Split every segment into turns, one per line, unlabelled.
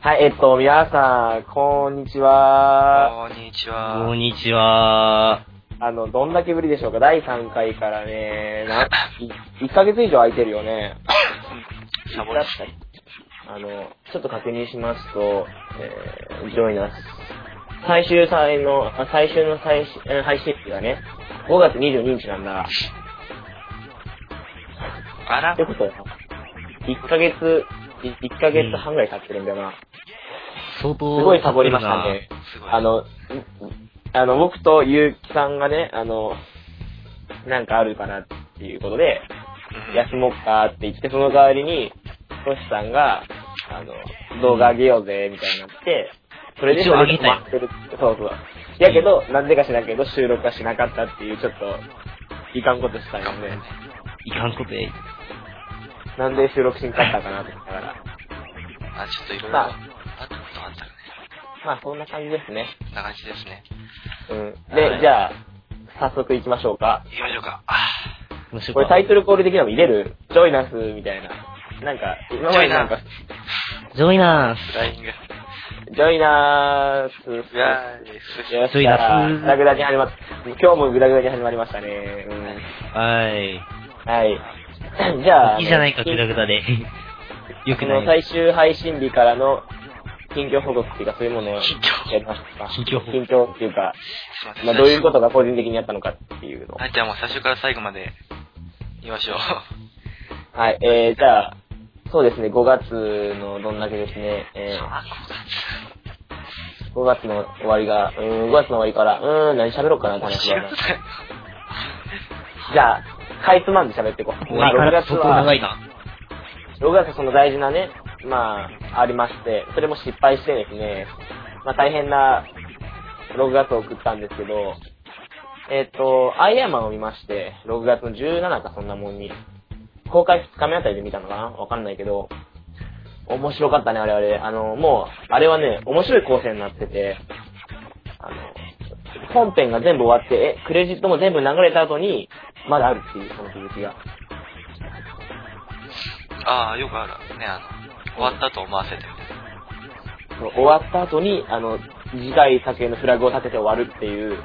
はい、えっと、皆さん、こんにちは。
こんにち
こ
は
ん。にちは。
あの、どんだけぶりでしょうか第3回からね、な、1ヶ月以上空いてるよね。
サボり
あの、ちょっと確認しますと、えー、ジョイナス。最終最の、あ最終の最新えー配信日がね、5月22日なんだ。
あら
っ、てことは、1ヶ月、い1ヶ月半ぐらい経ってるんだよな。
相当、
すごいサボりましたね。
すごい。
あ、の、んあの、僕と結城さんがね、あの、なんかあるかなっていうことで、
うん、
休もうかって言って、その代わりに、トシさんが、あの、動画あげようぜ、みたいになって、それで
一応あげ
そ
たよ
れで止まってるってそうそう。やけど、なんでかしなけど、収録はしなかったっていう、ちょっと、いかんことしたんよね。
いかんことで。
なんで収録しんかったかなと思ったから。
あ、ちょっといろいろ、
さ
あったことがあったらね。
まあ、そんな感じですね。
こんな感じですね。
うん。で、
はい
じゃあ、早速行きましょうか。
行きましょうか。あ
どうしよう
これ
か
タイトルコール的なの入れるジョイナスみたいな。なんか、今までなんか、
ジョイナー
フライング。
ジョイナス。よ
うわーい、す
っ
し。
しゃ
ジョイナス
グダグダに始まっ今日もグダグダに始まりましたね。うん
ス。は
はい。 じゃあ、
い。いいじゃないか、グダグダで。よく
あ
な
の
い。
最終配信日からの近況報告っていうか、そういうものをや
近況
りましたか。
近況報告
近況っていうか、
すいません。
まあ、どういうことが個人的にあったのかっていうの。
はい、じゃあもう最初から最後まで言いましょう。
はい、えー、じゃあ、そうですね、5月のどんだけですね、えー、5月の終わりが、うーん、5月の終わりから、うーん、何喋ろうかなって
もう7
話
月
だな。
だよ。
じゃあ、かいつまんで喋っていこう。
終わりから
6
相
月
当長い
は、
な。
6月はその大事なね、まあ、ありまして、それも失敗してですね、まあ大変な6月を送ったんですけど、えっ、と、アイアンマンを見まして、6月の17かそんなもんに、公開2日目あたりで見たのかなわかんないけど、面白かったね、あれあれ。あの、もう、あれはね、面白い構成になってて、あの、本編が全部終わって、え、クレジットも全部流れた後に、まだあるっていう、その続きが。
ああ、よくある。ね、あの、終わったと思わせてみたいな。
その終わった後に、あの、次回作へのフラグを立てて終わるっていう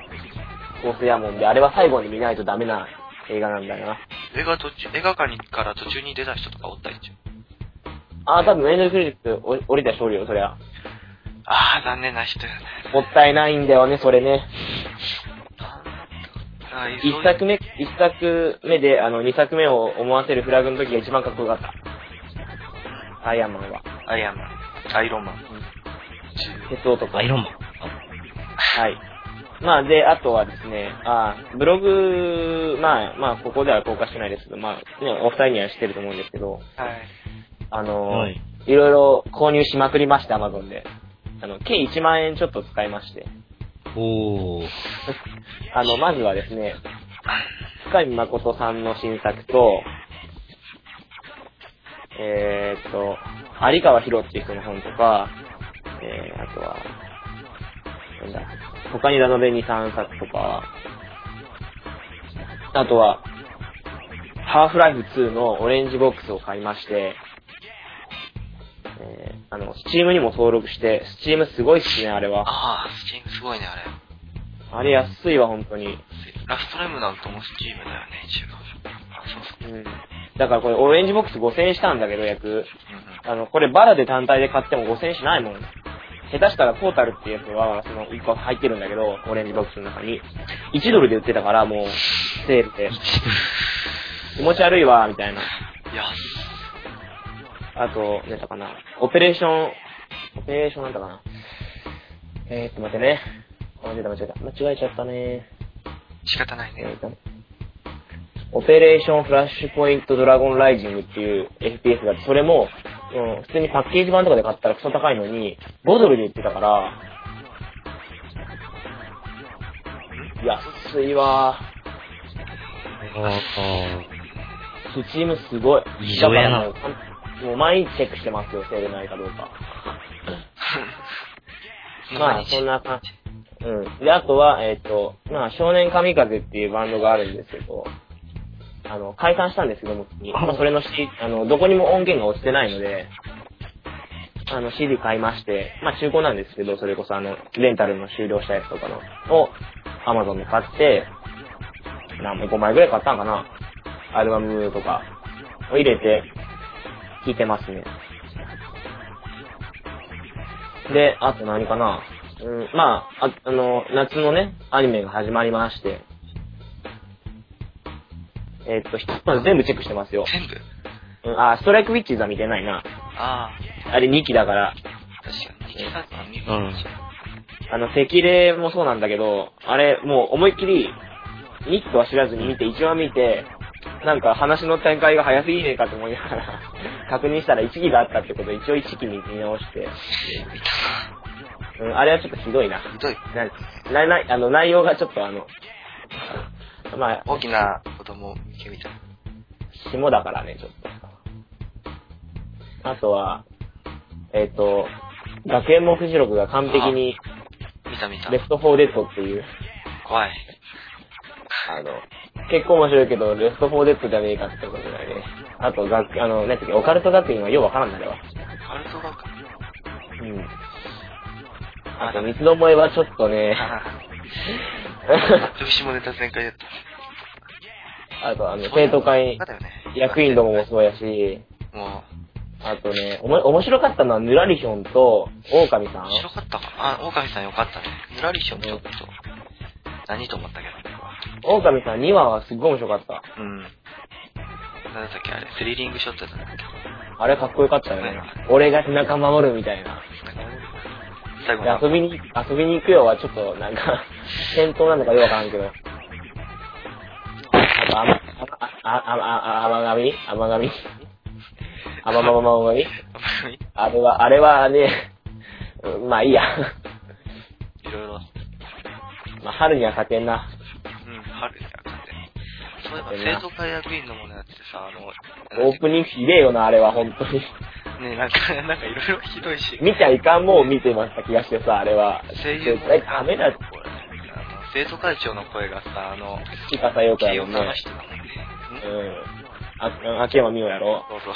構成やもんで、あれは最後に見ないとダメな映画なんだよな。
映画途中、映画館にから途中に出た人とかおったりっちゅう。
あー、多分エンドルクレジットお降りた人おるよ、そりゃ。
ああ、残念な人やね。
もったいないんだよね、それね。
ああ、いい
一作目、一作目で、あの、二作目を思わせるフラグの時が一番かっこよかった。アイアンマンは。
アイアンマン、アイロンマン。
鉄道とか。
アイロンマン。
はい。まあ、で、あとはですね、あーブログ、まあ、まあ、ここでは公開してないですけど、まあ、ね、お二人には知ってると思うんですけど、
はい。
あのー
はい
い、ろいろ購入しまくりまして、アマゾンで。あの、計1万円ちょっと使いまして。
おー。
あの、まずはですね、深見誠さんの新作と、えーっと、有川博っていう人の本とか、えー、あとは、なんだ、他にラノベに3冊とか、あとは、ハーフライフ2のオレンジボックスを買いまして、えー、あの、スチームにも登録して、スチームすごいっすね、あれは。
ああ、スチームすごいね、あれ。
あれ安いわ、本当に。
ラストライムなんともスチームだよね、一応。あ、そうそう。
うんだからこれオレンジボックス5000円したんだけど、約。
うんうん。
あの、これバラで単体で買っても5000円しないもん。下手したらポータルっていうやつは、その1個入ってるんだけど、オレンジボックスの中に。1ドルで売ってたから、もう、セールで。気持ち悪いわ、みたいな。
いや、
あと、なんだかな。オペレーション、オペレーションなんだかな。えー、っと、待ってね。間違えた、間違えた。間違えちゃったね。
仕方ない
え
ね。
ーとオペレーションフラッシュポイントドラゴンライジングっていう FPS があって、それも、うん、普通にパッケージ版とかで買ったらクソ高いのに、5ドルで売ってたから、安いわ
あー
スチームすごい。
異常やな
だからもうもう毎日チェックしてますよ、セールないかどう か。まあ、そんな感じ。うん。で、あとは、えっ、と、まあ、少年神風っていうバンドがあるんですけど、あの、解散したんですけども、まあ、それのし、あの、どこにも音源が落ちてないので、あの、CD 買いまして、まあ中古なんですけど、それこそあの、レンタルの終了したやつとかの、を、Amazon で買って、何枚、5枚ぐらい買ったんかな。アルバムとかを入れて、聴いてますね。で、あと何かな。うん、まあ、あ、あの、夏のね、アニメが始まりまして、えっと、一つまず全部チェックしてますよ。
全部
うん、あ、ストライクウィッチーズは見てないな。
あ
あれ2期だから、
あ、確かに。2月の見
うん
あの、赤霊もそうなんだけど、あれ、もう思いっきり、2期とは知らずに見て、1話見て、なんか話の展開が早すぎねえかと思いながら、 確認したら1期があったってことを一応1期見直して、
見た
うん、あれはちょっとひどいな。
な。ひどい。
な、な、な、あの、内容がちょっとあの、まあ、
大きな子供向けみたいな。
霜だからね、ちょっと。あとは、えっ、と、学園目次録が完璧に、
見た見た
レ。フト4デッドっていう、
怖い。
あの、結構面白いけど、レフト4デッドじゃねえかってことだよね。あと、学、あの、なんていうか、オカルト学院はようわからんな、あれは。
カルト学園
うん。あと、三つどもえはちょっとね、
ああ、福島ネタ全開だった。
あと、あの、生徒会
そうだよね
役員どももそうやし、
も
あとね、おも、面白かったのは、ヌラリヒョンと、狼さ
う、
ん
面。白かったかな。あ、狼さんよかったね。ぬらりしょ、ちょっと。何と思ったけど、ね、
狼さん2話はすっごい面白かった。
うん。なんだったっけ、あれ。スリリングショットだったんだっけ。
あれかっこよかったよね。俺が背中守るみたいな。
最後
で
の
遊びに、遊びに行くよはちょっとなんか、戦闘なのかよくわからんけど。あと、あま、あ、あ、あ、あ、あまがみあまがみあまままままみ あれは、あれはね、うんまあいいや。
いろいろ。
まあ春には勝てんな。
うん、春には勝てないそういえば、生徒会役員のものやってさ、あの、
オープニングひでえよな、あれは本当に。
ね、なんか、 なんかいろいろひどいし。
見ちゃいかんもん見てました気がしてさ、あれは。
声優も
絶対ダメだって、
これあの生徒会長の声がさ、あの、
聞かさようか
慶応
よ
の
ね。
人だもんね。ん
うん。あ、秋山美桜やろ。
そうそう。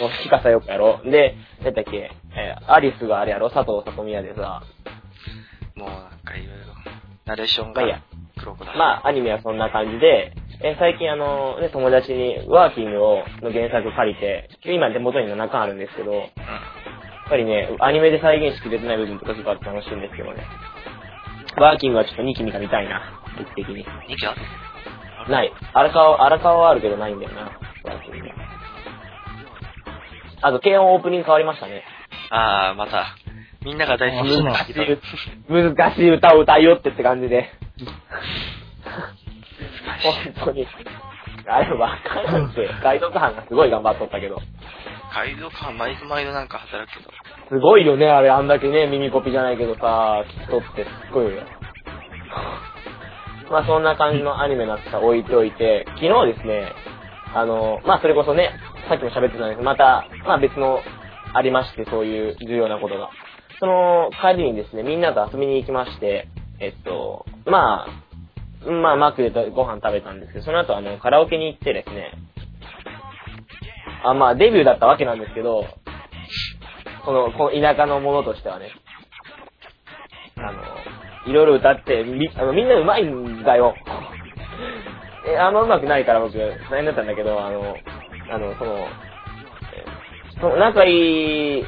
もう、ひかさよくやろ。で、なんだっけ、えーアリスがあれやろ、佐藤里美やでさ。
もうなんかいろいろ。ナレーション
まあいいや
が黒子だ。
まあ、アニメはそんな感じで、えー最近あの、ね、友達にワーキングを、の原作借りて、今手元に7巻あるんですけど、やっぱりね、アニメで再現しきれてない部分とかすごいあって楽しいんですけどね。ワーキングはちょっと2期にか見たいな、僕的に。
うん。2期ある
ない。荒川、荒川はあるけどないんだよな、ワーキングは。あと、軽音オープニング変わりましたね。
ああ、また。みんなが大好きな
難しい、難しい歌を歌いよってって感じで。本当に。あれ、わからんって。ガイド班がすごい頑張っとったけど。
海賊は毎度毎度なんか働くけど。
すごいよね、あれ、あんだけね、耳コピじゃないけどさ、聞き取って、すっごいよ。 まあ、そんな感じのアニメなんか置いておいて、昨日ですね、あの、まあ、それこそね、さっきも喋ってたんですけど、また、まあ、別の、ありまして、そういう重要なことが。その、帰りにですね、みんなと遊びに行きまして、えっと、まあ、まあ、マックでご飯食べたんですけど、その後、あの、カラオケに行ってですね、あ、まあ、デビューだったわけなんですけど、この、この田舎のものとしてはね、あの、いろいろ歌って、み、あの、みんな上手いんだよ。え、あんま上手くないから僕、大変だったんだけど、あの、あの、その、えその仲いい、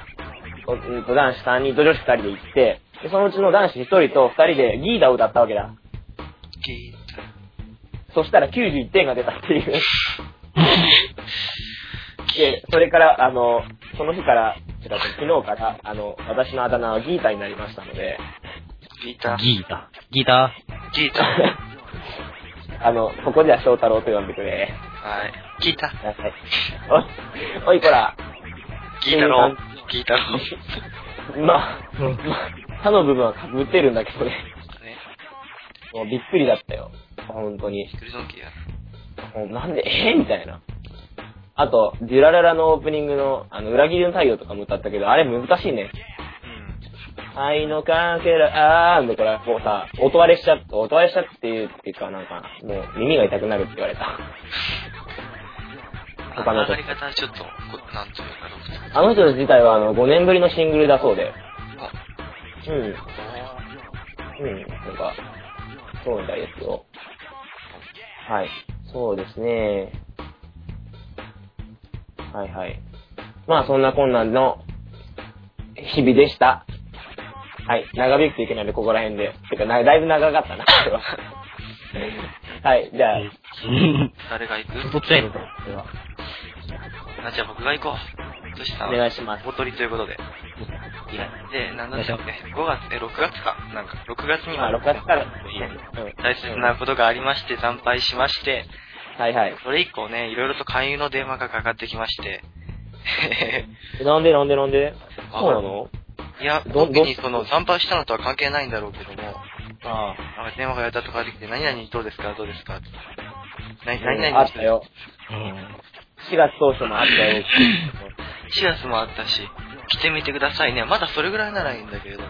おうんと男子3人と女子2人で行って、でそのうちの男子1人と2人でギーダを歌ったわけだ。
ギーッ
そしたら91点が出たっていう。で、それから、あの、その日から、違う昨日から、あの、私のあだ名はギータになりましたので、
ギータ。
ギータ。ギータ。
ギータ。
あの、ここでは翔太郎と呼んでくれ。
はい。ギータ。
なさい。おい、おい、こら、
ギータロー。ギータロー。
まあ、まあ、他の部分はかぶってるんだけどね、
ね。
もうびっくりだったよ。本当に。
びっくりドンキーや。
もうなんで、えみたいな。あと、デュラララのオープニングの、あの、裏切りの太陽とかも歌ったけど、あれ難しいね。
うん。
愛のかけら、あーんで、これ、もうさ、音割れしちゃった、音割れしちゃっていう、っていうか、なんか、もう耳が痛くなるって言われた。他の
上
人
がり方はちょっと、こなんというか、独特。
あの人自体はあの5年ぶりのシングルだそうで。うん。うん。なんか、そうみたいですよ。はい。そうですね。はいはい。まあそんなこんなんの日々でした。はい。長引くといけないので、ここら辺で。てか、なだいぶ長かったな、これは。はい。じゃあ、
誰が行く
どっちがいいのか。
あ、じゃあ僕が行こう。とした
お願いします。
おとりということで。で、なんだったっけ ?5 月、え、6月か。なんか、6月に
ま
は
あ、6月からです
いい
ね
ね。
うん
大切なことがありまして、惨敗しまして、
はいはい。
それ以降ね、いろいろと勧誘の電話がかかってきまして、
なんでなんでなんで
あ
そうなの
いや、
ど
特にその、惨敗したのとは関係ないんだろうけども、
あ
なんか電話がやったとかできて、何々どうですかどうですかって
あ。
何何々
あったよ。4月当初もあったよ。
シラスもあったし、来てみてくださいね。まだそれぐらいならいいんだけれども、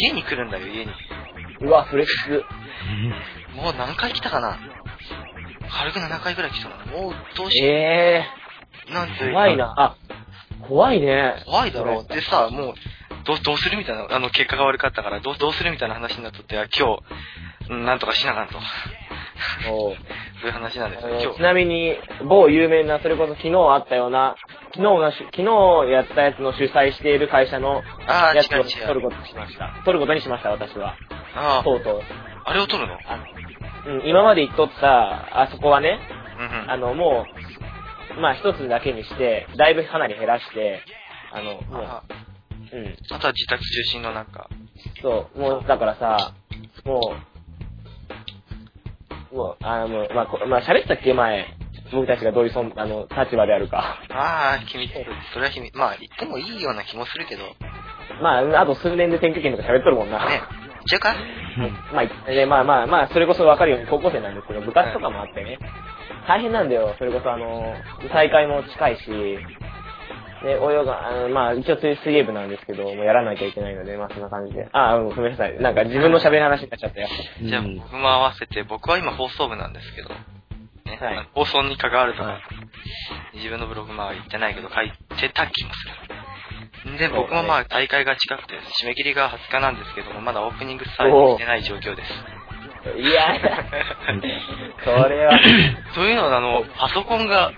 家に来るんだよ、家に。
うわ、フレックス。
もう何回来たかな軽く7回ぐらい来たの。もう、どうし、
ええ
なんて
ー、
いう
怖い
か、
な。あ、怖いね。
怖いだろう。でさ、もう、どう、どうするみたいな、あの、結果が悪かったから、どう、どうするみたいな話になっとって、あ今日、うんなんとかしながんと。
おう
そういう話なんです
あ
よ、今
のち
日。
なみに、某有名な、それこそ昨日あったような、昨日のし、昨日やったやつの主催している会社の
ああ、違
やつを
う
取
違
る
う。
ことにしました。取ることにしました、私は。
あ
とうとう。
あ、あれを取るの
あうん、今まで行っとった、あそこはね、
うんうん。
あの、もう、まあ一つだけにして、だいぶかなり減らして、あの、もう、
あ
うん、
あとは自宅中心のなんか、
そう、もう、だからさ、もう、もう、あの、もうまあ、こまあ、喋ったっけ前、僕たちがどういうそん、あの、立場であるか。
ああ、君、それは君、まあ、言ってもいいような気もするけど、ね。
まあ、あと数年で選挙権とか喋っとるもんな。
言っちゃうか
まあ、で、まあまあまあ、それこそわかるように高校生なんですけど、部活とかもあってね。大変なんだよ、それこそあの、大会も近いし、で、泳が、あの、まあ、一応水水泳部なんですけど、もうやらなきゃいけないので、まあそんな感じで。あ、うんごめんなさい。なんか自分の喋る話になっちゃったよ。
じゃあ、僕も合わせて、僕は今放送部なんですけど、ね、
はい
放送に関わるとか、
はい
自分のブログまあ言ってないけど、書いてた気もする。で、
そうだね
僕もまあ大会が近くて、締め切りが20日なんですけども、まだオープニングさえしてない状況です。
い や、それは、
というのは、あの、パソコンが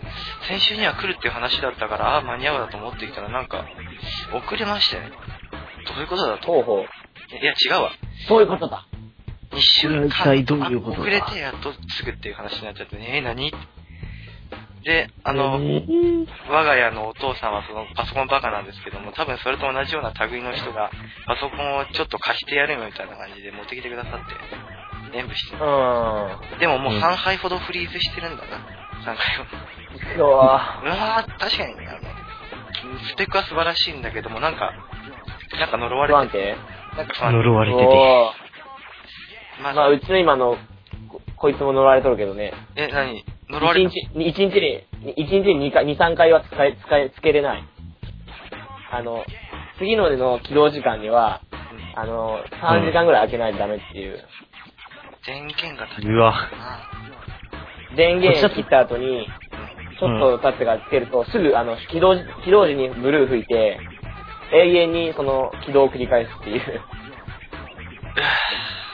先週には来るっていう話だったから、ああ、間に合うだと思っていたら、なんか、遅れましてね。どういうことだと。
ほうほう。
いや、違うわ。
そういうことだ。
2週間
一体どういうことだ
遅れてやっとすぐっていう話になっちゃって、ねえ、何で、あ
あ
の、
うん
我が家のお父さんはそのパソコンバカなんですけども、多分それと同じような類の人が、パソコンをちょっと貸してやるよみたいな感じで持ってきてくださって、演舞して
う。ーん。
でももう3杯ほどフリーズしてるんだな。3回ほど。
今日は、
うわー、確かにね、あの、スペックは素晴らしいんだけども、なんか、なんか呪わ
不安
れて、
定
なんか不安定
呪われてて。
お
ま
ー
あ、
まあ、うちの今の、ここいつも乗られとるけどね。
え、何
一
呪われて
日に、一日に、一日に2回、二3回は使え、使え、つけれない。あの、次のの起動時間には、あの、3時間ぐらい開けないとダメっていう。
電源が足り
うわ。
ないな。
電源切った後に、
うん
ちょっと経ってからつけると、すぐ、あの、起動時、起動時にブルー吹いて、永遠にその起動を繰り返すっていう。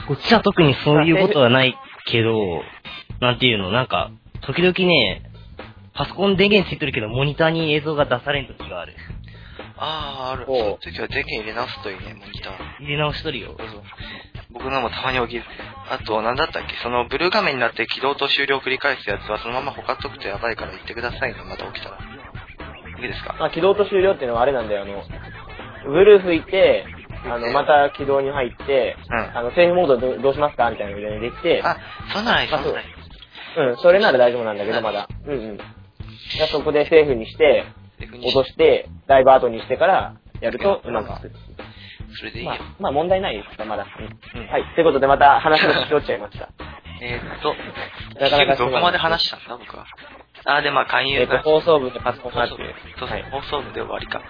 こっちは特にそういうことはないけど、なんていうの、なんか、時々ね、パソコン電源ついてるけど、モニターに映像が出されん時がある。
あー、ある。そ
おう
の時は電源入れ直すといいね、モニター。
入れ直しとるよ
そ。うそう。僕のもたまに起きる。あと、なんだったっけその、ブルー画面になって起動と終了を繰り返すやつは、そのままほかっとくとやばいから言ってくださいね、また起きたら。いいですか
まあ、起動と終了っていうのはあれなんだよ、あの、ブルー吹いて、あの、また起動に入って、
うん
あの、セーフモードどどうしますかみたいなのができて、
あ、そんならいい、そ
まあ
んならいい。
うん、それなら大丈夫なんだけど、まだ。うんうん。じゃあそこでセーフにして、
っていうふうに
落として、ダイバートにしてから、やるとうまくいく。
それでいいよ。
まあ、まあ問題ないですか、まだ。うん
うん
はい。ということで、また話がしおっちゃいました。
えーっと、
なかな か
結局どこまで話したんだ、僕は。あー、で、まあ、勧
え
誘
っと、
が。
放送部でパソコンがあって
そうそう、
はい。
放送部で終わりか。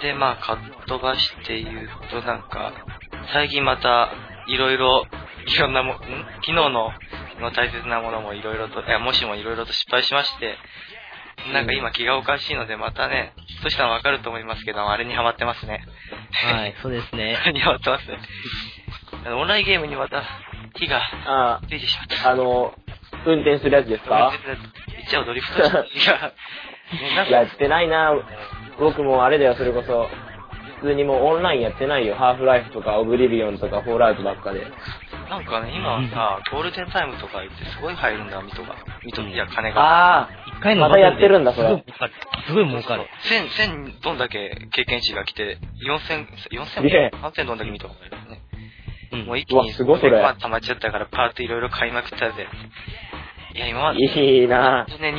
で、まあ、かっ飛ばして言うと、なんか、最近また、いろいろ、いろんなも、ん昨日のの大切なものもいろいろと、いや、もしもいろいろと失敗しまして、なんか今気がおかしいので、またね、としたらわかると思いますけど、あれにハマってますね。
はい、そうですね。
にハマっ てますね。あのオンラインゲームにまた火が
あ
ついてしまった。
あ、あの、運転するやつですか
一応ドリフトした。いや、ね、なんか
やってないな僕もあれだよ、それこそ。普通にもうオンラインやってないよ。ハーフライフとか、オブリビオンとか、フォールアウトばっかで。
なんかね、今はさ、ゴールデンタイムとか言ってすごい入るんだ、ミトが。ミト、いや、金が。
あ
一回の
またやってるんだ
バトルで
そ
すごい儲かる。
1000、1000どんだけ経験値が来て、4000、4000
すげえ
も、3000どんだけ見たことあるね。
すごい儲かる。うん
もう一気
う
に、
わすごいそれ
パン溜まっちゃったから、パートいろいろ買いまくったぜ。いや、今ま
あ、
で、
いいな
ね、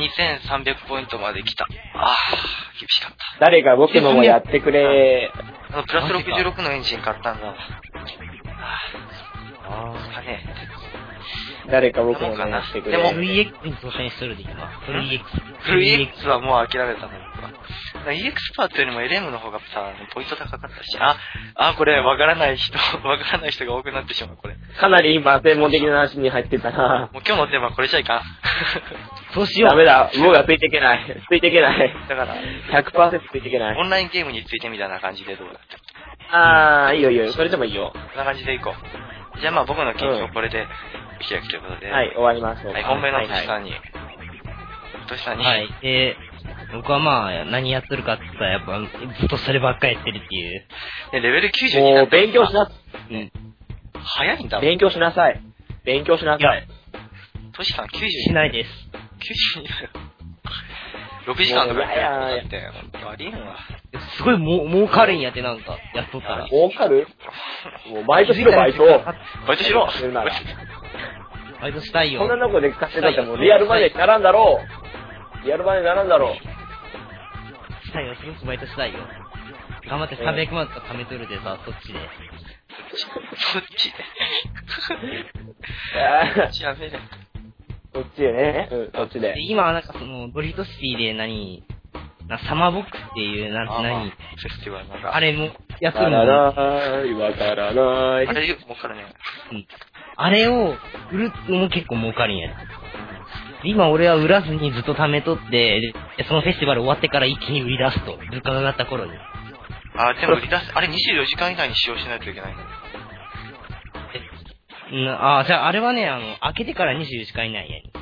2300ポイントまで来た。あー、厳しかっ
誰か僕のもやってくれ。
た。あの、プラス
マジか
66のエンジン買ったんだ。
あ
あね、
誰か僕のもやってく
でも
あ。
れ。
3X に挑戦しとるで今。3X。
フル EX はもう諦めたの、僕は。だから EX パートよりも LM の方がさ、ポイント高かったし、あ、あ、これ、わからない人、 わからない人が多くなってしまう、これ。も
かなり今、専門的な話に入ってたな
う今日のテーマこれじゃいかん。
そうしよ
ダ
う。
メだ、僕はついていけない。ついていけない。
だから、
100%ついていけない。
オンラインゲームについてみたいな感じでどうだって。
あー、いいよいいよ。それでもいいよ。
こんな感じでいこう。じゃあまあ僕の近
う
況
ん
これで、開くということで。
はい、終わります。
はい、本命の
はいは
星
い
さんに。星さんに。
はい。で、僕はまあ、何やってるかって言ったら、やっぱ、ずっとそればっかりやってるっていう。
ねレベル92にな
も
っ
う
たら
勉強しな、
うん。
早いんだもん。
勉強しなさい。勉強しないさ
や
い。、
星さん92。
しないです。
92だよ。6時間とかやってるんだって、ありえんわ。
すごいもう儲かるんやってなんか、やっとったら。
儲か るもうバイトしろ、バイト。
バイトしろ
するなら
バイトしたいよ。
そんなのこで稼いだってもうリアルマネーにならんだろう。リアルマネーにならんだ ろう。
したいよ、すごくバイトしたいよ。頑張って300万とか貯めとるでさ、そっちで。
そっちで。
あ
そっちやべえな。
ーこっちでね。うん、こっちで
で。今はなんかその、ドリートシティで何、なサマーボックスっていう、なん
あまあフ
何、
ェスティバルなんか。
あれも、や
わ
つ
か
る
ら
の。
ない、わからな
あ
い。
れよく儲かるね。
うんあれを、売るのも結構儲かるんや。で今俺は売らずにずっと貯めとって、でそのフェスティバル終わってから一気に売り出すと。物価が上がった頃に。
あ、でも 売り出す。あれ24時間以内に使用しないといけないんだね。
うん、ああ、じゃああれはね、あの、開けてから24時間以内や に。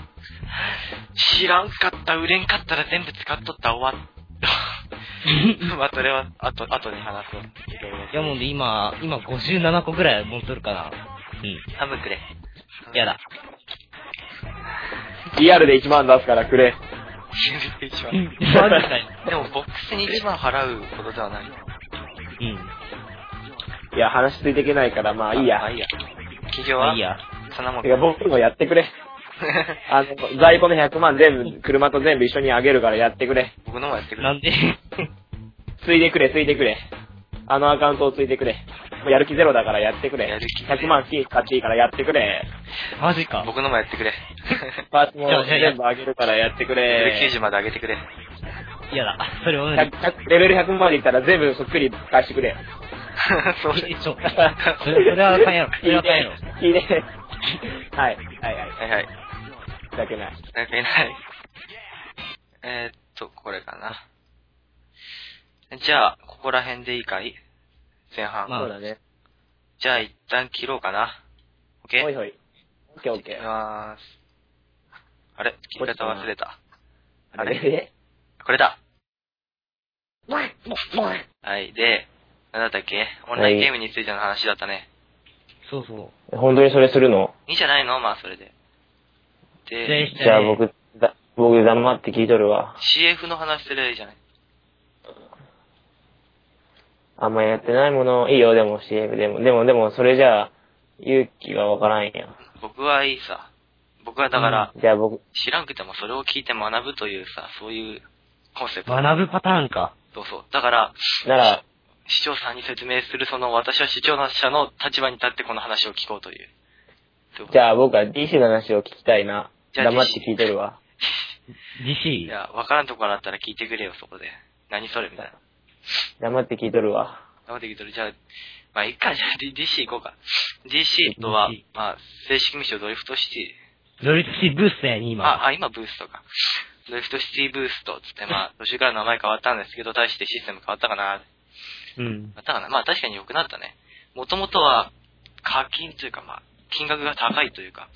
知らんかった、売れんかったら全部使っとった、終わっ。まあ、それは、あと、あとに話そう。いろいろ。
いやもうで今、今57個ぐらい持っとるかな。う
ハムくれ。
ん。やだ。
リアルで1万出すからくれ。
一
うん。
番
マジ かよ。
でも、ボックスに1万払うことではない。
うん。
いや、話ついていけないから、まあいいや
まあ、。いいや。企業
まあ
はい
い、や。
そんなもん
てか僕もやってく れ。あの、在庫の100万全部、車と全部一緒にあげるからやってくれ。
僕のもやってくれ。
なんで
ついでくれ、ついでくれ。あのアカウントをついてくれ。もうやる気ゼロだからやってく
や
れ
る気。ゼロ
100万月買っていいからやってくれ。
マジか。
僕のもや ってくれ。
パーツも全部あげるからやってく
レベ
れ
ル。90まで上げてくれ。
やだ。それをね
100、100レベル100までいったら全部そっくり返してくれ。
そう
いいでしょ。それ、そ
そ
れはあかんやろ。そ
いい
れ
ね
はあかんや ろ。。
いいね。はい、はい、はい。
はいはい。
だけない。
なんかいない。えー、っと、これかな。じゃあ、ここら辺でいいかい前半。
まあ
そうだね。
じゃあ、一旦切ろうかな。OK?
ほいほい。オッケーオッ
い
ケ
き
ー。
まーす。あれ切り方忘れた。あれ
れ
これだ。
もいもい
はい。で、なんだったっけオンラインゲームについての話だったね。
そうそう。
本当にそれするの
いいんじゃないのまあ、それで。で、
で
じゃあ、僕、だ僕黙って聞いとるわ。
CF の話すればいいじゃない
あんまやってないもの、いいよ、でも CF でも。でも、でも、それじゃあ、勇気がわからんやん。
僕はいいさ。僕はだから、
じゃあ僕、
知らんくてもそれを聞いて学ぶというさ、そういうコンセプト。
学ぶパターンか。
そうそう。だから、
なら、
市長さんに説明する、その、私は市長者の立場に立ってこの話を聞こうという。
じゃあ僕は DC の話を聞きたいな。
じゃあ
黙って聞いとるわ。
い
DC。
や、わからんところあったら聞いてくれよ、そこで。何それみたいな。
黙って聞いとるわ。
なできてる。じゃあ、まあ、いっか、じゃあ D- DC 行こうか。DC とは
DC、
まあ、正式名称ドリフトシティ。
ドリッチブースターやに今。
あ、あ、今ブーストか。ドリフトシティブーストっつっ て、まあ、途中から名前変わったんですけど、対してシステム変わったかな、
うん。
まあ、ただな、まあ確かに良くなったね。もともとは、課金というか、まあ、金額が高いというか、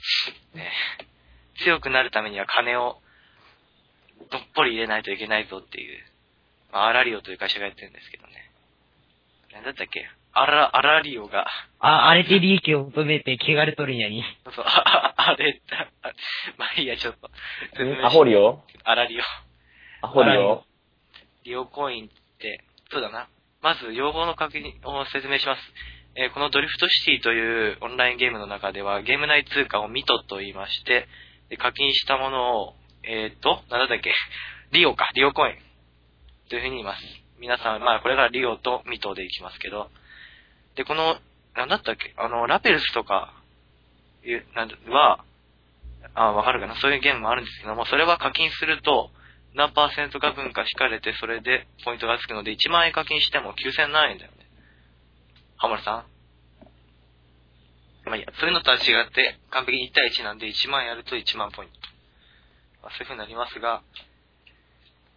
ね、強くなるためには金をどっぽり入れないといけないぞっていう、まあ、アラリオという会社がやってるんですけどね。なんだったっけアラ、アラリオが、
あ、荒れて利益を求めて、汚れとるんやに。
そうそう、あ、ああれ、 あまあいいや、ちょっと。
アホリ
オ
オ
アラリオ。
アホリオ
利用コインって、そうだな。まず、用語の確認を説明します。えーこのドリフトシティというオンラインゲームの中では、ゲーム内通貨をミトと言いまして、で課金したものを、えっ、と、なんだっけ、 リオか、リオコイン。というふうに言います。皆さん、まあ、これからリオとミトでいきますけど、で、この、なんだったっけ、あの、ラペルスとか、いう、なんだは、あ、わかるかな、そういうゲームもあるんですけども、それは課金すると、何パーセントか分か引かれて、それでポイントがつくので、1万円課金しても9000何円だよね。ハモリさんまあいいや、そういうのとは違って、完璧に1対1なんで、1万やると1万ポイント。まあ、そういう風になりますが、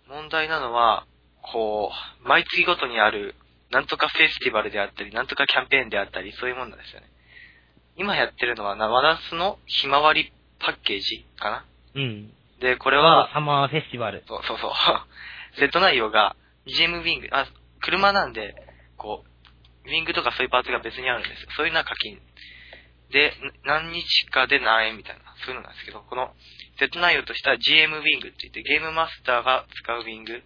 問題なのは、こう、毎月ごとにある、なんとかフェスティバルであったり、なんとかキャンペーンであったり、そういうもんなんですよね。今やってるのはな、ワナスのひまわりパッケージかな
うん。
で、こ
こ
れは、
サマーフェスティバル。
そうそうそう。 セット内容が、ジムウィング、あ、車なんで、こう、ウィングとかそういうパーツが別にあるんですよ。そういうのは課金。で、な何日かで何円みたいな、そういうのなんですけど、この、セット内容としては GM ウィングって言って、ゲームマスターが使うウィング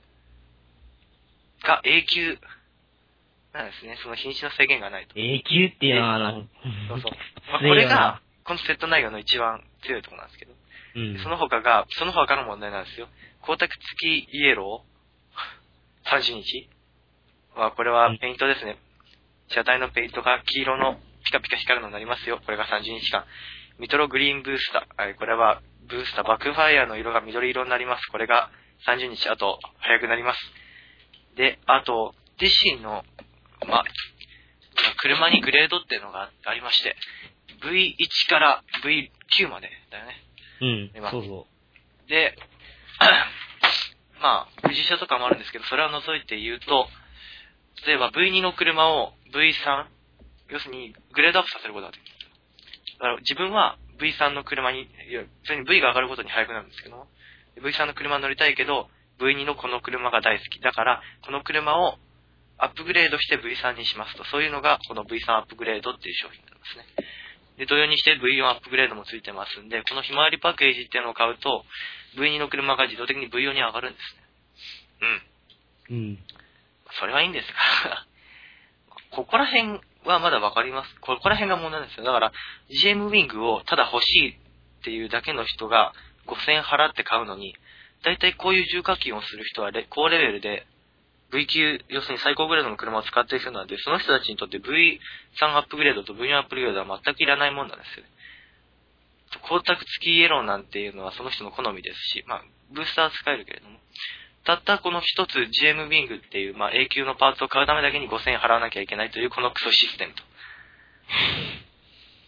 が永久なんですね。その日にちの制限がないと。
永久っていうのは、なんか、
そうそう。まあ、
き
こ
ついよな
れが、このセット内容の一番強いところなんですけど。
うん。
その他が、その他の問題なんですよ。光沢付きイエロー ?30 日まあ、これはペイントですね。車体のペイントが黄色のピカピカ光るのになりますよ。これが30日間。ミトログリーンブースター。はいこれはブースター。バックファイアの色が緑色になります。これが30日。あと、早くなります。で、あと、自身の、まあ、車にグレードっていうのがありまして、V1 から V9 までだよね。
うん
今。
そうそ
で、まあ、藤車とかもあるんですけど、それを除いて言うと、例えば V2 の車を V3、要するにグレードアップさせることができる。だから自分は V3 の車に、いや普通に V が上がることに速くなるんですけど、V3 の車に乗りたいけど、V2 のこの車が大好き。だから、この車をアップグレードして V3 にしますと、そういうのがこの V3 アップグレードっていう商品になりますね。で、同様にして V4 アップグレードもついてますんで、このひまわりパッケージっていうのを買うと、V2 の車が自動的に V4 に上がるんですね。うん。
う。うん。
それはいいんですが、 ここら辺はまだわかります。ここら辺が問題なんですよ。だから、GM ウィングをただ欲しいっていうだけの人が5000円払って買うのに、だいたいこういう重課金をする人はレ高レベルで V 級、要するに最高グレードの車を使っている人なんで、その人たちにとって V3 アップグレードと V4 アップグレードは全くいらないもんなんですよ。光沢付きイエローなんていうのはその人の好みですし、まあ、ブースターは使えるけれども。たったこの一つ GM ウィングっていう、まあ、永久のパーツを買うためだけに5000円払わなきゃいけないというこのクソシステムと。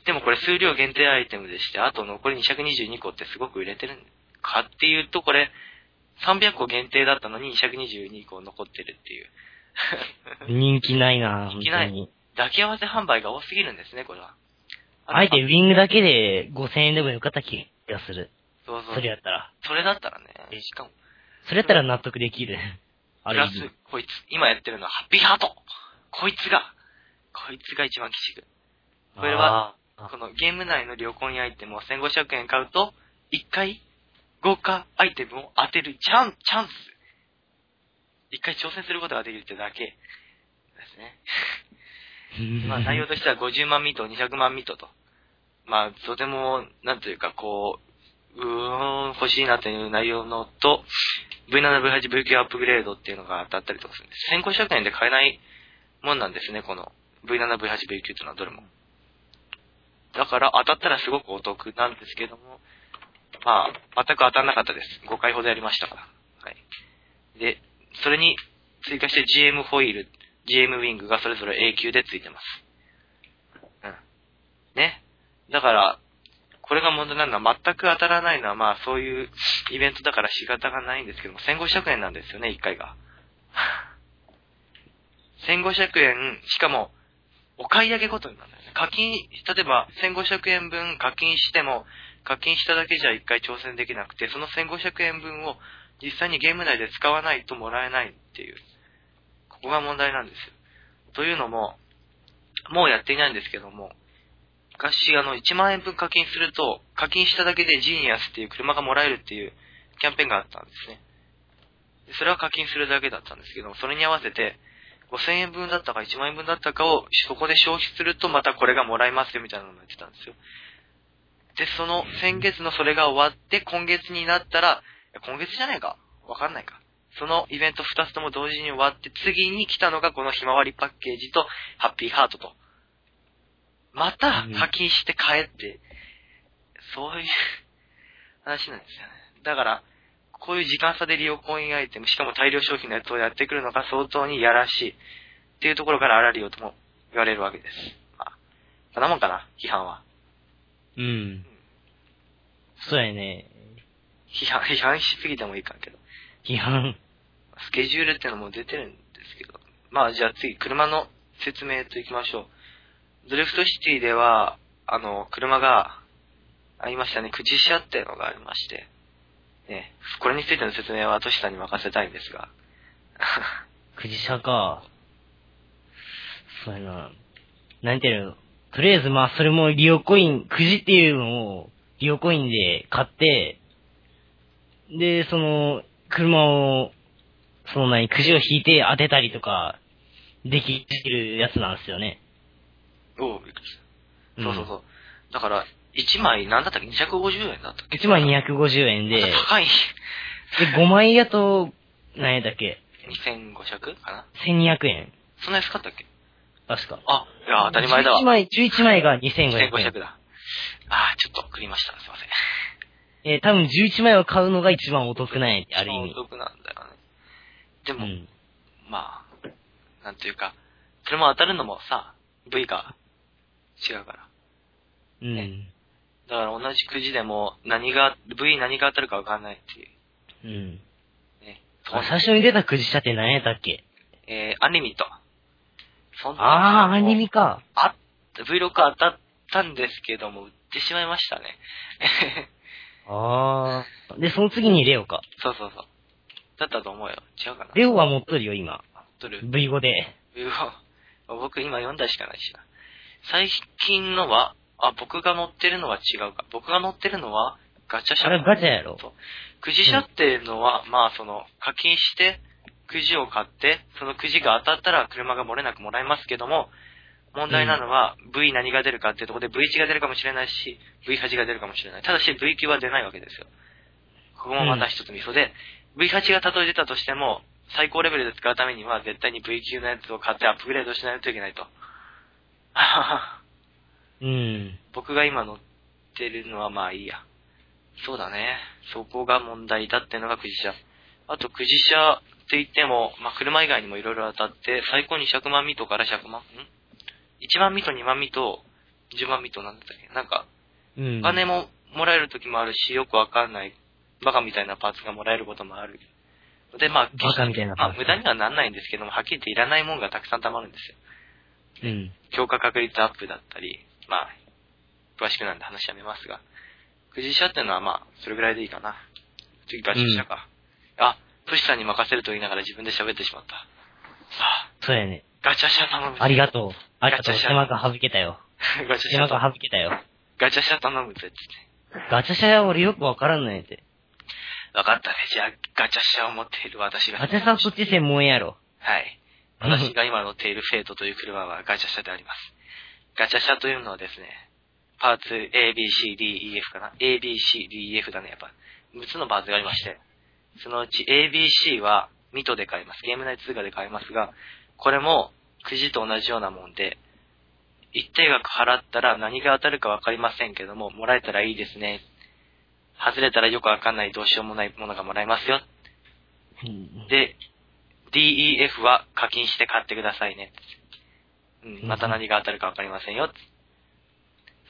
でもこれ数量限定アイテムでして、あと残り222個ってすごく売れてるんかっていうと、これ300個限定だったのに222個残ってるっていう。
人気ないな
人気ない
本当に
抱き合わせ販売が多すぎるんですね、これは。
あえてウィングだけで5000円でもよかった気がする。
そうそう
それやったら。
それだったらね
え、
しかも、
それやったら納得できる。あ
プ
る
ラ
意
ス
味。、
こいつ、今やってるのはハッピーハートこいつが、こいつが一番鬼畜。これは
あー
このゲーム内の旅行にアイテムを1500円買うと、1回、豪華アイテムを当てるチャン、チャンス。1回挑戦することができるってだけですね。ま あ内容としては50万ミト、200万ミトと。まあ、とても、なんというか、こう、うーん、欲しいなという内容のと、V7、V8、V9 アップグレードっていうのが当たったりとかするんです。1500円で買えないもんなんですね、この V7、V8、V9 っていうのはどれも。だから当たったらすごくお得なんですけども、まあ、全く当たんなかったです。5回ほどやりましたから。はい。で、それに追加して GM ホイール、GM ウィングがそれぞれ A 級でついてます。うん。ね。だから、これが問題なのは全く当たらないのは、まあそういうイベントだから仕方がないんですけども、1500円なんですよね、1回が。1500円、しかも、お買い上げごとになるんだよね。課金、例えば1500円分課金しても、課金しただけじゃ1回挑戦できなくて、その1500円分を実際にゲーム内で使わないともらえないっていう、ここが問題なんですよ。というのも、もうやっていないんですけども、昔、あの、1万円分課金すると、課金しただけでジーニアスっていう車がもらえるっていうキャンペーンがあったんですね。でそれは課金するだけだったんですけども、それに合わせて、5000円分だったか1万円分だったかを、そこで消費するとまたこれがもらえますよみたいなのをやってたんですよ。で、その、先月のそれが終わって、今月になったら、いや今月じゃないかわかんないか。そのイベント2つとも同時に終わって、次に来たのがこのひまわりパッケージと、ハッピーハートと。また
うん
課金して帰って、そういう話なんですよね。だから、こういう時間差で利用コインアイテム、しかも大量消費のやつをやってくるのが相当にやらしい。っていうところから荒利をとも言われるわけです。まあ、そんなもんかな、批判は。
うん。そうやね。
批判、批判しすぎてもいいかんけど。
批判。
スケジュールってのも出てるんですけど。まあじゃあ次、車の説明といきましょう。ドリフトシティでは、あの、車がありましたね。口車っていうのがありまして。ね、これについての説明はトシさんに任せたいんですが。
くじしゃか。そうやな。なんていうのとりあえずまあそれも利用コイン、くじっていうのを利用コインで買って、で、その、車を、その何、くじを引いて当てたりとか、できるやつなんですよね。
おうびっくりした。そうそうそうう。だから、1枚、なんだったっけ ?250 円だったっけ
1枚250円で、で
高い。
5枚やと、何やったっけ
2500? かな
?1200 円。
そんな安かったっけ
確か。
あ、いや、当たり前だわ
11。枚、11枚が2500
1500
円。
だ。あー、ちょっと送りました。すいません。
えー多分11枚を買うのが一番お得なんやある意味
お。得なんだよね。で
う
も、
ん。
まあ、なんというか、それも当たるのもさ、部位が違うから。
うん。
だから同じくじでも、何が、部位何が当たるかわかんないっていう。
うん。
ね。
あ最初に出たくじしゃって何やったっけ
えー、アニミと。そんな
ああー、アニメか。
あ、Vlog 当たったんですけども、売ってしまいましたね。
ああ。で、その次にレオか。
そうそうそう。だったと思うよ。違うかな。
レオは持っとるよ、今。
取る
V5 で。
うお 僕今4台しかないしな。最近のは、あ、僕が乗ってるのは違うか。僕が乗ってるのは、ガチャ車
あれガチャやろ。
そう。くじ車っていうのは、まあその、課金して、くじを買って、そのくじが当たったら車が漏れなくもらえますけども、問題なのは、V 何が出るかっていうところで V1 が出るかもしれないし、V8 が出るかもしれない。ただし V9 は出ないわけですよ。ここもまた一つミソで、V8 がたとえ出たとしても、最高レベルで使うためには、絶対に V9 のやつを買ってアップグレードしないといけないと。あはは
うん。
僕が今乗ってるのはまあいいや。そうだね。そこが問題だってのがくじ車。あとくじ車って言っても、まあ車以外にもいろいろ当たって、最高に100万ミトから100万、ん ?1 万ミト、2万ミト、10万ミトなんだったっけなんか、
うん。
お金ももらえる時もあるし、よくわかんない、バカみたいなパーツがもらえることもある。で、まあ、
バカみたいなパー
ま
ツ
あ、無駄にはなんないんですけども、はっきり言っていらないもんがたくさん溜まるんですよ。
うん。
強化確率アップだったり、まあ、詳しくなんで話やめますが、くじ車っていうのはまあ、それぐらいでいいかな。次、ガチ車か。あ、トシさんに任せると言いながら自分で喋ってしまった。さあ、
そうやね。
ガチャ車頼むぜ。
ありがとう。あり
ガ
がと
チャ
う。
じ
手
ゃん
間が省けたよ。
う。ガチャ
手
車
間が
頼む。
省けたよ。
ガチャ車頼むぜ、つって。
ガチャシャは俺よくわからんのやて。
わかったね。じゃあ、ガチャ車を持っている私が。
ガチャさんそっち専門やろ。
はい。私が今乗っているフェイトという車はガチャ車であります。ガチャ車というのはですね、パーツ A, B, C, D, E, F かな ?A, B, C, D, E, F だね、やっぱ。6つのパーツがありまして、そのうち A, B, C はミトで買えます。ゲーム内通貨で買えますが、これもくじと同じようなもんで、一定額払ったら何が当たるかわかりませんけども、もらえたらいいですね。外れたらよくわかんないどうしようもないものがもらえますよ。
うん
で、DEF は課金して買ってくださいね。うん、また何が当たるかわかりませんよ。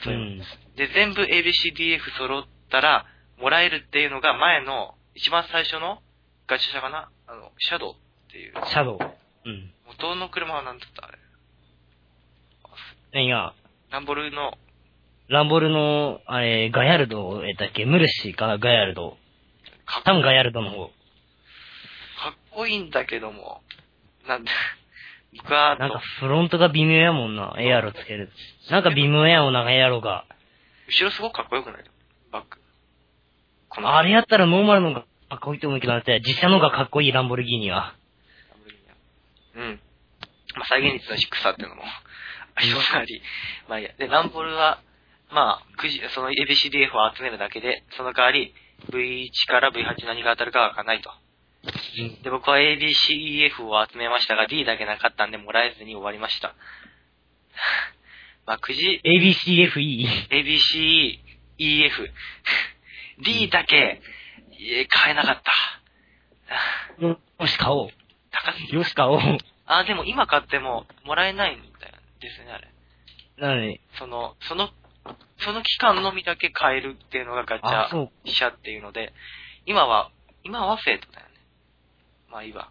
そう
う
いうの
ん。
で、全部 ABCDF 揃ったら、もらえるっていうのが前の、一番最初のガチャ車かなあの、シャドウっていう。
シャドウ。うん。
元の車は何だったあれ。
何が、
ランボルの、
ランボルの、あれ、ガヤルド、え、だっけ、ムルシーか、ガヤルド。
かっ
多分ガヤルドの方。
かっこいいんだけども、なんで、ガー
な
ッ
ん
と
か、フロントが微妙やもんな、エアロつける。なんか微妙やもんな、エアロが。
後ろすごくかっこよくないバック。こ
あれやったらノーマルのがかっこいいと思うけど、だって、実写の方がかっこいい、ランボルギーニは。
うん。まあ、再現率の低さっていうのも、 ありますあり。まあいいや。で、ランボルは、まあ、くじ、その ABCDF を集めるだけで、その代わり、V1 から V8 何が当たるかは分かんないと。で、僕は ABCEF を集めましたが、D だけなかったんで、もらえずに終わりました。 まあ、くじ、
ABCFE。
ABC、EF。D だけ、いえ買えなかった。
よし、買おう。
高すぎ
よし、買おう。
あ、でも今買っても、もらえないんだよ。ですね、あれ。
なので、
その、その、その期間のみだけ買えるっていうのがガチ
あ、そ
ャ、
う。
飛車っていうので、今は、今はフェイトだよね。まあいいわ。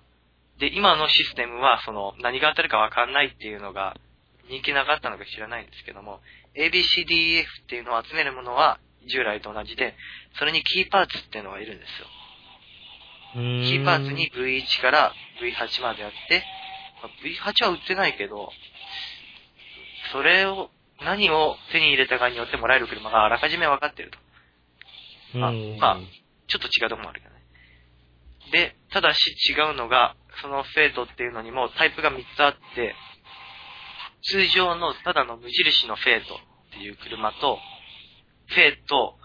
で、今のシステムは、その、何が当たるかわかんないっていうのが、人気なかったのか知らないんですけども、ABCDEF っていうのを集めるものは、従来と同じで、それにキーパーツっていうのがいるんですよ。
うーん
キーパーツに。V1 から V8 までやって、まあ V8 は売ってないけど、それを、何を手に入れたかによってもらえる車があらかじめ分かってると。
うん
あまあちょっと違うとこもあるけどね。で、ただし違うのが、そのフェートっていうのにもタイプが3つあって、通常のただの無印のフェートっていう車と、フェート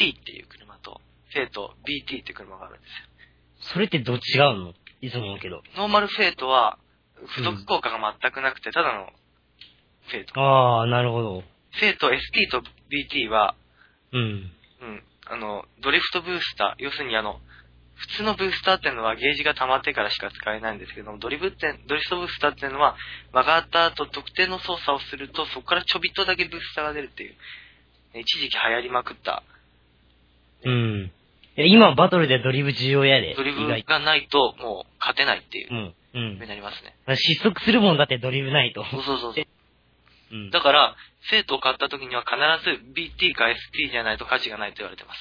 ST っていう車と、フェート BT っていう車があるんですよ。
それってどっち違うのいつも思うけど。
ノーマルフェイトは、付属効果が全くなくて、ただのフェイト。
ああ、なるほど。
フェイト ST と BT は、
うん。
うん、あの、ドリフトブースター、要するにあの、普通のブースターっていうのはゲージが溜まってからしか使えないんですけども、ドリブって、ドリフトブースターっていうのは、曲がった後特定の操作をすると、そこからちょびっとだけブースターが出るっていう、ね一時期流行りまくった、
うん。いや今バトルでドリブ重要やで。
ドリブ
意外と
がないと、もう勝てないっていうう、
ん。う
ふうに
ん。
なりますね。
失速するもんだってドリブないと。
そうそうそうそう。
うん。
だから、フェイトを買った時には必ず BT か ST じゃないと価値がないと言われてます。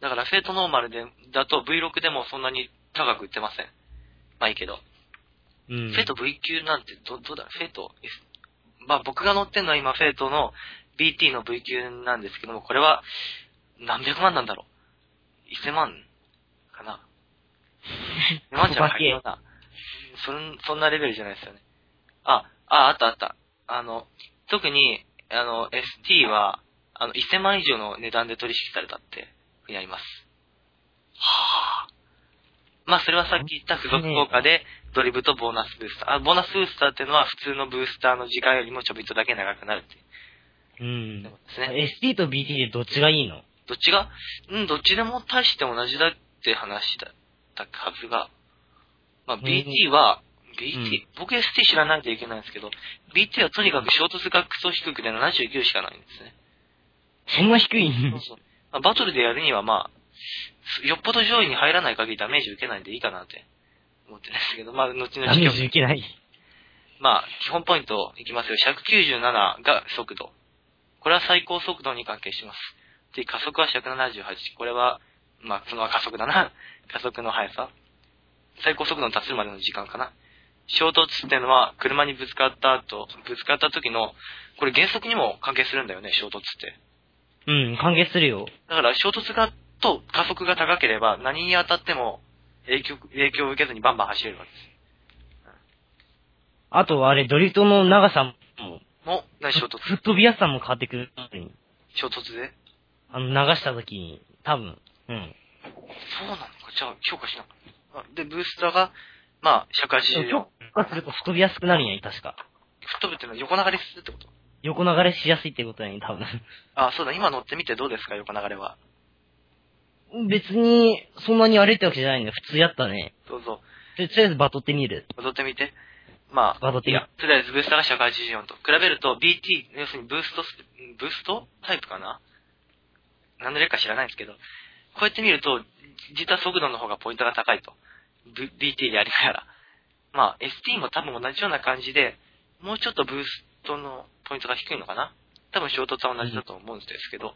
だから、フェイトノーマルで、だと V6 でもそんなに高く売ってません。まあいいけど。
うん
フェイト V 級なんてど、どうだろうフェイト S、まあ僕が乗ってんのは今フェイトの BT の V 級なんですけども、これは何百万なんだろう ?1000 万か な ?1000 万じゃないような。そん、そんなレベルじゃないですよね。あ、あ、あったあった。あの、特に、あの、ST は、あの、1000万以上の値段で取引されたって、ふうにあります。はぁ。まあ、それはさっき言った付属効果で、ドリブとボーナスブースター。あ、ボーナスブースターっていうのは普通のブースターの時間よりもちょびっとだけ長くなるって
う
いうんこ。とですね。
ST と BT でどっちがいいの
どっちが、うん、どっちでも大して同じだって話だったはずが。まあ、
ん
BT は、BT、
うん
僕 ST 知らないといけないんですけど、BT はとにかく衝突がクソ低くて79しかないんですね。
そんな低い
そうそうまあ、バトルでやるにはまあ、よっぽど上位に入らない限りダメージ受けないんでいいかなって思ってるんですけど、まあ、後々
ダメージ受けない。
まあ、基本ポイントいきますよ。197が速度。これは最高速度に関係します。で、加速は178。これは、まあ、その加速だな。 加速の速さ。最高速度に達するまでの時間かな。衝突っていうのは、車にぶつかった後、ぶつかった時の、これ原則にも関係するんだよね、衝突って。
うん、関係するよ。
だから、衝突が、と加速が高ければ、何に当たっても影響、影響を受けずにバンバン走れるわけです。
あと、あれ、ドリフトの長さも、
も、何 衝突
吹っ飛びやすさも変わってくる。
衝突で
あの、流した時に、多分。うん。
そうなのか、じゃあ、強化しなかったあで、ブースターが、まあ、尺80
強
を。
化すると吹っ飛びやすくなるんや、確か。
吹っ飛ぶっていうのは横流れするってこと
横流れしやすいってことやね、多分。
あそうだ、今乗ってみてどうですか、横流れは。
別に、そんなに荒れってわけじゃないんだよ。普通やったね。
どうぞ、
でとりあえずバトってみる。
踊ってみて。まあ、
ワード的
いや、とりあえずブースターが184と。比べると BT、要するにブーストス、ブーストタイプかな何の略か知らないんですけど、こうやって見ると、実は速度の方がポイントが高いと。B- BT でありながら。まあ、ST も多分同じような感じで、もうちょっとブーストのポイントが低いのかな多分衝突は同じだと思うんですけど、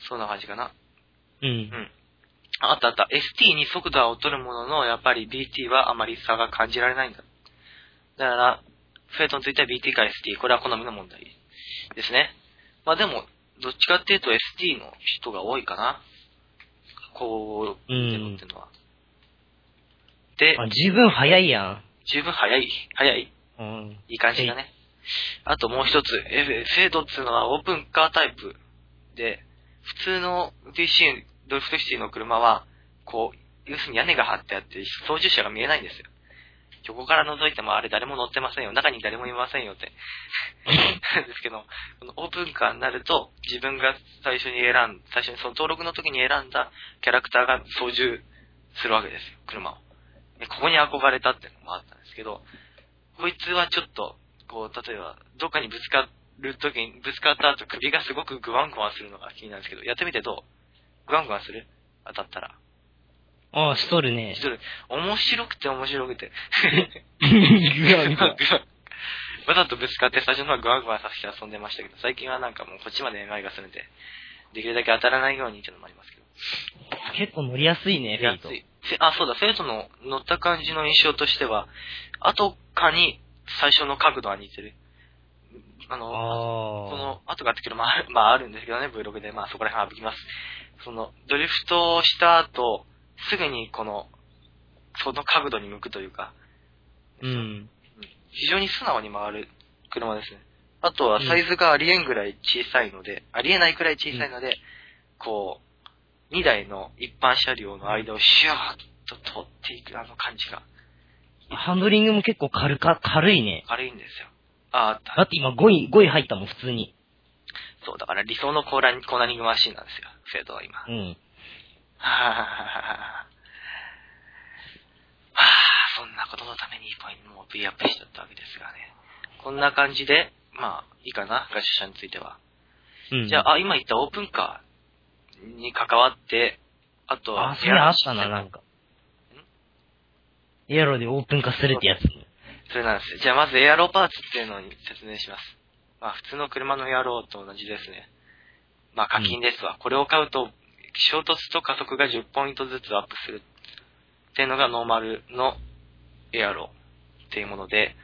そんな感じかな。
うん。
あったあった。ST に速度は劣るものの、やっぱり BT はあまり差が感じられないんだ。だから、フェイトについては BT か ST、これは好みの問題ですね。まあでも、どっちかっていうと ST の人が多いかな。こう、見てるのってのは。で、
あ、十分早いや
十分早い。早い
ん。うん。
いい感じだね。あともう一つ、えフェードっていうのはオープンカータイプで、普通の DC、ドルフトシティの車は、こう、要するに屋根が張ってあって、操縦者が見えないんですよ。横から覗いてもあれ誰も乗ってませんよ。中に誰もいませんよって。なんですけど、このオープンカーになると、自分が最初に選ん、最初にその登録の時に選んだキャラクターが操縦するわけですよ、車を。でここに憧れたっていうのもあったんですけど、こいつはちょっと、こう、例えば、どっかにぶつかるときに、ぶつかった後首がすごくグワングワンするのが気になるんですけど、やってみてどうグワングワンする当たったら。
あ、しとるね
一。人、面白くて面白くて。
ぐわぐわ
わざとぶつかって最初のはグワングワンさせて遊んでましたけど、最近はなんかもうこっちまでめまいがするんで、できるだけ当たらないようにっていうのもありますけど。
結構乗りやすいね、フェイト。
い。せあ、そうだ、生徒の乗った感じの印象としては、後かに最初の角度は似てる。あの、
あ
こ
あ。
の後があったけど、まあ、あるまあ、あるんですけどね、Vlog で。まあ、そこら辺省きます。その、ドリフトをした後、すぐにこの、その角度に向くというか、
うん。
非常に素直に回る車ですね。あとはサイズがありえんぐらい小さいので、ありえないくらい小さいので、こう、2台の一般車両の間をシューッと通っていくあの感じが
ハンドリングも結構軽か、軽いね。
軽いんですよ。ああ、
だって今5位、5位入ったもん、普通に。
そう、だから理想のコーラコーナリングマシンなんですよ、生徒は今。
うん。
はぁ、はぁ、そんなことのためにいいポイントも V アップしちゃったわけですがね。こんな感じで、まあ、いいかな、ガシャシャについては。
うん。
じゃあ、あ、今言ったオープンカーに関わって、あとは、
あ、それあったな、なんか。エアロでオープン化するってやつ。
それなんですよ。じゃあ、まずエアローパーツっていうのに説明します。まあ、普通の車のエアローと同じですね。まあ、課金ですわ。これを買うと、衝突と加速が10ポイントずつアップするっていうのがノーマルのエアローっていうもので、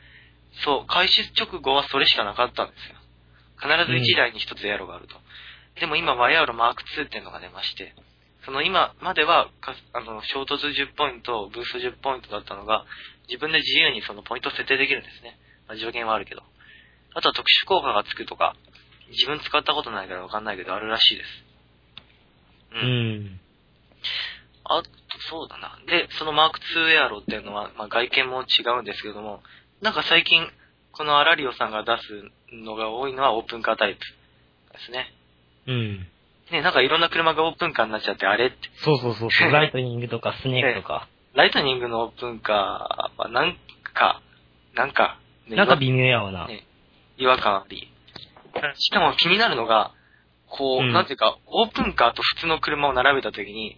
そう、開始直後はそれしかなかったんですよ。必ず1台に1つエアローがあると。でも今はエアローマーク2っていうのが出まして、その今まではか、あの、衝突10ポイント、ブースト10ポイントだったのが、自分で自由にそのポイントを設定できるんですね。まあ、上限はあるけど。あとは特殊効果がつくとか、自分使ったことないからわかんないけど、あるらしいです。
う。ん。
あと、そうだな。で、そのマーク2エアロっていうのは、まあ、外見も違うんですけども、なんか最近、このアラリオさんが出すのが多いのはオープンカータイプですね。
うん。
ね、なんかいろんな車がオープンカーになっちゃって、あれって。
そうそうそうそう、ライトニングとかスネークとか。
ライトニングのオープンカーは、なんか、なんか、ね
なんか微妙やわな。
ね違和感あり。しかも気になるのが、こう、
うん
なんていうか、オープンカーと普通の車を並べたときに、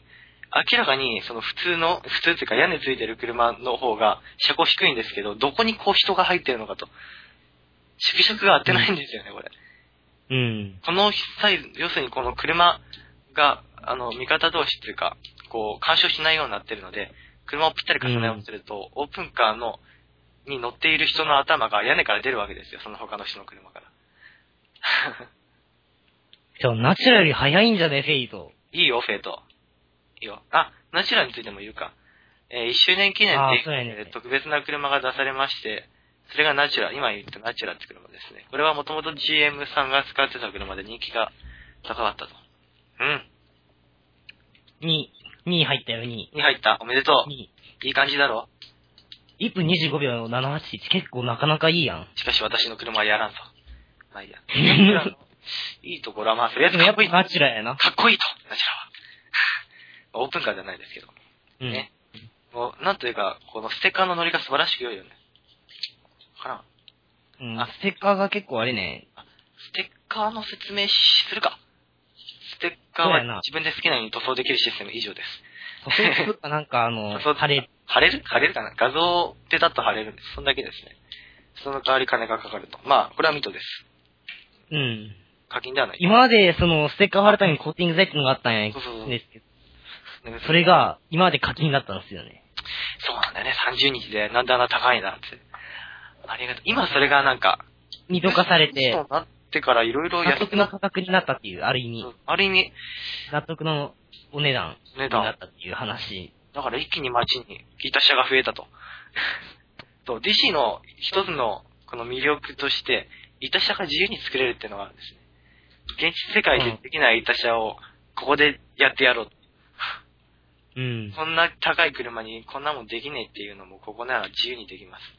明らかに、その普通の、普通っていうか屋根ついてる車の方が車高低いんですけど、どこにこう人が入ってるのかと。色色が合ってないんですよね、これ。
うん。
このサイズ、要するにこの車が、あの、味方同士っていうか、こう、干渉しないようになってるので、車をぴったり重ね合わせると、オープンカーの、に乗っている人の頭が屋根から出るわけですよ、その他の人の車から。
でもナチュラルより早いんじゃね、フェイト。
いいよ、フェイト。いいよ。あ、ナチュラルについても言うか。え1周年記念
あ
で
ーそうやね
特別な車が出されまして、それがナチュラル、今言ったナチュラルって車ですね。これはもともと GM さんが使ってた車で人気が高かったと。うん。
に、2位入ったよ、2位。
に入った。おめでと
2位。
う。いい感じだろ
1分25秒781、結構なかなかいいやん。。
しかし私の車はやらんと。まあいいや ナチュラルのいいところはまあ、とりあえず
でも
か
や
っ
っ
こ
ぱ
いい。か
ナチュラルやな。
っこいいと、ナチュラルは。 オープンカーじゃないですけど。
うん。
ねもう、なんというか、このステッカーの乗りが素晴らしく良いよね。かな
うん
あ
ステッカーが結構あれね、
ステッカーの説明しするか。ステッカー
そうやな
は自分で好きなように塗装できるシステム以上です。
塗装とかなんか あの、
塗装
貼れ、
貼れる貼れるかな画像でだと貼れるんです。そんだけですね。その代わり金がかかると。まあ、これはミトです。
うん。
課金ではない。
今までその、ステッカー貼るためにコーティング剤っていうのがあったんや
そうそうそう
ですけど、
なんか
それ。が今まで課金だったんですよね。
そうなんだよね。30日でなんであんな高いんだって。ありがとう。今それがなんか、
見透かされ
そ
て、
うなってからいろいろ
納
安く
得
な
の
っ
価格になったっていう、ある意味、
ある意味、
納得のお値段
値
にな
段
っ。たっていう話。
だから一気に街にギター車が増えたと。 と、DC の一つのこの魅力として、ギター車が自由に作れるっていうのがあるんですね。現実世界でできないギター車をここでやってやろう。
うん。
こんな高い車にこんなもんできねえっていうのもここなら自由にできます。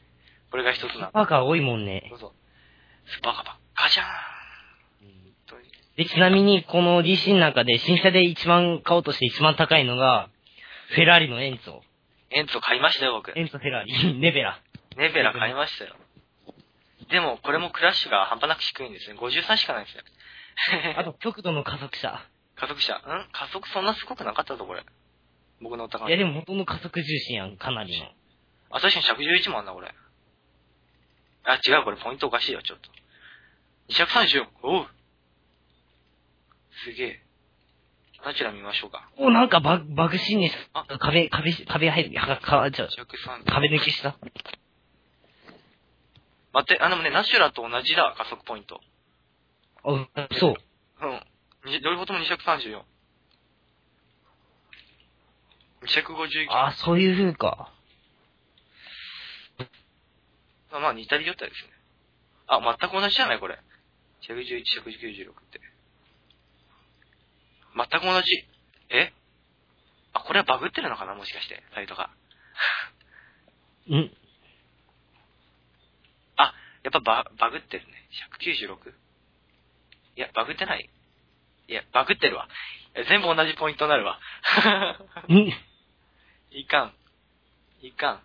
これが一つな。
パーカー多いもんね
ど。うぞ。スパカバ。ガチャーンと
で、ちなみに、この DC の中で、新車で一番買おうとして一番高いのが、フェラーリのエンツォ。
エンツォ買いましたよ、僕。
エンツォフェラ ーリ、ネベラ。
ネベラ買いましたよ。でも、これもクラッシュが半端なく低いんですね。53しかないんですよ。
あと、極度の加速車。
加速車。ん加速そんなすごくなかったぞ、これ。僕のお高
いや、
い。
でもほとんど加速重心やん、かなりの。
あ、確かに111もあんな、これ。あ、違う、これポイントおかしいよ、ちょっと。230! おうすげえ。ナチュラ見ましょうか。
お、なんかバグ、バグシーンです。
あ
壁、壁、壁入る。か、か、ちゃう。
230。
壁抜きした。
待って、あ、でもね、ナチュラと同じだ、加速ポイント。
あ、そう。
うん。に両方とも234。251。
あ、そういう風か。
まあまあ似たり寄ったりですね。あ、全く同じじゃないこれ。111、196って。全く同じ。えあ、これはバグってるのかなもしかして、サイトが。
ん
やっぱババグってるね。196? いや、バグってない。いや、バグってるわ。いや全部同じポイントになるわ。
ん
いかん。いかん。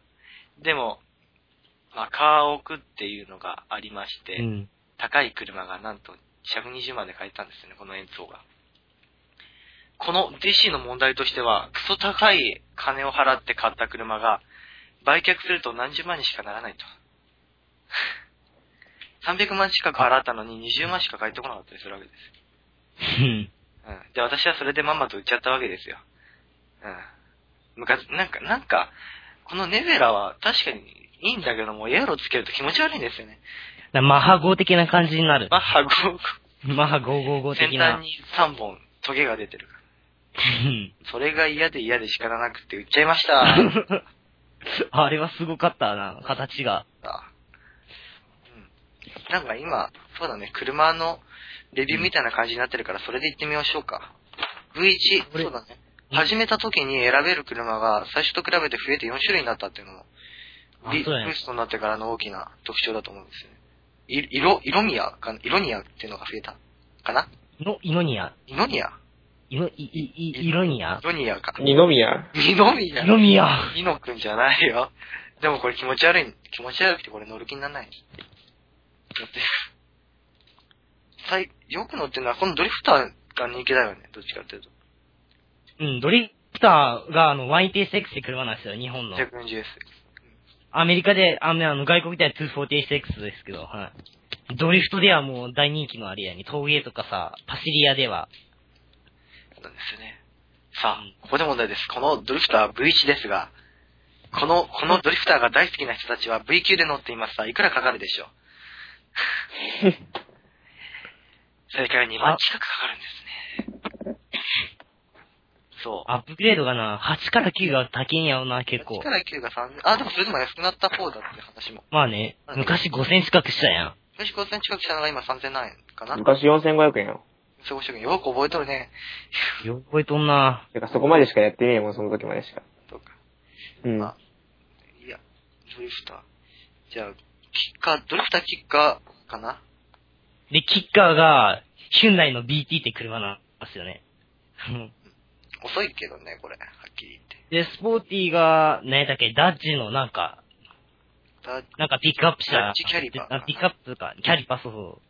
でも、まあ、カーオクっていうのがありまして、
うん。
高い車がなんと120万で買えたんですよね、この円相が。この DC の問題としては、クソ高い金を払って買った車が、売却すると何十万にしかならないと。300万近く払ったのに20万しか返ってこなかったりするわけです。
うん。
うん。で、私はそれでまんまと売っちゃったわけですよ。うん。むかつ、なんか、なんか、このネベラは確かにいいんだけども、エアロつけると気持ち悪いんですよね。
なマッハ号的な感じになる
マッ。ハ5、
マッハ555
先
的
端
な。
に3本、トゲが出てる。
うん
それが嫌で嫌で仕方なくて売っちゃいました。うん
あれはすごかったな、形が。
なんか今、そうだね、車のレビューみたいな感じになってるから、それで行ってみましょうか。V1、
俺
そうだね。
うん
始めた時に選べる車が最初と比べて増えて4種類になったっていうのも、
あ
ビ
そうやね
ブーストになってからの大きな特徴だと思うんですよね。い色、色ニアか、色ニアっていうのが増えたかな
の、イノニア。
色ニア
イノ、イ、イ、イイロニア
色ニアか。
二宮
二宮
イロミア。
ニノくんじゃないよ。でもこれ気持ち悪い、気持ち悪くてこれ乗る気にならない。だって、最、よく乗ってるのはこのドリフターが人気だよね、どっちかっていうと。
うん、ドリフターが、あの、1 t x って車なんですよ、日本の。
140S。
アメリカで、あの、あの外国では 240X ですけど、はい。ドリフトではもう大人気のあれやに、峠とかさ、パシリアでは。
なんですよね。さ
うん
あ、ここで問題です。このドリフター V1 ですが、この、このドリフターが大好きな人たちは V 級で乗っていますさあ、いくらかかるで しょう正解は2万近くかかるんですね。そう。
アップグレードがな、8から9が高いんやろな、結構
1。から9が3000、あ、でもそれでも安くなった方だって話も。
まあね、昔5000近くしたやん。
昔5000近くしたのが今3000何円かな
昔4500円よ。
過ごしよく覚えとるね。
よっこいとんな。
てか、そこまでしかやってねえもん、その時までしか。
とか。
うん。
まあ、いや、ドリフター。じゃあ、キッカー、ドリフターキッカーかな
で、キッカーが、ヒュンダイの BT って車なんですよね。
遅いけどね、これ。はっきり言って。
で、スポーティーが、何やったっけ、ダッジのなんか、
ダッ
なんかピックアップした
ダッチキャリパー
あピックアップか、キャリパーそうそ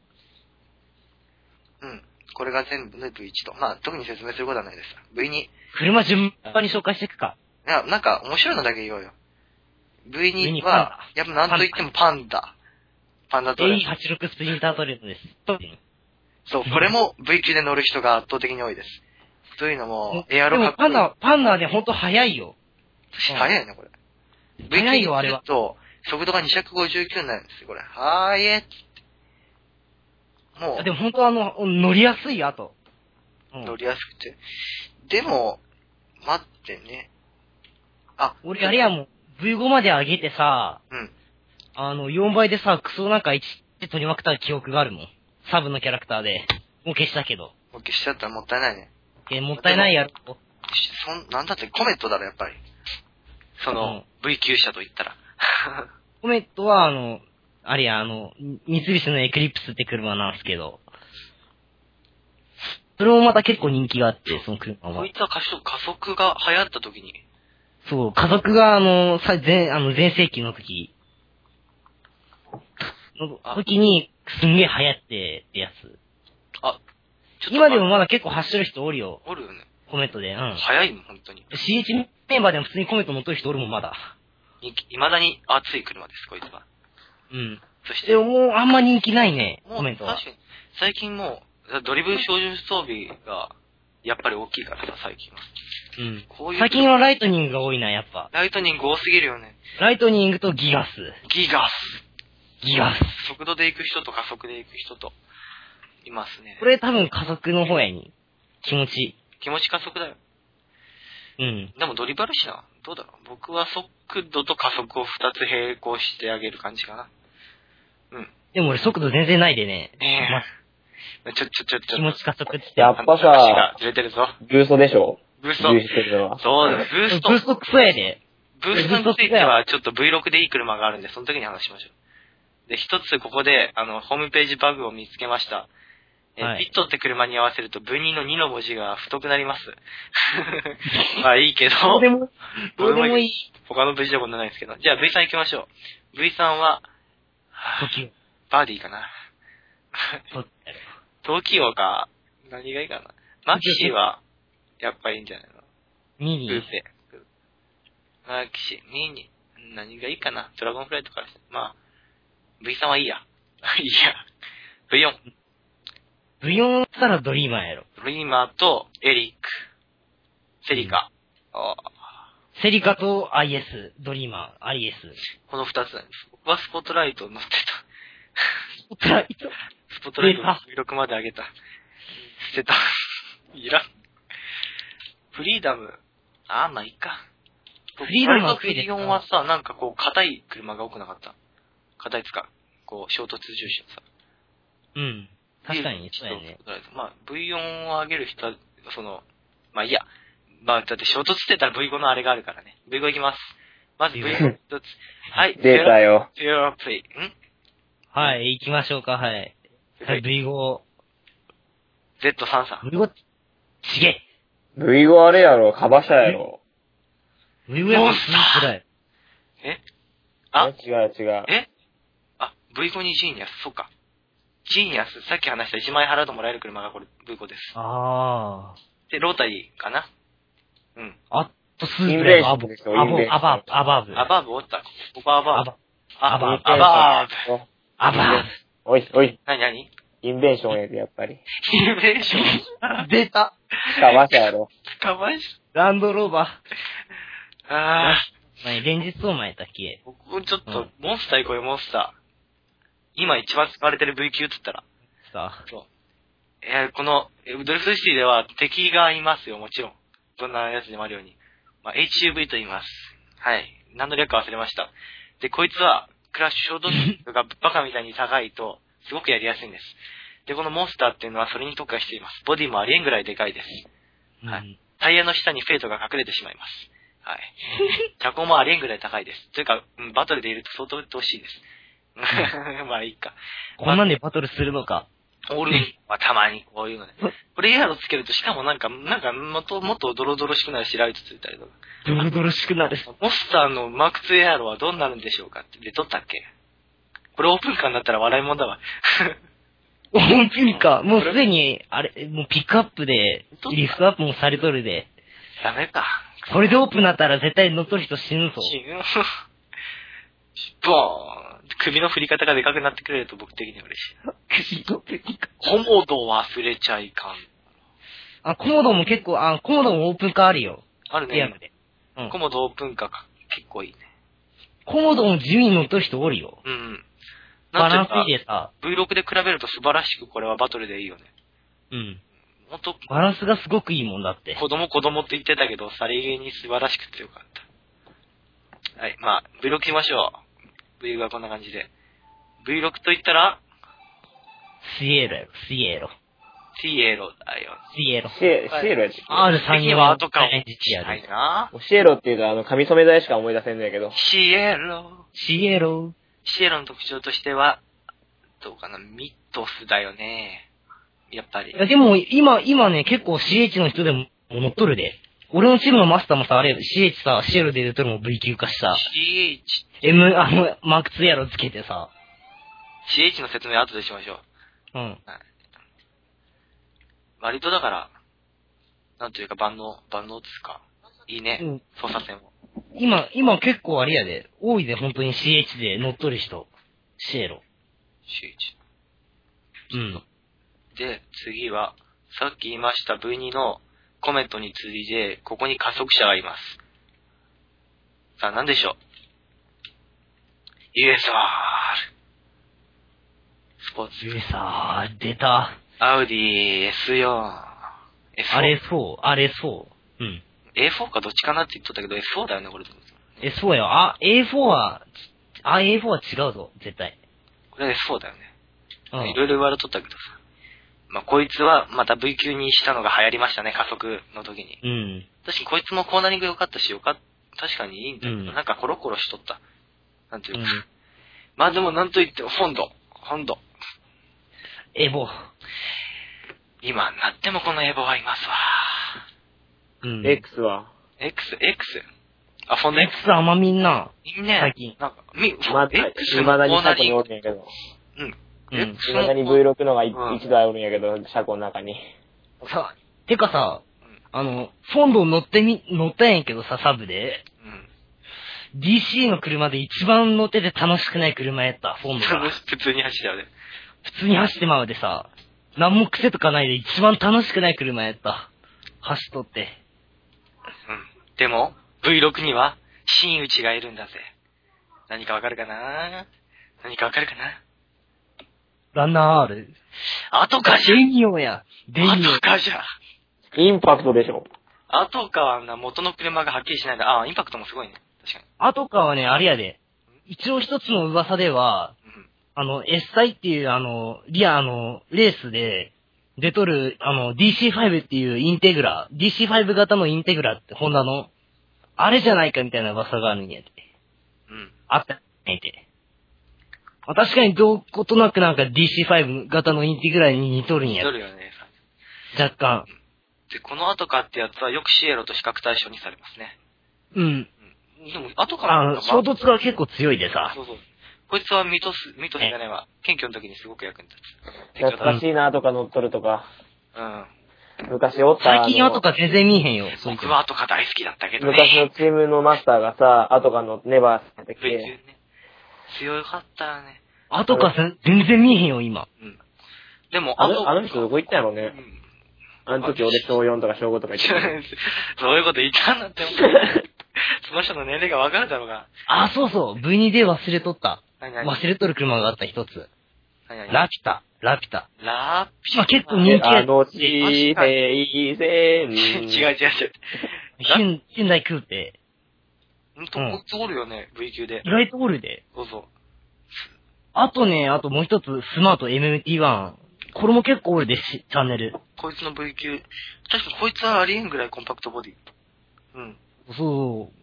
う。
うん。これが全部の V1 と。まあ、特に説明することはないです。V2。
車順番に紹介していくか。
ななんか、面白いのだけ言おうよ。
V2
V2
は
は、やっぱなんと言ってもパンダ。パンダトレイン。
A86 スプリンタートレードです。と
そう、これも V 級で乗る人が圧倒的に多いです。というのも、エア
で
ロカッ
も
プ。
パンダ、パンダはね、ほんと早いよ。うん
早いね、これ。
早いよ、あれは。
と、速度が259になるんですよ、これ。はーいえっつって。も
でもほんとあの、乗りやすいよ、あと。う
う、
ん
乗りやすくて。でも、待ってね。あ、
俺、あれやもん、V5 まで上げてさ、
うん。
あの、4倍でさ、クソなんか1って取りまくった記憶があるもん。サブのキャラクターで。もう消したけど。
もう消しちゃったらもったいないね。
え、もったいないやろ。
しそん、なんだってコメットだろ、やっぱり。その、V 級車と言ったら。
コメットは、あの、あれや、あの、三菱のエクリプスって車なんですけど、それもまた結構人気があって、その車
こ。
はい
つは加速加速が流行った時に、
そう、家族が、あの、さ、前、あの、前世紀の時、の時に、すんげえ流行ってってやつ。
あ、ちょっと
今でもまだ結構走る人おるよ、
おるよね。
コメットで。うん。
早いもん、本当に。
C1 メンバーでも普通にコメント持ってる人おるもん、まだ。
い、未だに熱い車です、こいつは。
うん。
そして、
でももうあんま人気ないね、
も
コ
う
メントは
確。かに、最近もう、ドリブル標準装備が、やっぱり大きいからさ、最近は。
うん。
こういう、
最近はライトニングが多いな、やっぱ。
ライトニング多すぎるよね。
ライトニングとギガス。
ギガ
ギガス。
ス。速度で行く人と加速で行く人と、いますね
こ。れ多分家族の方やに。気持ち。
気持ち加速だよ。
うん。
でもドリバルしな。どうだろう。僕は速度と加速を二つ並行してあげる感じかな。
でも俺速度全然ないでね。
ねえ。ちょ、ちょ、ちょ、ちょ。
気持ち加速っつって。
やっ
あの
ぱ
話が
さ、
ずれてるぞ。
ブーストでしょ
ブースト。
重視してるのは。
そうだ、ブースト。
ブーストクソやで。
ブーストについては、ちょっと Vlog でいい車があるんで、その時に話しましょう。で、一つここで、あの、ホームページバグを見つけました。えー、
はい
ピットって車に合わせると V2 の2の文字が太くなります。 まあいいけど、
どうでも、どうでもいい
他の V じゃこんなないですけど。じゃあ V さん行きましょう。V さんは、 はぁ
時
バーディーかな。
を。そう
トキオか、何がいいかな。マキシは、やっぱいいんじゃないの
ミ
グー
ニ。
ペ。マキシ、ミニ、何がいいかなドラゴンフライトからして。まあ、V3 はいいや。いいや。
V4 だったらドリーマーやろ。
V4、ドリーマーとエリック、セリカ。ああ
セリカと IS。ドリーマー、IS。
この二つなんです。僕はスポットライトを乗ってた。スポットライトを16まで上げた。捨てた。 いらん。フリーダム。ああ、まあいいか。
フリーダムは
フリーダムはさ、なんかこう、硬い車が多くなかった。硬いつか。こう、衝突重視のさ。
うん。確かに、そう
ち
や
ょっ
ね。
と。まあ、V4 を上げる人は、その、まあいいや。まあ、だって衝突って言ったら V5 のあれがあるからね。V5 いきます。まず V5 一つ。 はい、
出たよ。
ゼロプレイ。ん
はい、行きましょうか、はい。はい、V5。
?Z33。
V5、ちげえ
V5 あれやろ、カバシャやろ。
!V5 やもん、すぐらい。
えあ
え違う違う。
えあ、V5 にジーニアス、そうか。ジーニアス、さっき話した1万円払うともらえる車がこれ V5 です。
あ
で、ロータリーかなうん。
ー。あと、スープレーアボ、アボ、アバーブ、アバーブ。
アバーブおった。ここアバ
ア
ーブ
バ。
あ
アバーブ
アバーブ。
ブ。
アバ
おい、おい、
なに なに
インベンションやで、やっぱり。
インベーション。
ーブ。出た。
カバシャやろ。
かわいそ
ランドローバ
う。あー。
ー。前、連日お前やったっけ
ここちょっ
う
と
ん、
モンスター行こうよ、モンスター。今一番使われてる V 級って言ったら。
さ
えーこの、えードリフトシティでは敵がいますよ、もちろん。どんなやつでもあるように。まあ、HUV と言います。はい。何の略か忘れました。で、こいつは、クラッシュ衝突力がバカみたいに高いと、すごくやりやすいんです。で、このモンスターっていうのはそれに特化しています。ボディもありえんぐらいでかいです。
あ。
はい
うん。
タイヤの下にフェイトが隠れてしまいます。はい。車高もありえんぐらい高いです。というか、うんバ トルでいると相当鬱陶しいです。まあいいか。
こんなんでバトルするのか。
オールインはたまにこういうのね。プレイヤードつけると、しかもなんか、なんか、もっと、もっとドロドロしくなるし、ライトついたりとか。
ドロドロしくなる。
モスターのマーク2エアロはどうなるんでしょうかって、で、どったっけこれオープンカーになったら笑いもんだわ。
オープンカー。もうすでに、あれ、もうピックアップで、リフトアップもされとるで。
ダメか。
これでオープンになったら絶対乗っとる人死ぬぞ。
死ぬ。ボーン。首の振り方がでかくなってくれると僕的には嬉しい。コモド忘れちゃいかん。
あ、コモドも結構、あ、コモドもオープンカーあるよ。
ある
リアル
ね。
で。うん
コモドオープンカーか。結構いいね。
コモドも自由に乗っとる人おるよ。
うん。
バ
な
ラ
ん
ン
と
ス
い
いういでさ。
か、V6 で比べると素晴らしくこれはバトルでいいよね。
うん。
ほんと、
バランスがすごくいいもんだって。
子供子供って言ってたけど、さりげに素晴らしく強かった。はい、まあ、V6 行きましょう。V がこんな感じで。V6 と言ったら、
スイエロやろ、スイエロ。
t エロだよ。
スイエロ。
シエシエロやっ
R34
次は後かを
チャレンジしてや
は
る
いな
けシエロっていうと、あの、髪染め剤しか思い出せんねんけど。
シエロ。
シエロ。
シエロの特徴としては、どうかな、ミッドスだよね。やっぱり
い。や、でも、今、今ね、結構 CH の人でも乗っとるで。俺のチームのマスターもさ、あれ、CH さ、シエロで出とるのも V 級化した。
CH、
M、あの、マーク2やろつけてさ。
CH の説明は後でしましょう。
うん。
割とだから、なんというか万能、万能っつうか、いいね
うん、
操作性も。
今、今結構あれやで。多いで、本当に CH で乗っとる人。シエロ。
CH。
うん。
で、次は、さっき言いました V2 のコメントに次いで、ここに加速車がいます。さあ、なんでしょう ?USR! スポーツ、
ゆえさ、出た。
アウディ S4。S4
あれそう、あれそう。うん。
?A4 かどっちかなって言っとったけど、S4 だよね、これ。こ
え、そうよ。あ、A4 は、ちあ、A4 は違うぞ、絶対。
れ S4 だよね。
う
い
ん。
ろいろ言われとったけどさ。まあ、こいつはまた V 級にしたのが流行りましたね、加速の時に。
うん。
確かにこいつもコーナリング良かったし、よかっ確かにいいんだけど、
うん
なんかコロコロしとった。なんていう
う
か。
ん。
まあでもなんといっても、フォンド。フォンド。
エボ。
今になってもこのエボはいますわ。
うん。X
X は。
X、X。あ、フォンド X。
あんまみんな。
いいね。
最近
なんか、み、
まだ、
X
未
のコ
だに
ーナ
車庫
リ
に
ン
お
グ。
るんやけど。
うん。
うん
X
未
の
だに V6 のがい
うん
一度はおるんやけど、車庫の中に。
さ、てかさ
うん、
あの、フォンド乗ってみ、乗ったんやけどさ、サブで。
うん。
DC の車で一番乗ってて楽しくない車やった、フォンドが。
普通に走ったよね。
普通に走ってまうでさ、何も癖とかないで一番楽しくない車やった。走っとって。
うん。でも、V6 には、真打ちがいるんだぜ。何かわかるかな何かわかるかな
ランナー R。
後かじゃ
デニオや。デニ
後かじゃ
インパクトでしょ。
後かはな、元の車がはっきりしないで、ああ、インパクトもすごいね。確か
オ。後かはね、あれやで。一応一つの噂では、
に。うん。
あの、S サイっていう、あの、リア、あの、レースで、出とる、あの、DC5 っていうインテグラ、DC5 型のインテグラって、ホンダの、あれじゃないかみたいな噂があるんやて。
うん。
あったんやて。まあ確かにどうことなくなんか DC5 型のインテグラに似とるん
似
や
と。るよね。
若干。
で、この後かってやつはよくシエロと比較対象にされますね。
うん。
でも、後か
あ
は
の、衝突が結構強いで
あ
さ
そ。うそう。こいつはミトス、ミトスじゃねえわ。謙虚の時にすごく役に立つ。
懐かしいなとか乗っとるとか。
うん。
昔おった。
最近
あ
後
の
か全然見えへんよ。そういう
僕は後か大好きだったけどね。
昔のチームのマスターがさ、後がのネバーってき
別に
て、
ね。強かったよね。
後かさ全然見えへんよ、今。
うん。でも、
あ
後
のあの人どこ行ったんやろ
う
ね。
ん
あの時俺小4とか小5とか行ってた。
そういうこと言ったんだって。その人の年齢がわかるだろうが。
あ、そうそう。V2 で忘れとった。
何々
忘れとる車があった一つ。
何々
ラピュタ。ラピュタ。
ラーピ
まあ結構
違う
人気や
あの地平線。
違う違う。ラ
ヒュン、ヒュンダイクーペ。
うんと、こいつおるよね、V 級で
意。外とおるで。
そうそう。
あとね、あともう一つ、スマート MT1。これも結構おるで、しチャンネル。
こいつの V 級。確かこいつはありえんぐらいコンパクトボディ。うん。
そう。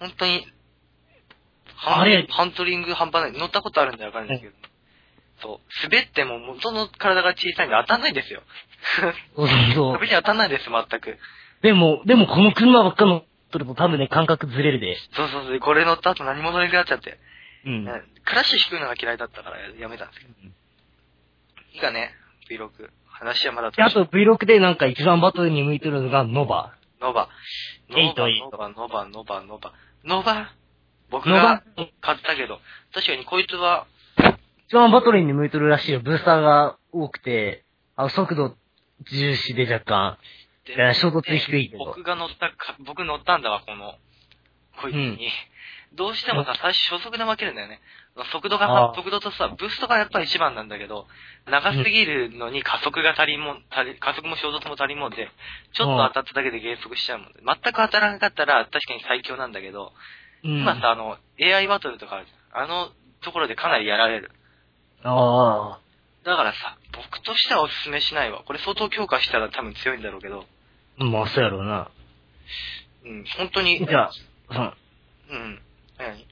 本当に、
あれ
ハンドリング半端ない。乗ったことあるんでわかるんですけど。そう。滑っても元の体が小さいんで当たんないんですよ。
そうそう
壁に当たんないです、全く。
でも、でもこの車ばっか乗っとると多分ね、感覚ずれるで。
そうそうそう。これ乗った後何も乗れなくなっちゃって。
うん。
クラッシュ引くのが嫌いだったからやめたんですけど。いいかね、V6。話はまだ
であと Vlog でなんか一番バトルに向いてるのがノバ。
ノバ。
エイト
ノバ、ノバ、ノバ、ノバ。ノバ僕
ノバ
が、買ったけど、確かにこいつは、
一番バトルに向いてるらしいよ。ブースターが多くて、あの速度重視で若干。いや衝突低いけど
僕が乗ったか、僕乗ったんだわ、この、こいつに。
うん
どうしてもさ、最初初速で負けるんだよね。速度
あ
が、
ー
速度とさ、ブーストがやっぱ一番なんだけど、長すぎるのに加速が足りんもん、足り加速も衝突も足りんもんで、ちょっと当たっただけで減速しちゃうもんで、全く当たらなかったら確かに最強なんだけど、
うん
今さ、あの、AI バトルとかあるじゃん、あのところでかなりやられる。
ああ。
だからさ、僕としてはおすすめしないわ。これ相当強化したら多分強いんだろうけど、
まあ、そうやろうな。
うん、本当に
じ、ゃあ、うん。
うん、何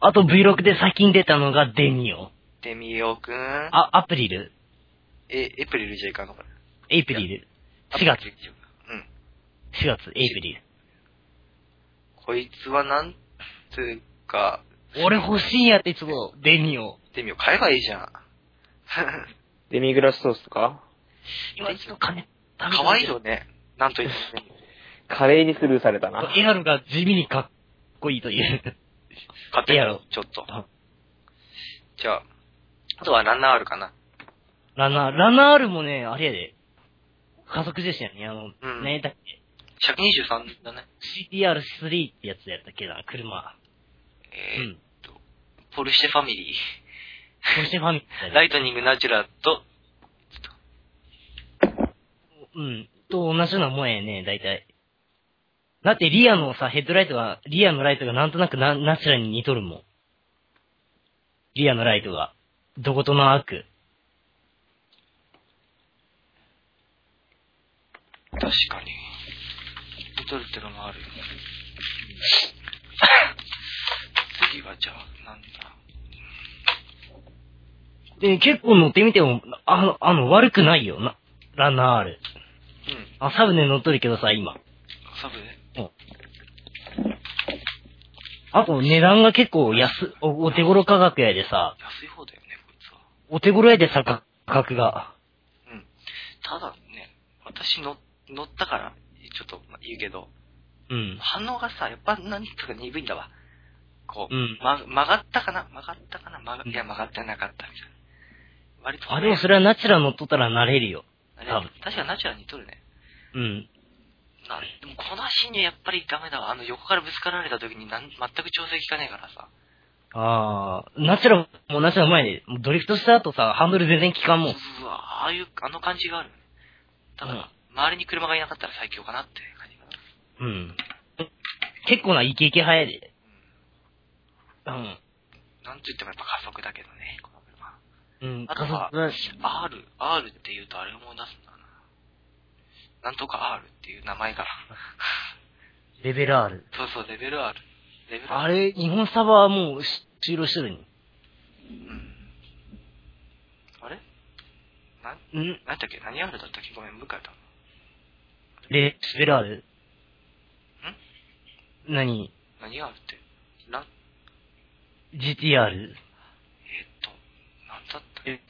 あと Vlog で先に出たのがデミオ。
デミオくん、
あ、アプリル
え、エプリル J かのこれ。
エイプリル ?4
エ。
月
プリル J かうん。
4月、エイプリル。
こいつはなんつうか、
俺欲しいんやっていつも、デミオ。
デミオ買えばいいじゃん。
デミグラスソースとか
今一度金、か
かわいいよね。なんと言ってもね
華麗にスルーされたな。
エアロが地味にかっこいいという。
買って
い
み
いや
よ
ろ
うちょっと
うん。
じゃあ、あとはランナーあるかな。
ラナー、ラナールもね、あれやで。加速重視やね。あの、
うん
何やったっ
123だね。
け ?CTR3 ってやつやったっけな、車。う
えー
ん。
ポルシェファミリ
そしてファミリ
ー。
ーだ
ラ
ね
イトニングナチュラと、
うん。と同じようなもんやね、大体。だってリアのさ、ヘッドライトが、リアのライトがなんとなくな、ナチュラルに似とるもん。リアのライトが。どことなく。
確かに。似とるってのもあるよね。次はじゃあ、なんだ。
で、結構乗ってみても、あの、あの、悪くないよな。ラナール。
うん。
あ、サブで乗っとるけどさ、今。
サブ
あと、値段が結構安、お、お手頃価格やでさ、
安い方だよね、こいつは。
お手頃やでさ、価格が。
うん。ただね、私の乗ったから、ちょっと言うけど、
うん。
反応がさ、やっぱ何とか鈍いんだわ。こう、
うん
ま、曲がったかな曲がったかな曲が、
うん
いや、曲がってなかったみたいな。割とね、
あ、でもそれはナチュラ乗っとったら慣れるよ。
あ
多
れ
分
確かナチュラルにとるね。
うん。
なんでもこの足にやっぱりダメだわ。あの横からぶつかられた時になん全く調整効かねえからさ。
あー、ナチュラもうナチュラ前で、ドリフトした後さ、ハンドル全然効かんもん。
うわああいう、あの感じがあるよね。だから、周りに車がいなかったら最強かなって感じが
うん。結構なイケイケ早いで。うん。
なんと言ってもやっぱ加速だけどね、この車。
うん。
あとは
加速
R、R って言うとあれを思い出すんだな。なんとか R っていう名前が。
レベル R。
そうそう、レベル R。レベル R。
あれ、日本サバはもうし終了してるに。
うん。あれなん、
うん
なんだっけ何 R だったっけごめん、向かった。
レベル R? 何
何 R って。なん、
?GTR?
えー、っと、なんだったっけ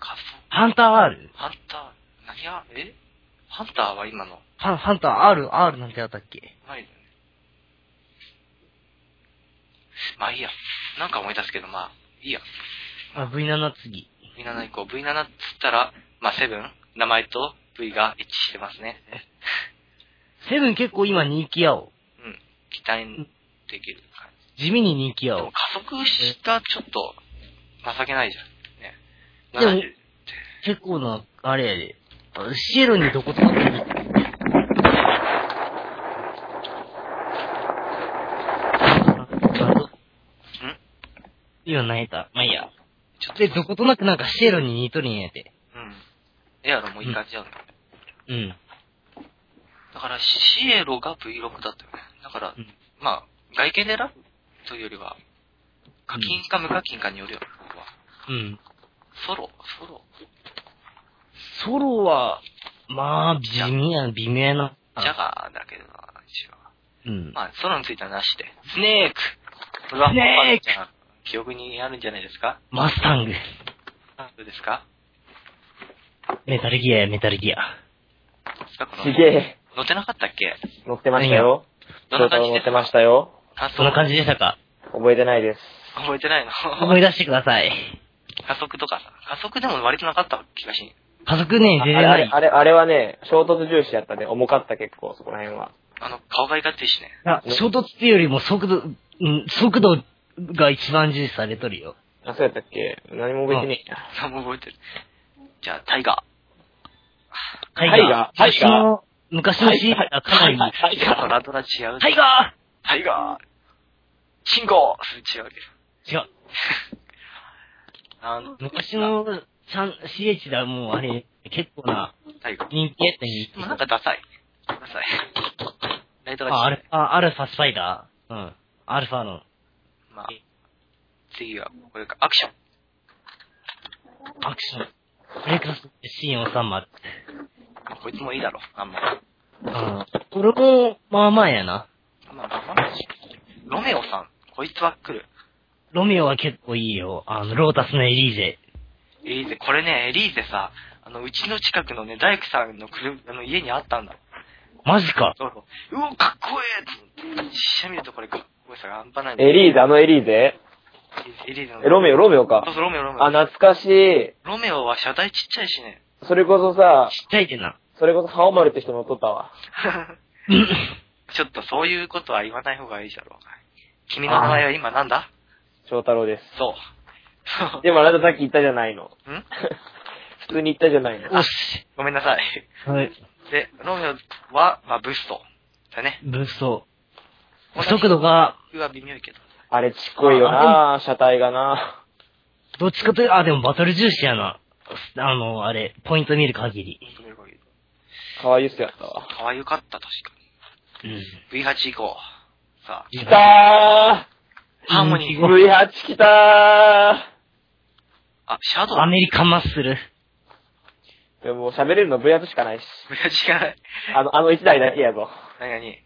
加速。
ハンター R?
ハンター、何 R? えハンターは今の
ハンハンター R、R なんてあったっけ
前だよね。まあいいや。なんか思い出すけど、まあ、いいや。
あ、V7 次。
V7 以降、V7 っつったら、まあ7、名前と V が一致してますね。
セブン結構今人気やお。
うん。期待できる感じ。
地味に人気や
で
お
も。加速したちょっと、情けないじゃん。ね。
でも
70って。
結構な、あれやで。あシエロにどことなく人気
ん
今泣いた。まあいいや。
ちょっと
で、どことなくなんかシエロに似とるんやて。
うん。エアロもいい感じだよね。
うん。
だから、シエロが V6 だったよね。だから、
うん
まあ、外見で選ぶというよりは、課金か無課金かによるよね。
うん。
ソロ、ソロ。
ソロは、まあ、地味な、微妙な。
ジャガーだけどな、一応。
うん。
まあ、ソロについてはなしで。スネークこれは、
スネーク
ちゃん、記憶にあるんじゃないですか
マスタング。
あどうですか
メタルギアやメタルギア。
どうですかこの
すげえ。
乗ってなかったっけ
乗ってましたよ。
どんな感じ
乗
で
っ
す
て
か
ましたよ。
感想
そんな感じでしたか
覚えてないです。
覚えてないの
思い出してください。
加速とかさ。加速でも割となかった気がしん。
家族ね、
ああ
全
れ、
然
あ
な
れ
い。
あれあれはね、衝突重視やったね。重かった結構、そこら辺は。
あの、顔がいかっていいしね。
あ衝突っていうよりも速度、うん、速度が一番重視されとるよ。
あ、そうやったっけ何も覚えてねえや。
何も覚えてる。じゃあ、タイガ
タ
タイガー
昔の、昔のシーンがかなり、
タイ
ー。ド
ガー
ラドラ違う。
タイガ
タイガーチンゴー違うけど。
ー違う。
あの、
昔の、ちゃん、CH だ、もうあれ、結構な
タイガー。
人気やったんや
でもなんかダサい。ダサい。ライトラ
あ、ア
違
ル
う。
ファ、アルファスパイダーうん。アルファの。
まあ、次は、これか、アクション。
アクション。フレックス C430。
こいつもいいだろ、あんまり。
うん。これも、まあまあやな。
まあ、まあロメオさん、こいつは来る。
ロミオは結構いいよ。あの、ロータスのエリーゼ。
エリーゼ、これね、エリーゼさ、あの、うちの近くのね、大工さんの車、あの、家にあったんだ。
マジか。
そうそう。うお、かっこええと思って実写見るとこれかっこええさが半端ないん だ
エ
よ。
リーゼ、あのエリーゼ
エリーゼの。
えロメオ、ロメオか
そう。そう、ロメオ、ロメ
あ、
オ。
懐かしい。
ロメオは車体ちっちゃいしね。
それこそさ、
ちっちゃいでな。
それこそ、ハオマルって人乗っとったわ。
ちょっとそういうことは言わない方がいいだろう。君の名前は今なんだ
翔太郎です。
そう。そう
でもあなたさっき言ったじゃないの。
ん
普通に言ったじゃないの。
おっし。
ごめんなさい。
はい。
で、ロメオは、まあ、ブースト。だね。
物騒。速度が、
僕は微妙いけど。
あれ、ちっこいよな車体がな
どっちかという、あ、でもバトル重視やな。あの、あれ、ポイント見る限り。
かわいいっすやったわ。
可愛かった、確か
うん。
に。V8 以降。さ
きた
あ、ハーモニ
ー
ー。
!V8 きた
あ、シャドウ
アメリカマッスル。
ーでも、喋れるの V8 しかないし。
いや、違う。
あの、あの1台だけやぞ。
何何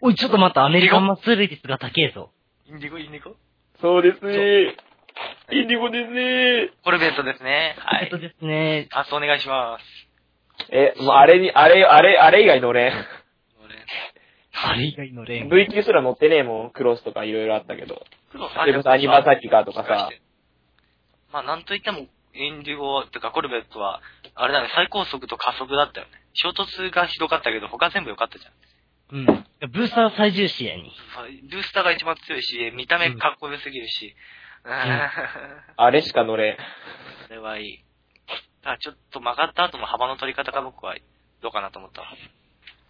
おい、ちょっと待った、アメリカマッスル率が高えぞ。
インディゴ、インディゴ
そうですねインディゴですね
コルベットですね。は
えっと
い。
ですね、
あ、そうお願いします。
え、もうあれに、あれ、あれ、あれ以外乗れん。
俺、
あれ以外のレーン。
V 級すら乗ってねえもん。クロスとかいろいろあったけど。
黒さ
それこそアニバーサーキカーとかさ。
まあ、なんといっても、インディゴとかコルベットは、あれだね、最高速と加速だったよね。衝突がひどかったけど、他全部良かったじゃん。
うん。ブースターは最重視やに。
ブースターが一番強いし、見た目かっこよすぎるし。うん、
あれしか乗れん。
それはいい。ただちょっと曲がった後も幅の取り方が僕はどうかなと思ったわ。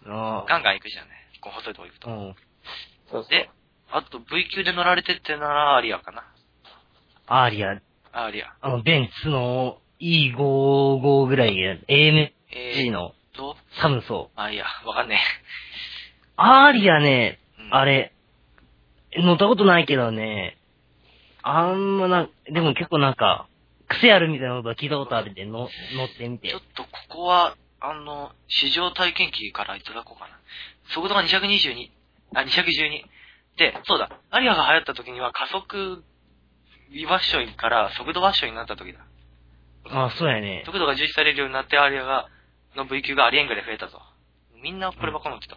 あ
ガンガン行くじゃんね。こう細いとこ行くと
う。ん。
そうそう。
で、あと V 級で乗られてってならアリアかな。
アーリア、
アリア。
あの、ベンツの E55 ぐらいや、AMG の
と、
サムソ
あ、いや、わかんね
ー。アーリアね、
え。うん
あれ、乗ったことないけどね、あんまな、でも結構なんか、癖あるみたいなことは聞いたことあるんで、の乗ってみて
ちょっ。とここは、あの、試乗体験機からいただこうかな。速度が222、あ、212。で、そうだ、アリアが流行った時には加速バッションから速度バッションになった時だ。
あ、そうやね。
速度が重視されるようになってアリアが、の V 級がアリエングで増えたぞ。みんなこればっか乗ってた。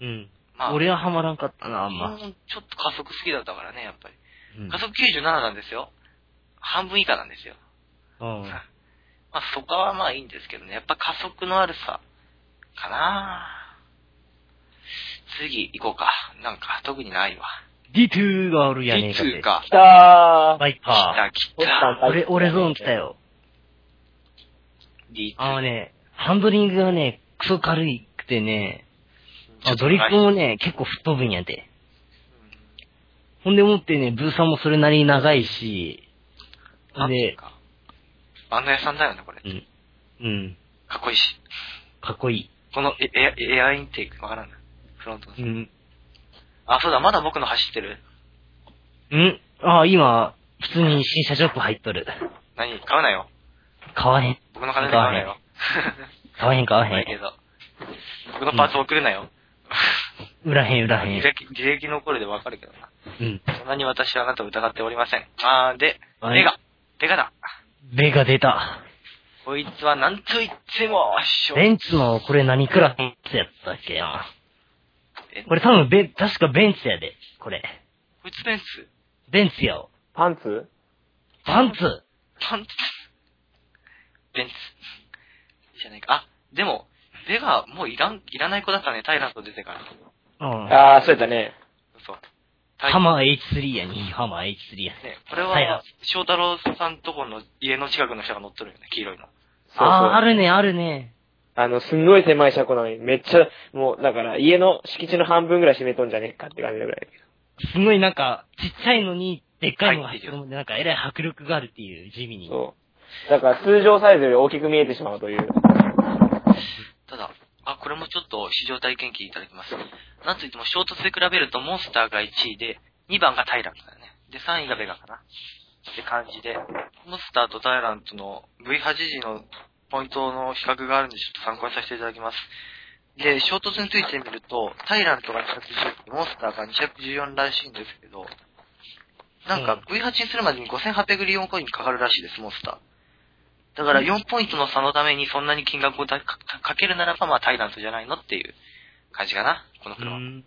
うん。
まあ、
俺はハマらんかったな、あん
う
ま。
んちょっと加速好きだったからね、やっぱり。
うん
加速97なんですよ。半分以下なんですよ。
うん。
まあ、そこはまあいいんですけどね。やっぱ加速のあるさ、かな次行こうか。なんか、特にないわ。
D2 があるやねえかって。
2か
き。たー
バイ
来
パ
た、来
トシさん
た。
ー。俺、俺ゾーン来た。よ。
D2。
あのね、ハンドリングがね、クソ軽いくてね、あドリップ
うん
もね、結構吹っ飛ぶんやで。ほんでもってね、ブーさんもそれなりに長いし、ほ
なんん
で、
かバンド屋さんだよね、これ。
うんうん、
かっこいいし。
かっこい
このエエエアインテーク、わからんな。フロントの
い。うん。
あ、そうだ、まだ僕の走ってる。
うんあ、今、普通に新車ショップ入っとる。
何買うなよ。
買わへん。
僕の金で買うなよ。
買わへん買 わ
怖い
へ
けど。僕のパーツ送るなよ。
ん。売らへん売らへ
履
ん。
歴、履歴残るでわかるけどな。
うん。
そんなに私はあなたを疑っておりません。あー、で、
はい
ベガ。ベガだ。
ベが出た。
こいつはなんと言っても、しょ
ベンツの、これ何クラスやったっけな。
え
これ多分ベ、確かベンツやで。これ。
こいつベンツ
ベンツやわ。
パンツ
パンツ
パンツベンツ。いいじゃないか。あ、でも、ベガ、もういらん、いらない子だったね、タイラント出てから。
うん。
ああ、そうやったね。
そう。タイ
ハマー H3 やに、ハマー H3 や。
ね、これ
タイラ
は、翔太郎さんとこの家の近くの人が乗っとるよね、黄色いの。
そうそう
あー、あるね、あるね。
あの、すんごい狭い車庫なのに、めっちゃ、もう、だから、家の敷地の半分ぐらい占めとんじゃねえかって感じだぐらい。
すごいなんか、ちっちゃいのに、でっかいのが入ってるもんで、なんかえらい迫力があるっていう、地味に。
そう。だから、通常サイズより大きく見えてしまうという。
ただ、あ、これもちょっと試乗体験記いただきます。なんといっても、衝突で比べるとモンスターが1位で、2番がタイラントだよね。で、3位がベガかな。って感じで、モンスターとタイラントの V8 時のポイントの比較があるんで、ちょっと参考にさせていただきます。で、衝突についてみると、タイラントが210、モンスターが214らしいんですけど、なんか V8 にするまでに5800リオンコインかかるらしいです、モンスター。だから4ポイントの差のためにそんなに金額をだかかかけるならば、まあタイラントじゃないのっていう感じかな、この
う
車。
ん。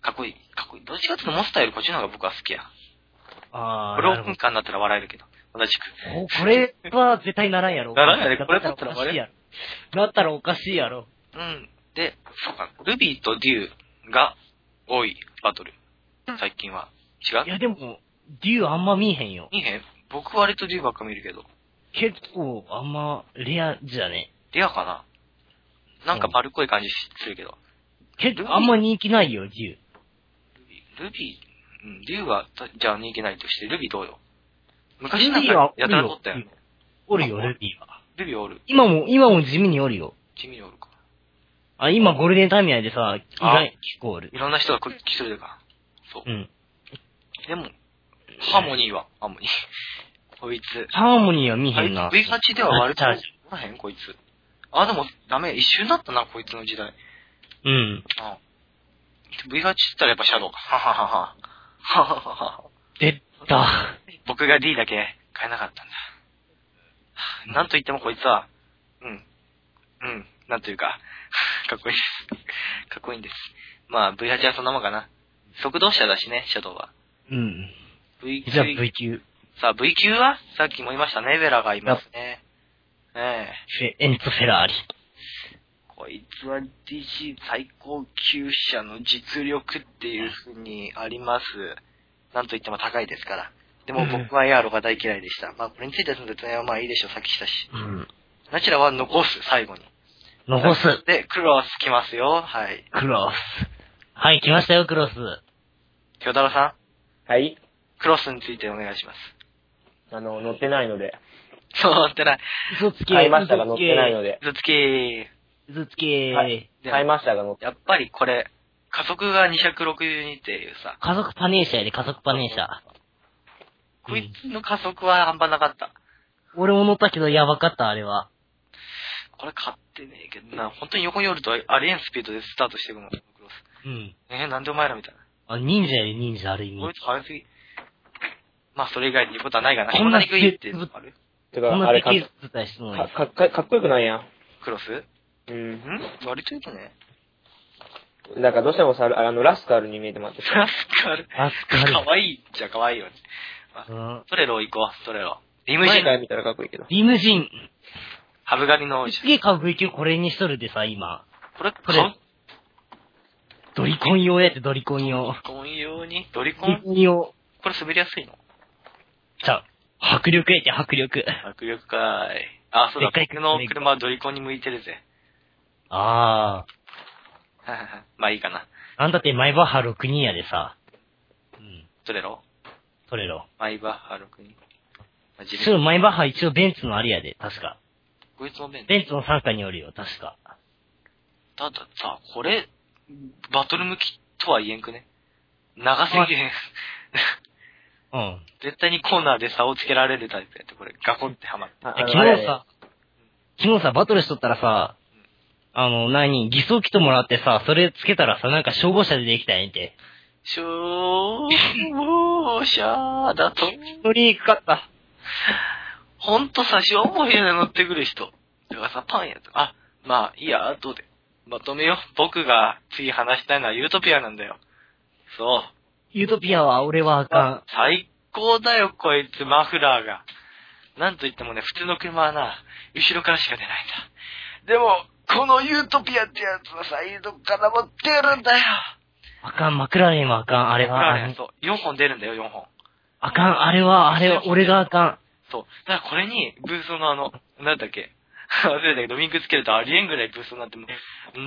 かっこいい、かっこいい。どっちかっていうとモンスターよりこっちの方が僕は好きや。
あ
こ
ー、
れオ
なる
ー
ほ
プ
ど
ンカーになったら笑えるけど。同じく。
おこれは絶対ならんやろ。
ならんやろこれだ
だ
っ
ったた
ら
ら
バ
おか
レ
しい
る
やろ。だったらおかしいやろ。
うん。で、そうか、ルビーとデューが多いバトル。最近は。違
いうやでも、竜あんま見えへんよ。
いいね。僕割とデューばっか見るけど。
結構、あんま、レアじゃね。
レアかななんか丸っこい感じするけど。
結構、あんま人気ないよ、竜。
ルビー、うん、デューは、たじゃあ人気ないとして、ルビーどうよ昔
ル
なん
ビーは
か、やたら撮ったよね。
おるよ、ルビーは。
ルビーおる。
今も、今も地味におるよ。
地味におるか。
あ、今ゴールデンタイムやでさ、意
あ
外、結構おる
い。ろんな人が来来てるか。そう
う。ん。
でも、ハーモニーは、ハーモニー。 こいつ。
ハーモニーは見え
あ
へ
い
ん
つ
な。
V8 では割と、
あ
おらへん、こいつ。あ、でも、ダメ、一瞬だったな、こいつの時代。
うん。
あ V8 って言ったらやっぱシャドウか。はははは。ははは は。
出た。
僕が D だけ買えなかったんだ。はあなんと言ってもこいつは、うん。うん。なんというか、 かっこいいです。かっこいいんです。まあ、V8 はそんなもんかな。速動車だしね、シャドウは。
うん。
V9
じゃあ V 級、
さあ、V 級はさっきも言いましたね、ベラがいますね。ねえ。
フェエンツォ・フェラーリ。
こいつは DC 最高級車の実力っていう風にあります。なんといっても高いですから。でも僕はヤーロが大嫌いでした。まあこれについての説明はまあいいでしょう、さっきしたし。
うん。
ナチュラは残す、最後に。
残す。
で、クロス来ますよ、はい。
クロス。はい、来ましたよ、クロス。
京太郎さ
はい
ん、クロスについてお願いします。
あの、乗ってないので。
そう、乗ってない。
嘘つけ。
買いましたが乗ってないので。
嘘つきー。
嘘つけ。
はい買いましたが乗って。
やっぱりこれ、加速が262っていうさ、
家族パネーシャやで、家族パネーシャ。
こいつの加速は半端なかった。
俺も乗ったけど、やばかった、あれは。
これ買ってねえけどな、本当に横におるとありえんスピードでスタートしてくもん、クロス。
うん。
えー、なんでお前らみたいな。
あ、忍者やで、忍者、ある意
こい
味。
つ早すぎ。まあ、それ以外に言うことはないがな。
こ
こん
ん
な
な
にグイっていうのある
てか
こん、
あ
な
れ
で
か
けえずつた人のに。
かかかっこよくないやん。
クロス
うん。
ん割と言うとね。
だからどうしてもさ、あの、ラスカルに見えても らって。
ラスカル。
あ、すか
かわいいっちゃかわいいよね。
うん。
トレロ行こう、トレロ。リム
前
ジン
か。ら見たらかっこいいけど。
リムジン。
ハブ狩りの王子
す。げえ買う V 級これにしとるでさ、今。
これ、
こ
こ
れ
れ、
ドリコン用やって、ドリコン用。
コン用にドリコ
ドリ
ン
コン用。
これ滑りやすいの
じゃあ、迫力やって、迫力。
迫力かーい。あ、そうだ、
でっかい
僕の車はドリコンに向いてるぜ。
あ
はははまあいいかな。
ー。あんたってマイバッハ6人やでさ。うん。
トレロ
取れろ。
マイバッハ6に。まあ、自
ちょ
分
っとマイバッハ一応ベンツのあれやで、確か。
こいつも便利。
ベンツの傘下におるよ、確か。
たださ、これ、バトル向きとは言えんくね長すぎへん。
うん。
絶対にコーナーで差をつけられるタイプやって、これ、ガコンってハマる。
あ
え
あの
昨日さ、昨日さ、バトルしとったらさ、あの、何、偽装機ともらってさ、それつけたらさ、なんか消防車でできたんやんけ。
消防車だと、
乗りにくかった。
ほんとさ、消防車で乗ってくる人。だからさ、パンやと。あ、まあ、いいや、後で。まとめよう。僕が次話したいのはユートピアなんだよ。そう。
ユートピアは俺はあか
最高だよ、こいつ、マフラーが。なんといってもね、普通の車はな、後ろからしか出ないんだ。でも、このユートピアってやつはサイドからも出るんだよ。
ん。あかん、マクラーレンはあかん、あれは。あ
マフラーねそう、4本出るんだよ、4本。
あかん、あれは、あれは、俺があかん。
そう。だからこれに、ブーストのあの、なんだっけ、 忘れたけど、ミンクつけるとありえんぐらいブーストになっても、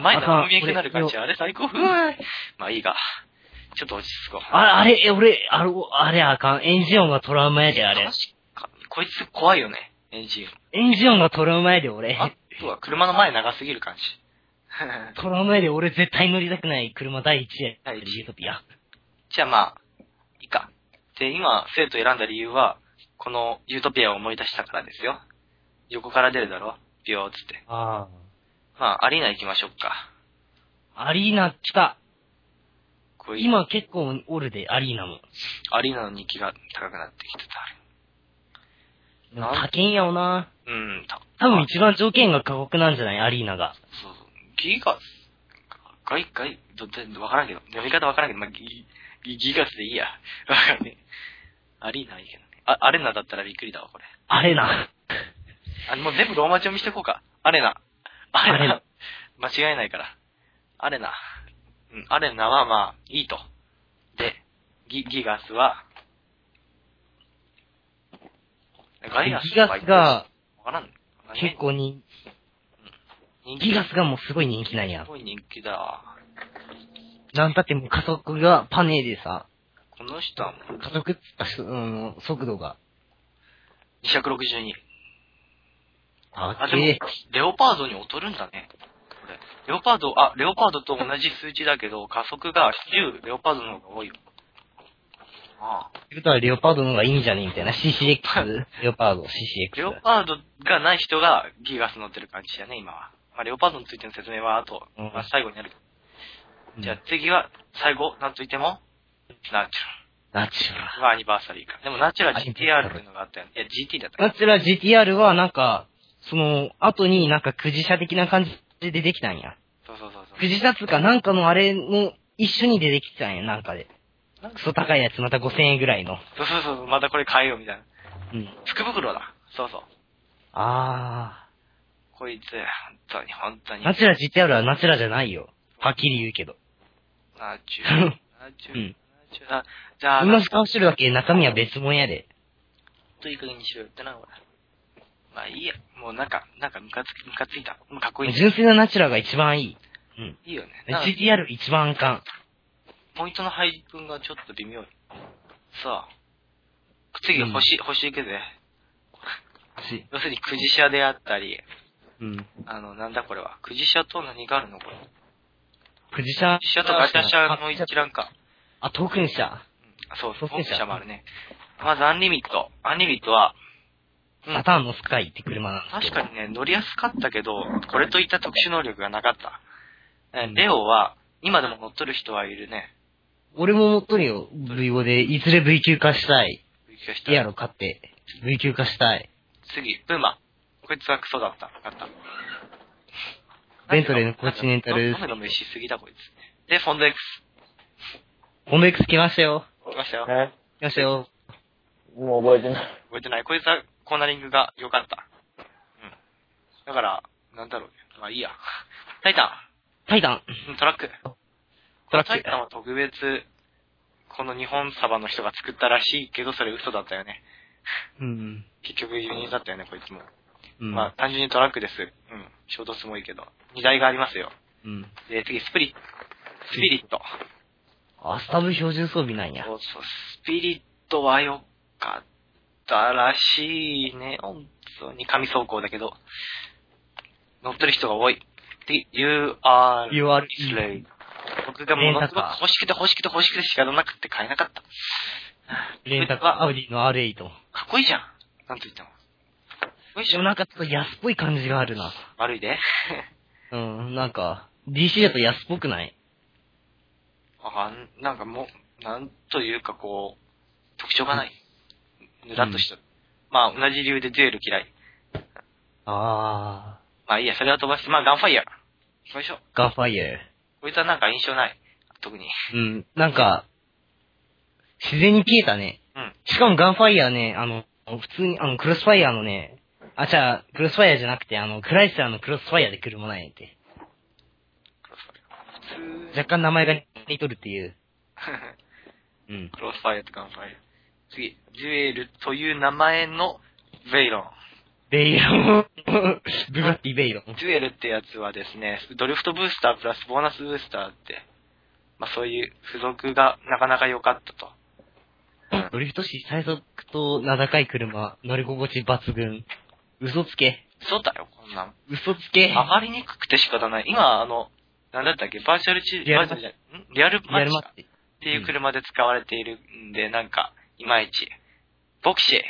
前と見えなくなる感じ。
あ
あれ最高。ふわいまあいいが、ちょっと落ち着こう。
あれ、あれ、え俺、あれ、あれあかん。エンジン音がトラウマやで、あれ
確。かにこいつ怖いよね、エンジン。
エンジン音がトラウマやで、俺。
あとは車の前長すぎる感じ。
トラウマやで、俺絶対乗りたくない車第一や。
第一
ユートピア。
じゃあまあ、いいか。で、今、生徒選んだ理由は、このユートピアを思い出したからですよ。横から出るだろビヨーっつって。
あ
まあ、アリーナ行きましょうか。
あ。アリーナ来た。
こういう
今結構おるで、アリーナも。
アリーナの人気が高くなってきてた。なん
派遣やおな。
うん、た、
多分一番条件が過酷なんじゃないアリーナが。
そうそう。ギガス、ガイガイ、ど、ど、わからんけど、読み方わからんけど、まあ、ギ、ギギガスでいいや。わかんねえ。アリーナはいいけどね。あ、アレナだったらびっくりだわ、これ。
アレナ。
あ、もう全部ローマ字読みしていこうか。アレナ。ア
ア
レ
レ
ナ間
ナ。
違えないから。アレナ。うん、アレナはまあ、いいと。で、ギ、ギガスは、ガイガス
ギガスが、
わからん。
結構に、
人気
ギガスがもうすごい人気なんや
す。ごい人気だ。
なんたってもう加速がパネーでさ、
この人はもう、
加速っつったし、うん、速度が。
262。
あ
あ、でも、レオパードに劣るんだね。これ。レオパード、あ、レオパードと同じ数値だけど、加速が9、レオパードの方が多いよ。ああ。
ってことはレオパードの方がいいんじゃね みたいな。CCX? レオパード、CCX。
レオパードがない人がギガス乗ってる感じだね、今は。まあ、レオパードについての説明は後、
うん
まあ、最後になる。
うん
じゃあ次は、最後、なんといっても、ナチ
ナチュ
ュ
ラ
ラル。まあ、アニバーサリーか。でも、ナチュラ
アニ
GTR
バーサリー
っていうのがあったよね。いや、GT だった
ル。ナ
か
チュラル GTR はなんか、その、後になんかくじ車的な感じで出てきたんや。
そうそうそうそ
くじ車っつうかなんかのあれの一緒に出てきたんや、なんかで。
う。
クソ高いやつ、また5000円ぐらいの。
そうそうそう、またこれ変えようみたいな。
うん。
福袋だ。そうそう。
あ
こいつ、本当に、本当
ー。
に。
ナチュラ GTR はナチュラじゃないよ。はっきり言うけど。
ナチュラ、ナチュ
う
ラ、ナ
ん
チュラ。じゃあ、
同じ顔してるわけ、中身は別物やで。
といい加減にしろよってな、ほら。まあいいや。もうなんか、なんかムカつき、ムカついた。もうかっこいい。
純粋なナチュラが一番いい。うん。
いいよね。なんか
GTR 一番あかん。
ポイントの配分がちょっと微妙。さあ。次、星、星行くぜ。要するに、くじ車であったり、
うん。
あの、なんだこれは。くじ車と何があるのこれ。
くじ車
くじ車とガチャ車の一覧か。
あ、トークン車。
あそう、
そう
本車もあるね。まず、アンリミット。アンリミットは、うん
サターンのスカイって車なんで
確
すけど。
かにね、乗りやすかったけど、これといった特殊能力がなかった。え
うん
レオは、今でも乗っとる人はいるね。
俺も持っとるよ。V5 で。いずれ V 級化したい。
浮気した
リアル買って。V 級化したい。
次、プーマ。こいつはクソだった。分かった。
ベントレーのコンチネンタル
飲め飲めしすぎだ、こいつ。で、フォンド X。
コンベックス来ましたよ。
来ましたよ。覚
え
来ましたよ。
もう覚えてない。
えてない。こいつはコーナリングが良かった。うん。だから、なんだろうね。まあいいや。 タイタ
タイタン。
ンうん。トラック。
トラッ
タイ
ク。
タンは特別、この日本サバの人が作ったらしいけど、それ嘘だったよね。
うん。
結局輸入だったよね、こいつも。
うん。
まあ、単純にトラックです。うん。衝突もいいけど。荷台がありますよ。
うん。
で、次、スプリット。スピリット。
あ、スタブ標準装備なんや
そ。うそう、スピリットは良かったらしいね。本当に神走行だけど。乗ってる人が多い。次、UR。
You are
スレイ。僕がものすごく欲しくて欲しくて欲しくて仕方なくて買えなかった。
レンタカーアウディの R8。
かっこいいじゃん。なんと言っても。かっこいいじ
で
ゃ
も
ん。
なんかちょっと安っぽい感じがあるな。
悪いで。
うん、なんか、DC だと安っぽくない
あーなんかもう、なんというかこう、特徴がない。ぬらっとした。まあ、同じ理由でデュエル嫌い。
あ
まあいいや、それは飛ばして、まあガンファイヤー。行きましょう。
ー、ガンファイア。
こいつはなんか印象ない。特に。
うん、なんか、自然に消えたね。
うん。
しかもガンファイアね、あの、普通に、あの、クロスファイアのね、あ、じゃあ、クロスファイアじゃなくて、あの、クライスラーのクロスファイアで車ないって。
クロスファイヤー。普通
若干名前が似とるっていう。うん。
クロスファイアとガンファイヤー。次、デュエルという名前のベイロン。
ベイロン。ブガッティベイロン。
デュエルってやつはですね、ドリフトブースタープラスボーナスブースターって、まあそういう付属がなかなか良かったと。うん
ドリフトし最速と名高い車、乗り心地抜群。嘘つけ。
そうだよ、こんなん。
嘘つけ。
上がりにくくて仕方ない。今、あの、なんだったっけ、バーチャルチ
リアル
バーチャルじゃないんリアル
リア
マッ
ル
チ
マ
か
ッチ。
っていう車で使われているんで、なんか、いまいち。ボクシー。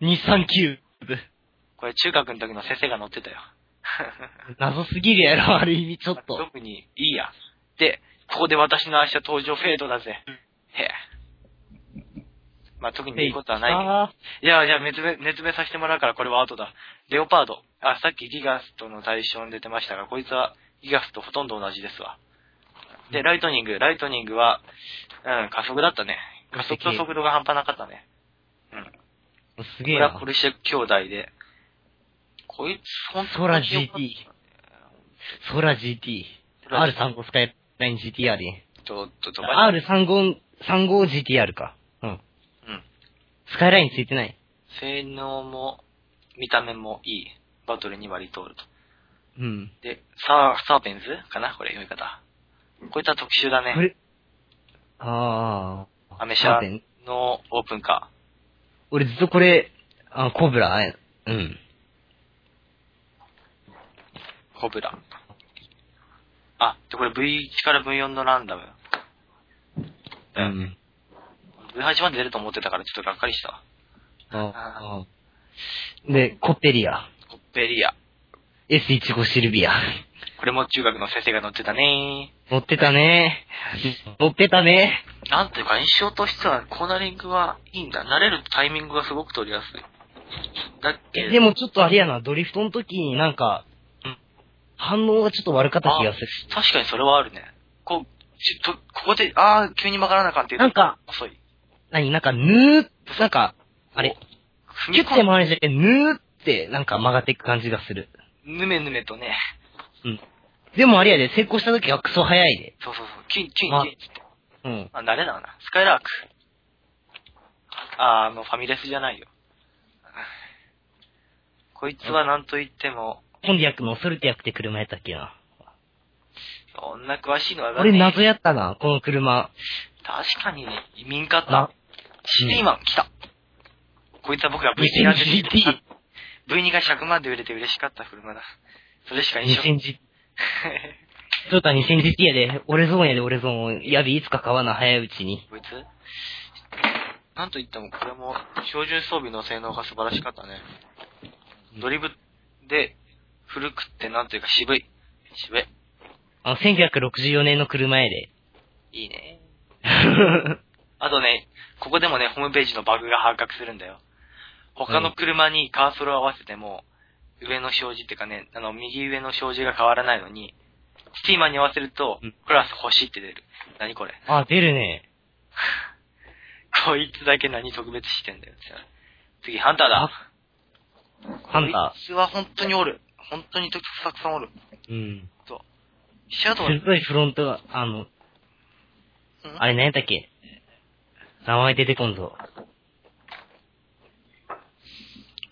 日産キューブ。
これ中学の時の先生が乗ってたよ。
謎すぎるやろ、ある意味、ちょっと。
特にいいや。で、ここで私の明日登場フェードだぜ。へえ。まあ、特にいいことはないけど。
あ
いや、じゃあ、熱弁、熱弁させてもらうから、これは後だ。レオパード。あ、さっきギガスとの対象に出てましたが、こいつはギガスとほとんど同じですわ。で、ライトニング。ライトニングは、うん、加速だったね。加速と速度が半端なかったね。うん。こ
ーすげえ
れは
な
ポ。ルシェ兄弟で。こいつ、ほん
ソラ
によかった
GT。ソラ GT。
ソラ
R35 スカイライン GTR ね。
ちょっと飛ばし
R35、35GTR か。うん。
うん。
スカイラインついてない。
性能も、見た目もいい。バトルに割り通ると。
うん。
で、サー、サーペンズかなこれ読み方。こいつは特殊だね。
これ、あー。
アメ車
待って
のオープンカ
俺ずっとこれ、あ、コブラ、あれうん。
ー、コブラ。あ、で、これ V1 から V4 のランダム。
う。
うん V8 まで出ると思ってたからちょっとがっかりしたわ。
あーで、コッペリア。
コッペリア。
S15 シルビア。
これも中学の先生が乗ってたね
乗ってたね。乗ってたね。
なんていうか印象としてはコーナリングはいいんだ。慣れるタイミングがすごく取りやすい。だっけ
えでもちょっとあれやな、ドリフトの時になんか、
うん
反応がちょっと悪かった気がする。
確かにそれはあるね。こう、ちょっと、ここで、あー、急に曲がらなかんっていうと
なんか、
遅い。
何なんか、ぬーっなんか、あれ、
踏
キ
み
ュッて
込む。
回りじゃなくて、ぬーってなんか曲がっていく感じがする。
ぬめぬめとね。
うん。でもあれやで、成功した時はクソ早いで。
そうそうそう。キュンキュンキュン
ま
って。
うん。
あ、誰だろうな。スカイラーク。あー、あの、ファミレスじゃないよ。こいつはなんと言っても、
コンディアックのソルティアックって車やったっけな。
そんな詳しいのは
俺
ね
謎やったな、この車。
確かにね、移民かっ
な
た。シティマン、来た。こいつは僕が V2 が出て
2000GT。
V2 が100万で売れて嬉しかった車だ。それしか印象。
2000GT。トヨタ 2000GT やで、俺ゾーンやで、俺ゾーン。やび、いつか買わな、早いうちに。
こいつなんと言ってもこれも標準装備の性能が素晴らしかったね。ドリブで古くってなんというか渋い。渋い。
あの、1964年の車やで。
いいね。あとね、ここでもね、ホームページのバグが発覚するんだよ。他の車にカーソルを合わせても、上の表示っていうかね、あの、右上の表示が変わらないのに、スティーマンに合わせると
うん、
プラス星って出る。何これ。
あ、出るね。
こいつだけ何特別してんだよって。次、ハンターだ。
ハンタ
こいつは本当におる。本当にたくさんおる。
ー。うん。
シャドウ、うん、
鋭いフロントが、あの、あれ何やったっけ名前出てこんぞ。
な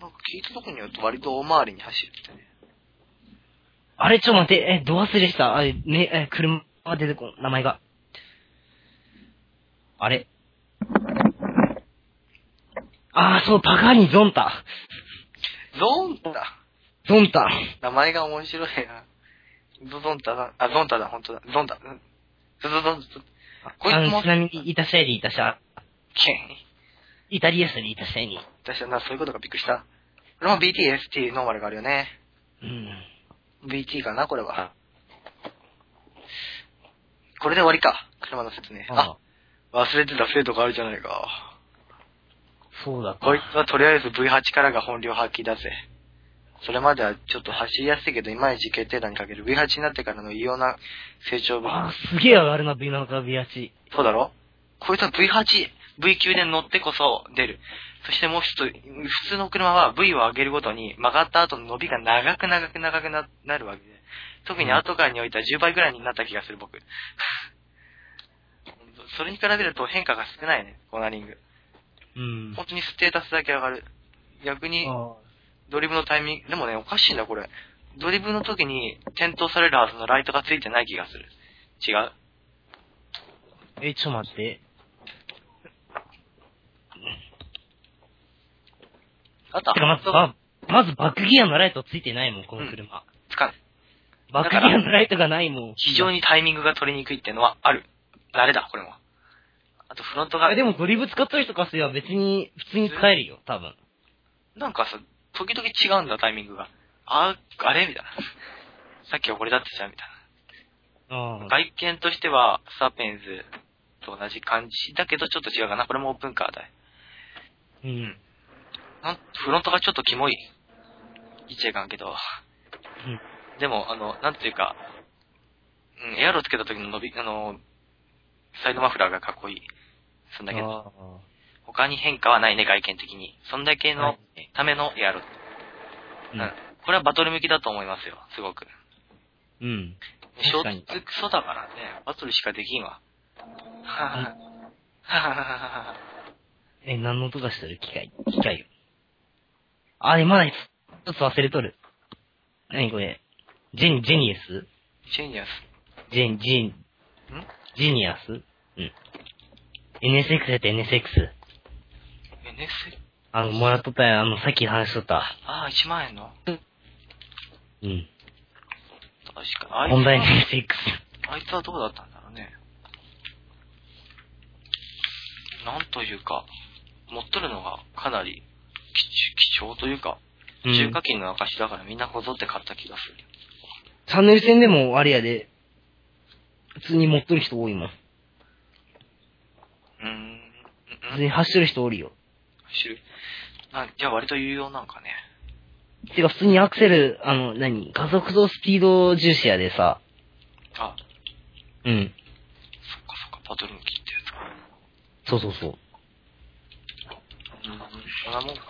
んか聞いたとこによると割と大回りに走るってね。
あれ、ちょ待って、え、ど忘れした。あれ、ね、え、車が出てこん、名前が。あれ。あー、そう、パガーニゾンタ。
ゾーンだ。
ゾンタ。
名前が面白いな。ゾゾンタだ。あ、ゾンタだ、ほんとだ。ゾンタ。うんゾゾゾンタ。こい
あ
つ
の、
も
ち、なみに、いたしゃいでいたしゃ。
ケン。
イタリアスにいたせいに。
私はな、そういうことがびっくりした。これも BTST ノーマルがあるよね。
うん。
BT かな、これは。これで終わりか。車の説明。あ、忘れてた生徒があるじゃないか。
そうだか。
こいつはとりあえず V8 からが本領発揮だぜ。それまではちょっと走りやすいけど、いまいち決定打にかける V8 になってからの異様な成長ぶり。
あ、すげえ上がるな、ビナカビアチ。
そうだろこいつは V8、V 級で乗ってこそ出る。そしてもう一つ、普通の車は V を上げるごとに曲がった後の伸びが長く長く長くななるわけで。特に後からにおいては10倍ぐらいになった気がする僕。 それに比べると変化が少ないね、コーナリング。
うん。
本当にステータスだけ上がる。逆に
あ
ドリブルのタイミング、でもね、おかしいんだこれ。ドリブルの時に点灯されるはずのライトがついてない気がする。違う
え、ちょっと待って。
あと
てかまず、
は、
ばまずバックギアのライトついてないもん、この車。
つかん
バックギアのライトがないもん。
非常
に。
にタイミングが取りにくいってのはある。あれだ、これも。あとフロントが、
でもドリブ使ったりとかすれば別に、普通に使えるよ、多分。
なんかさ、時々違うんだ、タイミングが。あ、あれみたいな。さっきはこれだったじゃん、みたい
あ
な。
あ。
外見としては、サーペンズと同じ感じだけど、ちょっと違うかな。これもオープンカーだよ
うん。
なんフロントがちょっとキモい。言っちゃいかんけど。でも、あの、なんていうか、うん、エアロつけた時の伸び、あの、サイドマフラーがかっこいい。そんだけど、
ああ
他に変化はないね、外見的に。そんだけ
は
のためのエアロ。
うん
うんこれはバトル向きだと思いますよ、すごく。
うん。
衝
確かに
突クソだからね、バトルしかできんわ。はははははは
え、何の音がしてる機械、機械よ。あれ、まだ、ちょっと忘れとる。何これ。ジェニ、ジェニエス
チェンジャース。
ジェン、ジェン、ジェニアスうん。NSX やった NSX。
NS?
あの、もらっとったやんあの、さっき話しとった。
ああ、1万円の
うん。
確か。あいつ
本題
は
の NSX。
あいつはどうだったんだろうね。なんというか、持っとるのがかなり貴重貴重というか、
うん
中華金の証だからみんなこぞって買った気がする。
チャンネル戦でもあれやで、普通に持っとる人多いもん。
うーん。う
普
ん
通に走ってる人おるよ。
知るあじゃあ割と有用なんかね。
てか普通にアクセル、あの、何、加速とスピード重視やでさ。
あ、
うん。
そっかそっか、パトルンキってやつか。
そうそうそう。
うん、そんなもんか。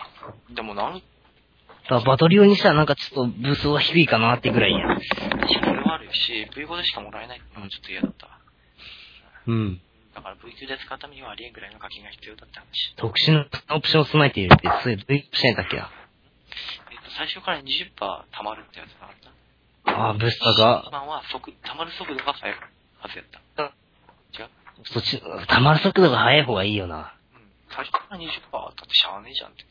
でもなん、
だからバトル用にしたらなんかちょっとブースは低いかなってぐらいや。
それはあるし、V5 でしかもらえないのはちょっと嫌だったわ。
うん。
だから V 級で使うためにはありえんぐらいの課金が必要だって話。
特殊なオプションを備えているって、そういうどういうオプションやったっけな
えっと、最初から20%溜まるってやつだった。
ああ、ブースターが
一、番は速、溜まる速度が速いはずやった。違う
そっち、溜まる速度が速い方がいいよな。
うん。最初から20%あったってしゃあねえじゃんって。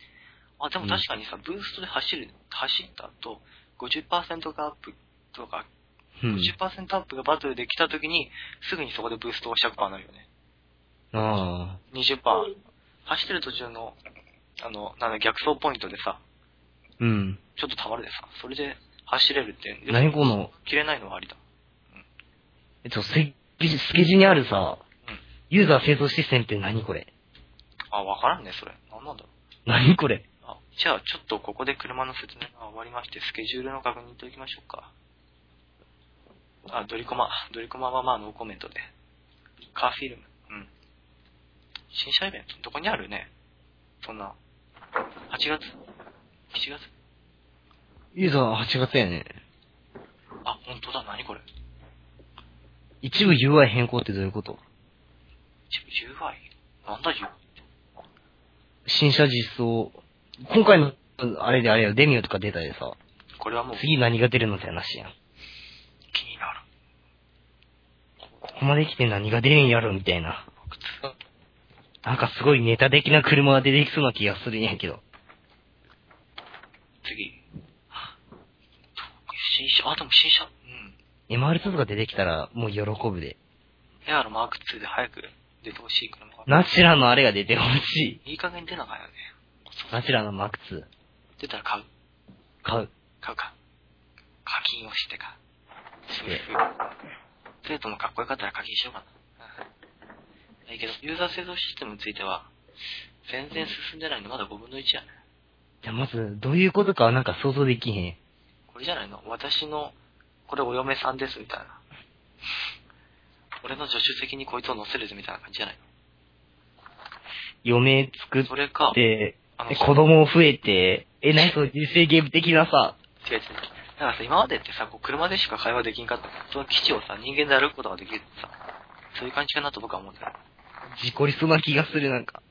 あ、でも確かにさ、ブーストで走る、走った後、50%がアップとか、
うん。
50%アップがバトルで来た時に、すぐにそこでブーストをしたくはないよね。
あ
20%。走ってる途中の、あの、なんだ、逆走ポイントでさ、
あ。うん。
ちょっと溜まるでさ、それで走れるって。
何この、
切れないのはありだ。
えっと、せスケジュにあるさ
うん、
ユーザー清掃システムって何これ
あ、わからんね、それ。なんなんだろう。
何これ
あじゃあ、ちょっとここで車の説明が終わりまして、スケジュールの確認といきましょうか。あ、ドリコマ。ドリコマはまあノーコメントで。カーフィルム。うん。新車イベントどこにあるねそんな。8月 ?7 月
ユーザー8月やね。
あ、本当だ。何これ
一部 UI 変更ってどういうこと
ち ?UI? なんだ UI?
新車実装。今回の、あれであれよ、デミオとか出たでさ、
これはもう気
次何が出るのって話やん。
になる。
ここまで来て何が出るんやろみたいな。なんかすごいネタ的な車が出てきそうな気がするんやけど。
次。新車、あ、でも新車。うん。
MR2 とか出てきたらもう喜ぶで。
エアロマーク2で早く出てほしいからな。
ナチュラのあれが出てほしい。
いい加減出なかったね。
ナチュラのマック2。
出たら買う。
買う。
買うか。課金をしてか。
して。
生徒もかっこよかったら課金しようかな。いいけど、ユーザー制度システムについては、全然進んでないの、まだ5分の1やね。
じゃあまず、どういうことかはなんか想像できへん。
これじゃないの私の、これお嫁さんです、みたいな。俺の助手席にこいつを乗せるぜ、みたいな感じじゃない
嫁作っ
のそれか、
て、
あの、
で子供増えて、え、何その人生ゲーム的なさ、
違う違う。だからさ、今までってさ、こう車でしか会話できんかった。その基地をさ、人間で歩くことができるってさ、そういう感じかなと僕は思うんだよ。
事故りそうな気がする、なんか。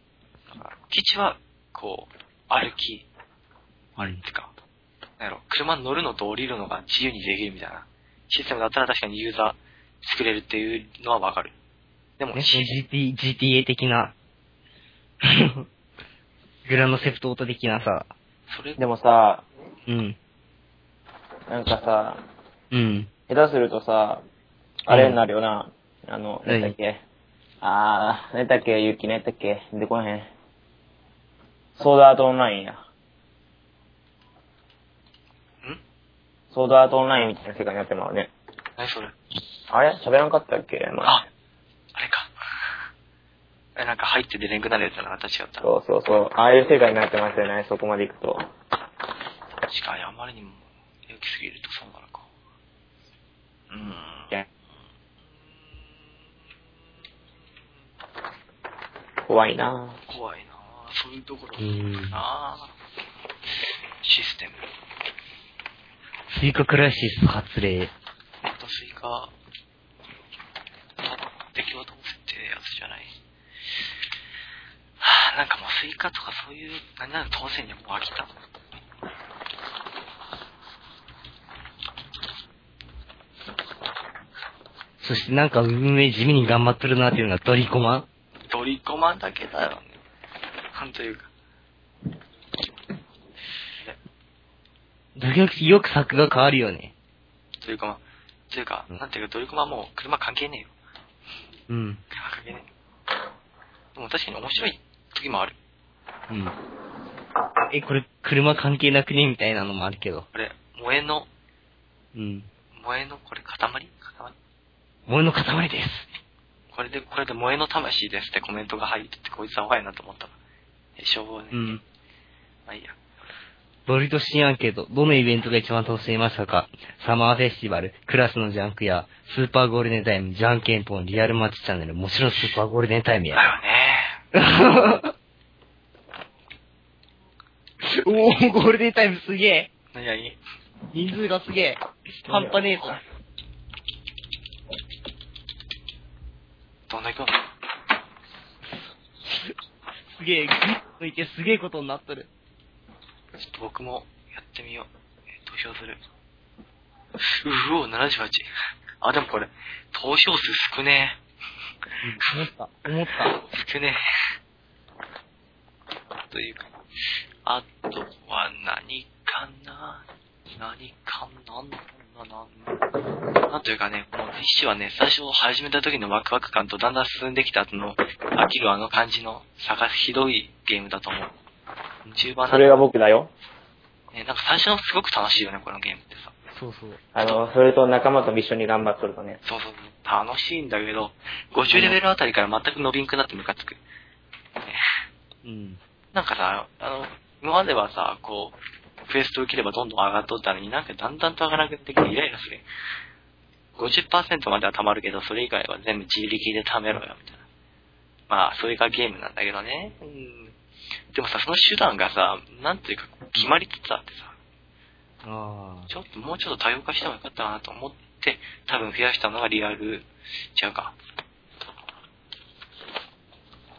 だから基地は、こう、歩き、
あれ
てか、なんやろ、車に乗るのと降りるのが自由にできるみたいなシステムだったら確かにユーザー作れるっていうのはわかる。でも、
ね、
し
GT GTA 的な、 グランドセプトオート的なさ、
それ、
でもさ、
うん、
なんかさ、
うん。
下手するとさ、あれになるよな。あの、何だっけ。あー、何だっけ、ゆき、何だっけ。で、この辺。ソードアートオンラインや。んソードアートオンラインみたいな世界になってまうね。
何それ
あれ喋らんかったっけま
あ、あれか。 え、なんか入って出れんくなるやつだな、私やった。
そうそうそう。ああいう世界になってますよね、そこまで行くと。
確かにあまりにも良きすぎるとそうなるか。うーん。
いや怖いな
怖いなぁそういうところ
う。ん
なぁシステム。
スイカクライシス発令。
あとスイカ、適応動物ってやつじゃない。はぁ、なんかもうスイカとかそういう、何々当選にはもう飽きた。
そしてなんか運営地味に頑張っとるなっていうのがドリコマ
ドリコマンだけだよね。なんというか。
ドキドキよく作が変わるよね。
ドリコマン。というか、
うん
なんていうか、ドリコマンもう車関係ねえよ。
うん。
車関係ねえ。でも確かに面白い時もある。
うん。え、これ、車関係なくねみたいなのもあるけど。
あれ、萌えの、
うん。
萌えのこれ塊塊
萌えの塊です。
これで、これで萌えの魂ですってコメントが入ってて、こいつはホやなと思ったわ。え、消防ね。
うん。
まあいいや。
ドリト新アンケート、どのイベントが一番楽しみましたかサマーフェスティバル、クラスのジャンクや、スーパーゴールデンタイム、じゃんけんぽん、リアルマッチチャンネル、もちろんスーパーゴールデンタイム
だ
や。
よね。
おー、ゴールデンタイムすげえ
何何
人数がすげえ半端ねえぞ。
どんだけおんの
すげえ、グッといてすげえことになっとる。
ちょっと僕もやってみよう。え投票する。うお、78。あ、でもこれ、投票数少ね
思った、思った。
え。少ねえ。というか、あとは何かな何かなんだなんなんというかね、このフィッシュはね、最初始めた時のワクワク感とだんだん進んできた後の、秋川の感じの差がひどいゲームだと思う。中盤だ
それが僕だよ。
ね、なんか最初のすごく楽しいよね、このゲームってさ。
そうそう。
あの、それと仲間と一緒に頑張っとるとね。
そうそうそう、楽しいんだけど、50レベルあたりから全く伸びんくなってムカつく。
うん。
なんかさ、あの、今まではさ、こう、クエスト受ければどんどん上がっとったのになんかだんだんと上がらなくなってきてイライラするよ。50%までは溜まるけど、それ以外は全部自力で貯めろよ、みたいな。まあ、それがゲームなんだけどね。うん。でもさ、その手段がさ、なんていうか、決まりつつあってさ、
あ
ちょっともうちょっと多様化してもよかったなと思って、多分増やしたのがリアル、ちゃうか。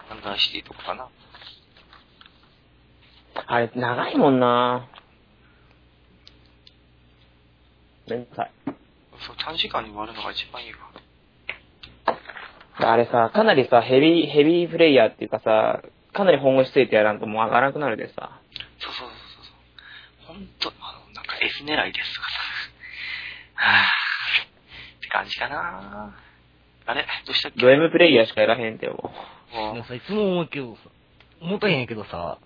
なんだシティとかかな。
あれ、長いもんなめんどくさい。
そう、短時間に終わるのが一番いいわ。
あれさ、かなりさ、ヘビー、ヘビープレイヤーっていうかさ、かなり本腰ついてやらんともう上がらなくなるでさ。
そうそうそうそうそう。ほんと、あの、なんか S 狙いですとかさ。はぁ、って感じかなあれどうしたっけ
ド M プレイヤーしかやらへんって思
も
で
う
もさ、いつも思うけどさ、思ったんやけどさ、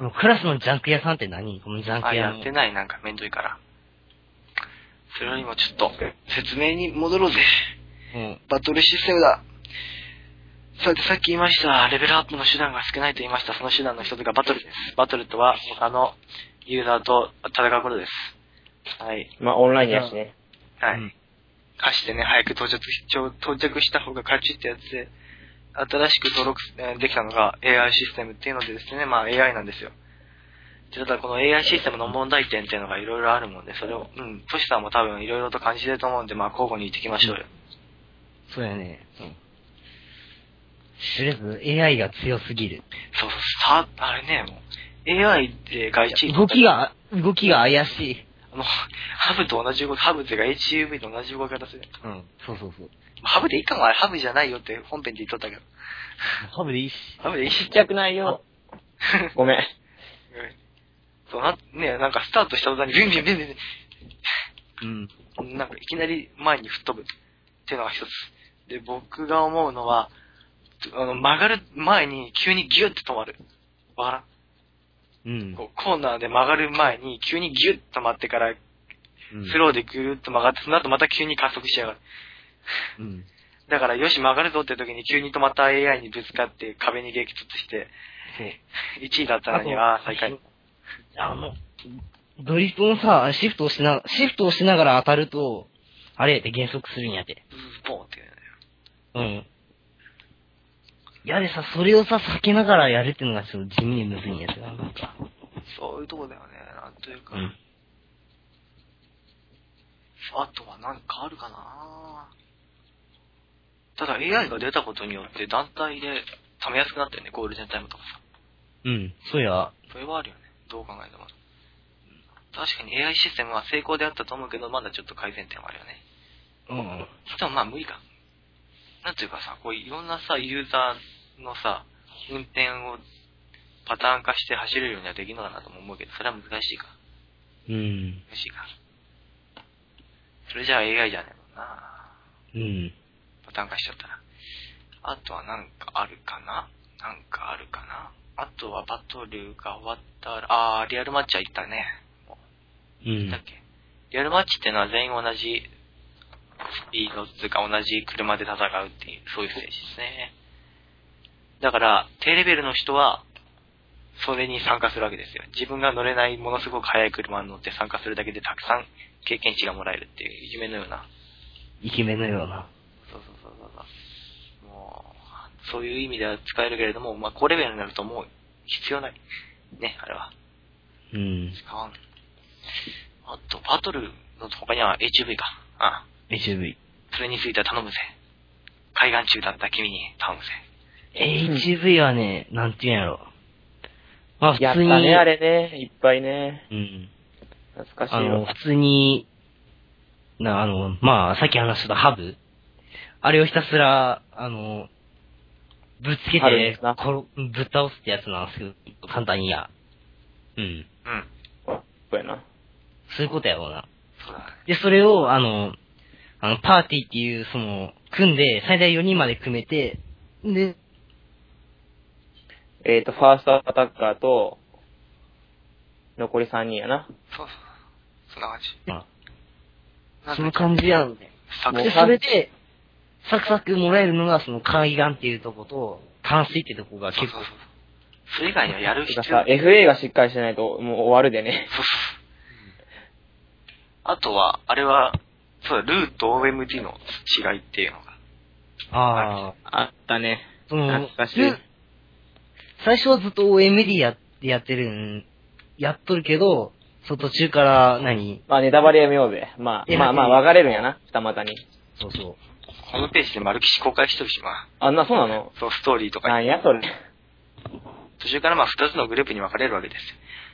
あのクラスのジャンク屋さんって何このジャン
あ、
ク屋
や
の。
ってない、なんかめんどいから。それよりもちょっと、説明に戻ろうぜ。
うん。
バトルシステムだ。さて、さっき言いました、レベルアップの手段が少ないと言いました。その手段の一つがバトルです。バトルとは、他のユーザーと戦うことです。はい。
う。まあ、オンラインやしね。
は
うん
い。貸してね、早く到着し、ちょ到着した方が勝ちってやつで、新しく登録えーできたのが AI システムっていうのでですね、まあ AI なんですよ。でただこの AI システムの問題点っていうのがいろいろあるもんで、それを、うん、トシさんも多分いろいろと感じてると思うんで、まあ交互に言ってきましょうよ。
そうやね。うん。とりあえず AI が強すぎる。
そうそう、スター、あれね、もう、AI って外注
動き、が、動きが怪しい。
あの、ハブと同じ動き、ハブっていうか HUV と同じ動き方する。
うん。そうそうそう。
ハブでいいかも、あれハブじゃないよって本編で言っとったけど。
ハブでいいし。
ハブでいい
ちっちゃくないよ。ごめん。
うんそうな、ねなんかスタートした途端にビュンビュンビュンビュン
うん。
ビュン、なんかいきなり前に吹っ飛ぶっていうのが一つ。で、僕が思うのは、あの曲がる前に急にギュッて止まる。わからん
うん。
こうコーナーで曲がる前に急にギュッと止まってから、スローでぐーっと曲がって、その後また急に加速しやがる。
うん。
だから、よし曲がるぞって時に急に止まった AI にぶつかって壁に激突して、1位だったのに、ああ、最下位。
あの、ドリフトのさ、シフトをしな、シフトをしながら当たると、あれやって減速するんやて。
ボーンって。
うん。いやでさ、それをさ、避けながらやるっていうのがちょっと地味にむずいんやつな、なんか。
そういうとこだよね、なんというか。
うん。
あとは何かあるかなただ AI が出たことによって団体で貯めやすくなったよね、ゴールデンタイムとかさ。
うん。そうや。
それはあるよね、どう考えても。確かに AI システムは成功であったと思うけど、まだちょっと改善点はあるよね。
うん。
でもまあ無理か。なんていうかさ、こういろんなさ、ユーザーのさ、運転をパターン化して走れるようにはできるのかなとも思うけど、それは難しいか。
うん。
難しいか。それじゃあ AI じゃねえもんな
うん。
パターン化しちゃったら。あとはなんかあるかななんかあるかなあとはバトルが終わったら、あー、リアルマッチは行ったね。
う
だっ
ん。
けリアルマッチってのは全員同じスピードっていうか同じ車で戦うっていう、そういうステージですね。だから、低レベルの人は、それに参加するわけですよ。自分が乗れないものすごく速い車に乗って参加するだけでたくさん経験値がもらえるっていう、いじめのような
イケメンのような。
そうそうそうそうそう。もう、そういう意味では使えるけれども、まあ、高レベルになるともう必要ない。ね、あれは。
うん。
使わん。あと、バトルの他には HV か。ああ
HV。
それについては頼むぜ。海岸中だった君に頼むぜ。
HV はね、なんていうんやろ。まあ普
やった
通に、
ね、あれね。いっぱいね。
うん。
懐か
あ
しい
の、
よ。
普通に、な、あの、まあ、さっき話したハブあれをひたすら、あの、ぶつけ
あるんで
て
すな、
ころぶっ倒すってやつなんですけど、簡単にや。うん。
うん。
そうやな。
そういうことやろうな。
そうだね。
で、それを、あの、あの、パーティーっていう、その、組んで、最大4人まで組めて、で、
えっ、ー、と、ファーストアタッカーと、残り3人やな。
そうそう。そんな感じ。
ま
な
あ、
ん
そ
だ
の
っけ
感じやんね。
作
もう
で、それで、サクサクもらえるのが、その、海岸っていうとこと、淡水ってとこが
そう
結
そう
構
そう。それ以外にはやる
て
必
か
要な
さ、
い。
FA がしっかりしてないと、もう終わるでね。
そうそうあとは、あれは、そうだ、ルーと OMD の違いっていうのが。
ああ、
あったね。
その
懐かしい
ル最初はずっと OMD やってやってるん、やっとるけど、そう途中から何、
まあ、ネタバレやめようぜ。ま
い
あ、
や
まあまあ、
いや
分かれるんやな、二股に。
そうそ
ホームページで丸岸公開しとるし、まあ、
あんな、そうなの
そう、ストーリーとか
なんや、それ。
途中からまあ2つのグループに分かれるわけですよ。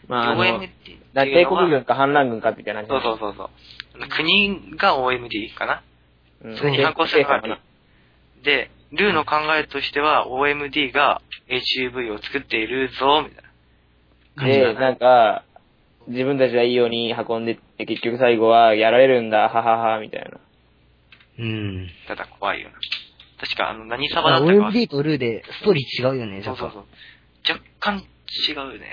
まあ、あ
OMD
の
っ、
だ
てい
帝
うのは
国軍か反乱軍かって感じ。
そうそうそうそう。あの国が OMD かな。
うん。
それに反抗するか
政府
ら。で、ルーの考えとしては OMD が HUV を作っているぞ、みたいな。
で、
う。
なんか、自分たちがいいように運んでって、結局最後は、やられるんだ、ははは、みたいな。
うん。
ただ怖いよな。確か、あの、何サバだ
あ
った
オ
か
レ
忘
ン
れ
ジとルーでストーリー違うよね、
そうそう
若
そう。若干違うね。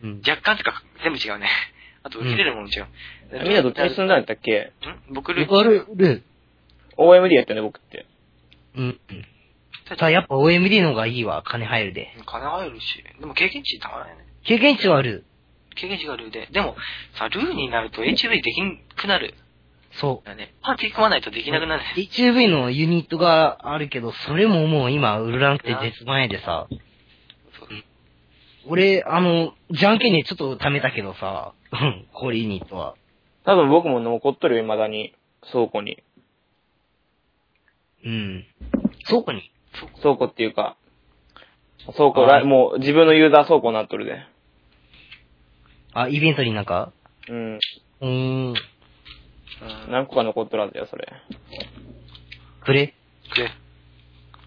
干うん。
若干ってか、全部違うね。あと、
う
売
ん
れるもん違う。
みんなどっちに進んだんだったっけ
ん僕ルー
僕はルー、ル
?OMD やったよね、僕って。
ー。うん。さあ、やっぱ OMD の方がいいわ、金入るで。
金入るし、でも経験値たまらないね。
経験値はある。
経験値がルーで。でも、さ、ルーになると HV できんくなる。
そう。
だね。パーティー組まないとできなくなる。
HUV のユニットがあるけど、それももう今売らなくて絶前でさ、
そう
俺、あの、じゃんけんでちょっと貯めたけどさ、うんこれユニットは。
多分僕も残っとるよ、未だに。倉庫に。
うん。倉庫に。
倉庫っていうか、倉庫、
はい
らもう自分のユーザー倉庫になっとるで。
あ、イベントになんか
うん。
うーん。
何個か残っとるはずよ、それ。
くれ
くれ。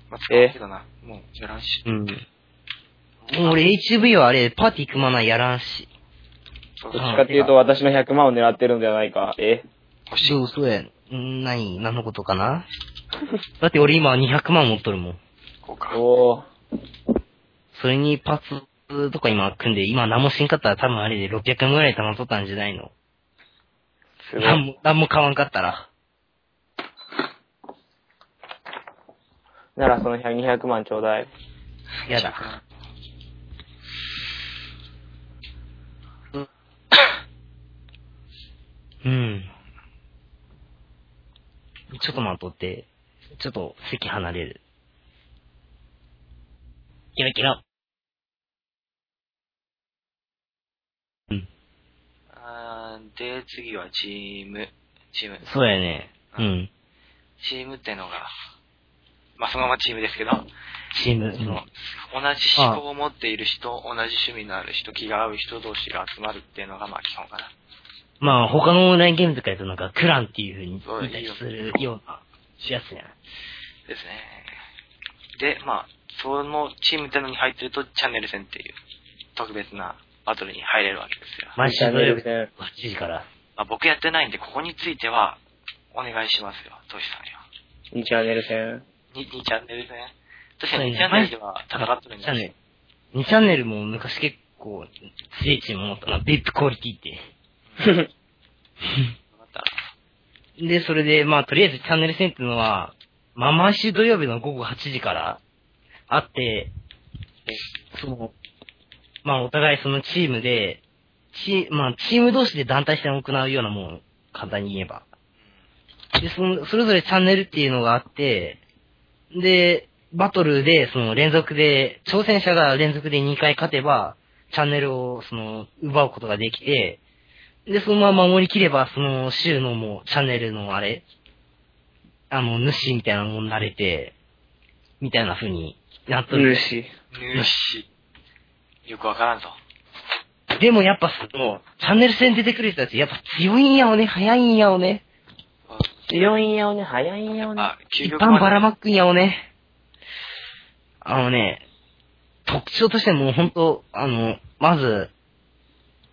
まあ、使うけどな。もう、やらんし。
うん。もう俺 HUV はあれ、パーティー組まないやらんし。
そ
ど
う
っ
そ
ち
う
かっていうと私の100万を狙ってるんではないか。え
欲しい。
そう、そうやん。ん何何のことかなだって俺今200万持っとるもん。
こうか。
おー。
それにパーツとか今組んで、今何もしんかったら多分あれで600万ぐらい貯まっとったんじゃないの
すごい。
何も、何も買わんかったら。
ならその100 200万ちょうだい。
やだ。うん。ちょっと待っとって。ちょっと席離れる。キラキラ。
あーで、次はチーム。チーム。
そうやね。うん。
チームってのが、まあ、そのままチームですけど、
チーム。う
その
ん
同じ思考を持っている人、同じ趣味のある人、気が合う人同士が集まるっていうのが、まあ、基本かな。
まあ、他のオンラインゲームとかやとなんか、クランっていう風に
そう
言ったりするようなやつじゃない。
ですね。で、まあ、そのチームってのに入ってると、チャンネル戦っていう、特別なバトルに入れるわけですよ。
毎週土曜日
ね。
8時から。
まあ、僕やってないんで、ここについては、お願いしますよ、トシさんよ。
2チャンネル戦。
に2チャンネル戦。確
そ
か
う
に
ね
2チャンネルでは戦ってるん
2
じ
チャ
ゃ
ン
な
ネ
い
ル。2チャンネルも昔結構、聖地も持ったな。ベップクオリティって。
また、
で、それで、まあ、とりあえずチャンネル戦っていうのは、まあ、毎週土曜日の午後8時からあって、その、まあ、お互いそのチームで、チー、まあ、チーム同士で団体戦を行うようなもん、簡単に言えば。で、その、それぞれチャンネルっていうのがあって、で、バトルで、その連続で、挑戦者が連続で2回勝てば、チャンネルを、その、奪うことができて、で、そのまま守り切れば、その週のもう、チャンネルのあれ、あの、主みたいなもんになれて、みたいな風になっ とる。
主。
ぬし。よくわからんぞ。
でもやっぱその、チャンネル戦出てくる人たち、やっぱ強いんやおね、早いんやおね、
強いんやおね、早いんやおね。
あ、究
一
極
般ばら
ま
まくんやおね。あのね、特徴としてもうほんと、あの、まず、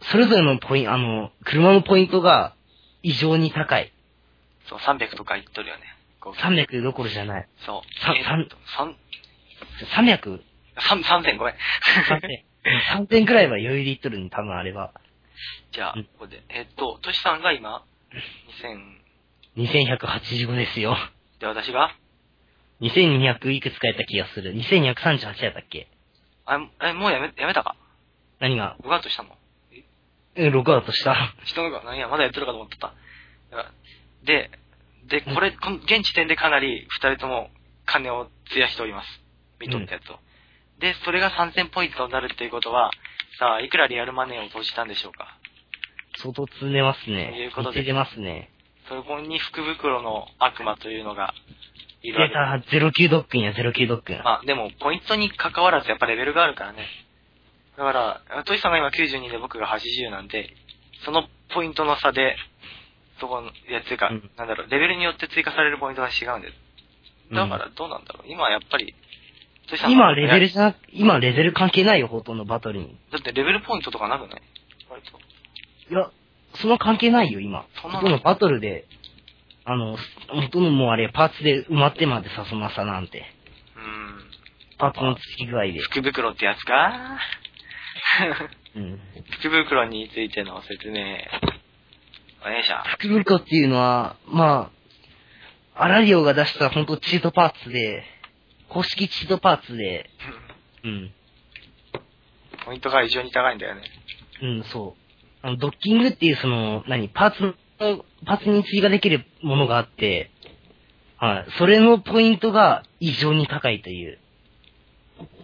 それぞれのポイント、あの、車のポイントが異常に高い。
で、そう、300とか言っとるよね。こう
300どころじゃない。
そう。
さ
え
さん
っと三
300?
三三千ごめん。
3000 3000くらいは余裕で言っとるね、多分あれは。
じゃあ、
うん
ここで。えっと、としさんが今、2000、
2185ですよ。
で、私が、
2200いくつかやった気がする。2238やったっけ
あ、え、もうやめ、やめたか
何が
ログアウトしたの
うん、ログアウトした。
人のが、何や、まだやってるかと思ってた。で、で、これ、この現時点でかなり二人とも金を費やしております。見とったやつを。で、それが3000ポイントになるっていうことは、さあ、いくらリアルマネーを投じたんでしょうか
相当積んでます
とい
ね
うこ。とで
見てますね。
そこに福袋の悪魔というのがい
デ
るわ
ー
けで
タ09ドックンや09ドックン
す。。まあ、でも、ポイントに関わらずやっぱレベルがあるからね。だから、トシさんが今92で僕が80なんで、そのポイントの差で、そこの、いや、つうか、
うん
なんだろう、レベルによって追加されるポイントが違うんです。だから、どうなんだろう。今はやっぱり、トシさん
今レベル
いや
じゃなく、今レベル関係ないよ、ほとんどバトルに。
だってレベルポイントとかなくない割と。
いや、その関係ないよ、今。
そ
そ
んなの
のバトルで、あの、元のもうあれ、パーツで埋まってまでさ、その朝なんて。
うん。
パーツの付き具合で。
福袋ってやつか
うん。
福袋についての説明、お願いします。
福袋っていうのは、まあ、アラリオが出した本当チートパーツで、公式チートパーツで、うん。
ポイントが異常に高いんだよね。
うん、そう。あの、ドッキングっていうその、何、パーツの、パーツに追加できるものがあって、はい。それのポイントが異常に高いという。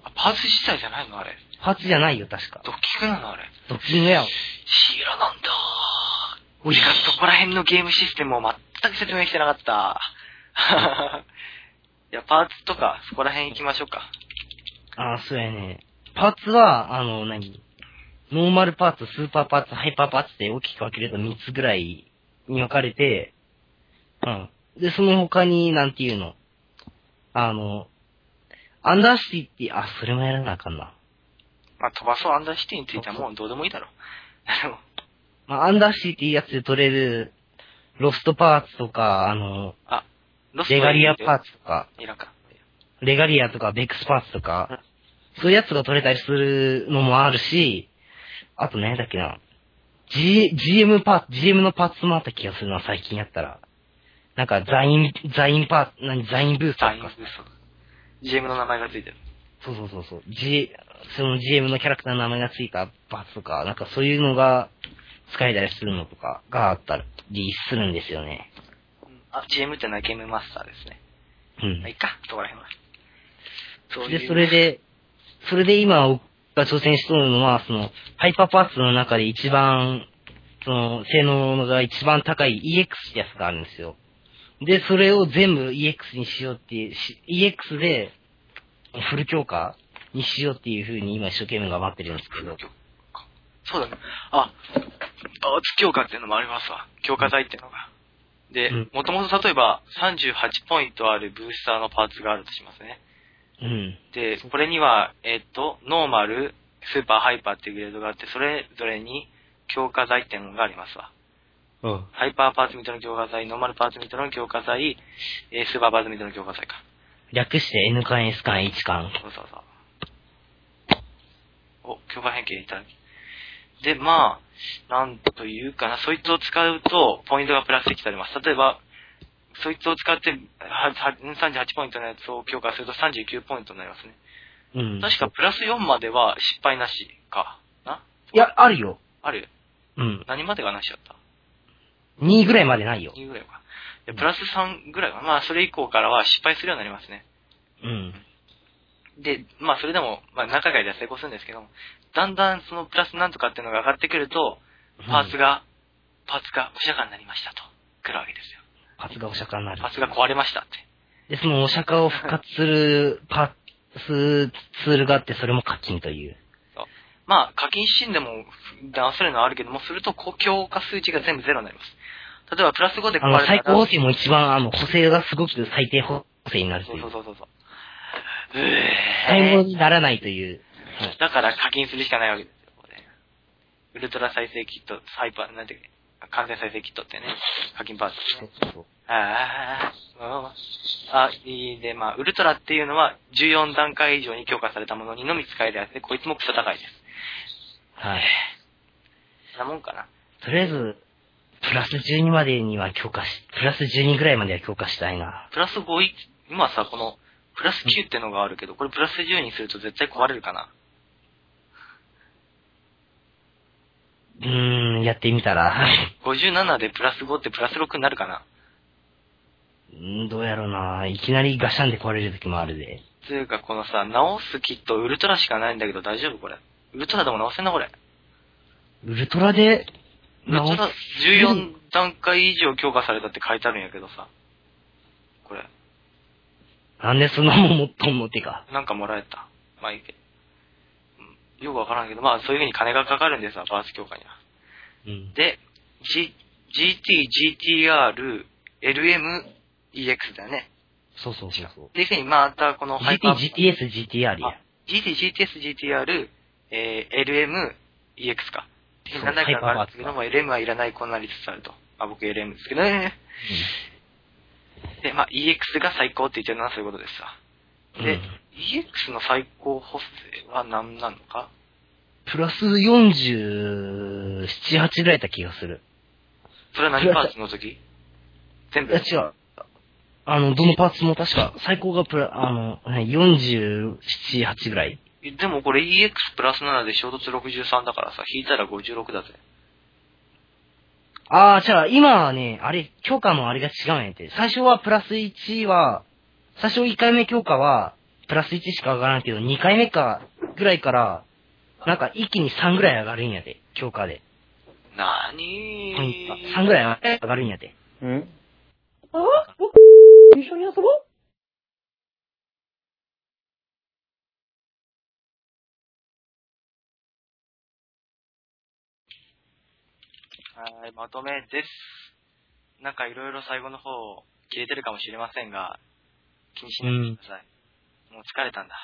あパーツ自体じゃないのあれ。
パーツじゃないよ、確か。
ドッキングなのあれ。
ドッキングやわ。
シーラなんだ。おいがそこら辺のゲームシステムを全く説明してなかった。 いや、パーツとか、そこら辺行きましょうか。
ああ、そうやね。パーツは、あの、何ノーマルパーツ、スーパーパーツ、ハイパーパーツって大きく分けると3つぐらいに分かれて、うん。で、その他に、なんていうのあの、アンダーシティって、あ、それもやらなあかんな。
まあ、飛ばそうアンダーシティについてはもうどうでもいいだろう。 あの
まあ、アンダーシティっていうやつで取れる、ロストパーツとか、あの、
あ、ロスト
レガリアパー
ツ。
ツとか、
いらんか。
レガリアとかベックスパーツとか、そういうやつが取れたりするのもあるし、あと何だっけな、G、GM パーツ、GM のパーツもあった気がするな、最近やったら。なんか、ザイン、ザインパーツ、何、ザインブースタ
サイ
ー
ン
と
ブー
か
ス。GM の名前がついてる。
そうそうそうそう。G、その GM のキャラクターの名前がついたパーツとか、なんかそういうのが使えたりするのとかがあったりするんですよね。
あ、GM ってのはゲームマスターですね。
うん。
まあ、いっか、そこら辺は。そういう
で、それで、それで今、僕が挑戦しとるのは、その、ハイパーパーツの中で一番、その、性能が一番高い EX ってやつがあるんですよ。で、それを全部 EX にしようっていう、し EX で、フル強化にしようっていう風に今一生懸命頑張ってるんですけど。
そうだね。あ、パーツ強化っていうのもありますわ。強化剤っていうのが。で
うん、
もともと例えば38ポイントあるブースターのパーツがあるとしますね。
うん。
で、これには、えっと、ノーマル、スーパー、ハイパーっていうグレードがあって、それぞれに強化剤っていうのがありますわ。
うん。
ハイパーパーツミットの強化剤、ノーマルパーツミットの強化剤、えースーパーパーツミットの強化剤か。
略して N 缶 S 缶 H 缶。
そうそうそう。お、強化変形いただき。で、まあ、なんというかな、そいつを使うと、ポイントがプラスできたります。例えば、そいつを使って、はは38ポイントのやつを強化すると39ポイントになりますね。
うん。
確かプラス4までは失敗なしか。ない
や、あるよ。
ある
うん。
何までがなしだった
2ぐらいまでないよ。
?2 ぐらいか。いやプラス3ぐらいか。まあ、それ以降からは失敗するようになりますね。
うん。
で、まあそれでも、まあ何回かでは成功するんですけども、だんだんそのプラスなんとかっていうのが上がってくると、パーツが、パーツがお釈迦になりましたと、来るわけですよ。
パーツがお釈迦になる
パー。ツが壊れましたって。
で、そのお釈迦を復活するパスツールがあって、それも課金という。
まあ課金シーンでも直せるのはあるけども、すると公共化数値が全部ゼロになります。例えばプラス5で
あ
壊
の、
れ
最
た
高
ら、
補正も一番、あの、補正がすごく最低補正になる
そ
と
う
い
そう
う。
そうそうそう。
買い物
え
にならないという。
ー、だから課金するしかないわけですよ、これ。ウルトラ再生キット、ハイパー、なんていうか、完全再生キットってね、課金パーツですね。あーあー、あいいで、まあ、ウルトラっていうのは14段階以上に強化されたものにのみ使えるやつで、こいつもクソ高いです。
はい。
そんなもんかな。
とりあえず、プラス12までには強化し、プラス12ぐらいまでは強化したいな。
プラス5い、今さ、この、プラス9ってのがあるけど、これプラス10にすると絶対壊れるかな。
うーん、やってみたら。
57でプラス5ってプラス6になるかな。
うんどうやろうな。いきなりガシャンで壊れる時もあるで。
というか、このさ、直すキットウルトラしかないんだけど大丈夫これ。ウルトラでも直せんなこれ。
ウルトラで、
ウルトラ
直す
14段階以上強化されたって書いてあるんやけどさ。これ。
なんでそんなもん持っとんのってか。
なんかもらえた。まあいいけど。うんよくわからんけど、まあそういう風に金がかかるんですわ、バース強化には。
うん。
で、G、GT、GTR、LM、EX だよね。
そうそうそうそう。
で、いう風にまたこの
GT、GTS、GTR や
あ。GT、GTS、GTR、えー、LM、EX か。で、
そう
7回かあるんですけども、LM はいらないこうなりつつあると。あ、僕 LM ですけどね。で、まあ、EX が最高って言ってるのはそういうことですわ。で、
うん
EX の最高補正は何なのか
プラス47、8ぐらいだった気がする。
それは何パーツの時全
い
部
や、違う。あの、どのパーツも確か、最高がプラ、あの、はい47、8ぐらい。
でもこれ EX プラス7で衝突63だからさ、引いたら56だぜ。
あー、じゃあ、今はね、あれ、強化のあれが違うんやって。最初はプラス1は、最初1回目強化は、プラス1しか上がらんけど、2回目か、ぐらいから、なんか一気に3ぐらい上がるんやで、強化で。
なーに
ポイントが
ー
3ぐらい上がるんやで。
うん
あ僕一緒に遊ぼう
はい、まとめです。なんかいろいろ最後の方、切れてるかもしれませんが、気にしないでください。もう疲れたんだ。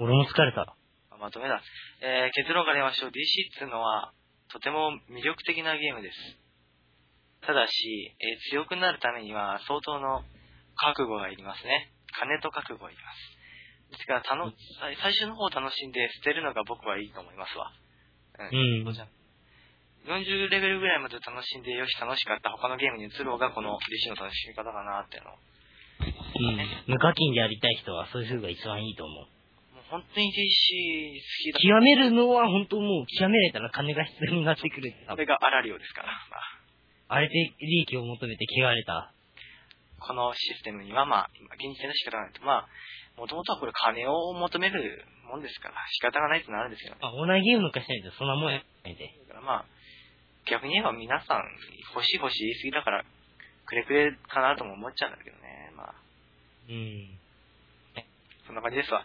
俺も疲れた。
まとめだ。えー、結論から言いましょう。DC っていうのは、とても魅力的なゲームです。ただし、えー強くなるためには、相当の覚悟がいりますね。金と覚悟がいります。ですから、たの、最最初の方を楽しんで捨てるのが僕はいいと思いますわ。
うん
そうじゃん40レベルぐらいまで楽しんで、よし、楽しかった。他のゲームに移ろうが、この DC の楽しみ方かなっていうのを
無課金でやりたい人は、そういう風が一番いいと思う。
もう本当に DC 好きだ。
極めるのは本当もう、極められたら金が必要になってくる。
これがアラリオですから。まあ
あれで利益を求めて汚れた。
このシステムには、まあ、今現時点で仕方がないと。まあ、もともとはこれ金を求めるもんですから、仕方がないってなるんですよね。
まあ、オーナーゲームなんかしないとそんなもんやないで。
だからまあ、逆に言えば皆さん、欲しい欲しい言い過ぎだから、くれくれかなとも思っちゃうんだけどね。まあ、
うん。
そんな感じですわ。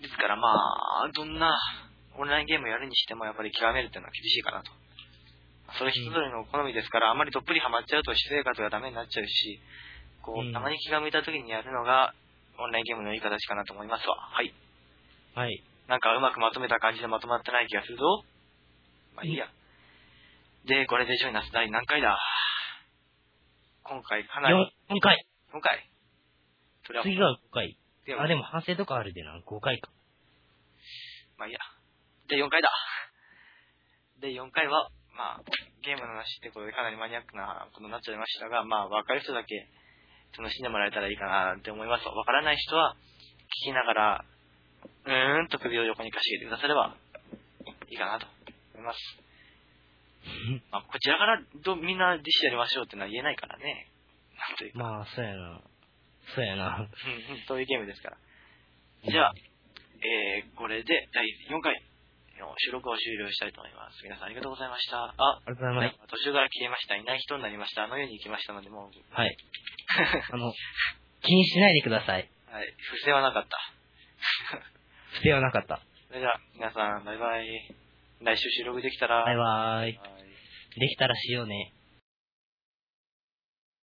ですからまあ、どんなオンラインゲームやるにしてもやっぱり極めるっていうのは厳しいかなと。それ人それぞれの好みですから、あまりどっぷりハマっちゃうと私生活がダメになっちゃうし、こ
うん
う、たまに気が向いた時にやるのが、オンラインゲームのいい形かなと思いますわ。はい。
はい。
なんかうまくまとめた感じでまとまってない気がするぞ。まあいいや。で、これでジョイナス第何回だ今回かなり、
4回。
今回。それは、
次が5回。
で
あ、でも反省とかあるでな。5回か。
まあいいや。で、4回だ。で、4回は、まあ、ゲームの話ってことでかなりマニアックなことになっちゃいましたが、まあ、わかる人だけ楽しんでもらえたらいいかなって思います。わからない人は、聞きながら、うーんと首を横にかしげてくだされば、いいかなと思います。まあ、こちらからどうみんな DC やりましょうってのは言えないからね。なんというか、
まあ、そうやな。そうやな。
うんうんそういうゲームですから。じゃあ、えー、これで第4回の収録を終了したいと思います。皆さんありがとうございました。あ、
ありがとうござ
な
いま
ん
す。
か途中から消えました。いない人になりました。あの世に行きましたので、もう、
はい。あの、気にしないでください。
はい、不正はなかった。
不正はなかった。
それでは、皆さん、バイバイ。来週収録できたら、
バイバーイ。
バイ
できたらしようね。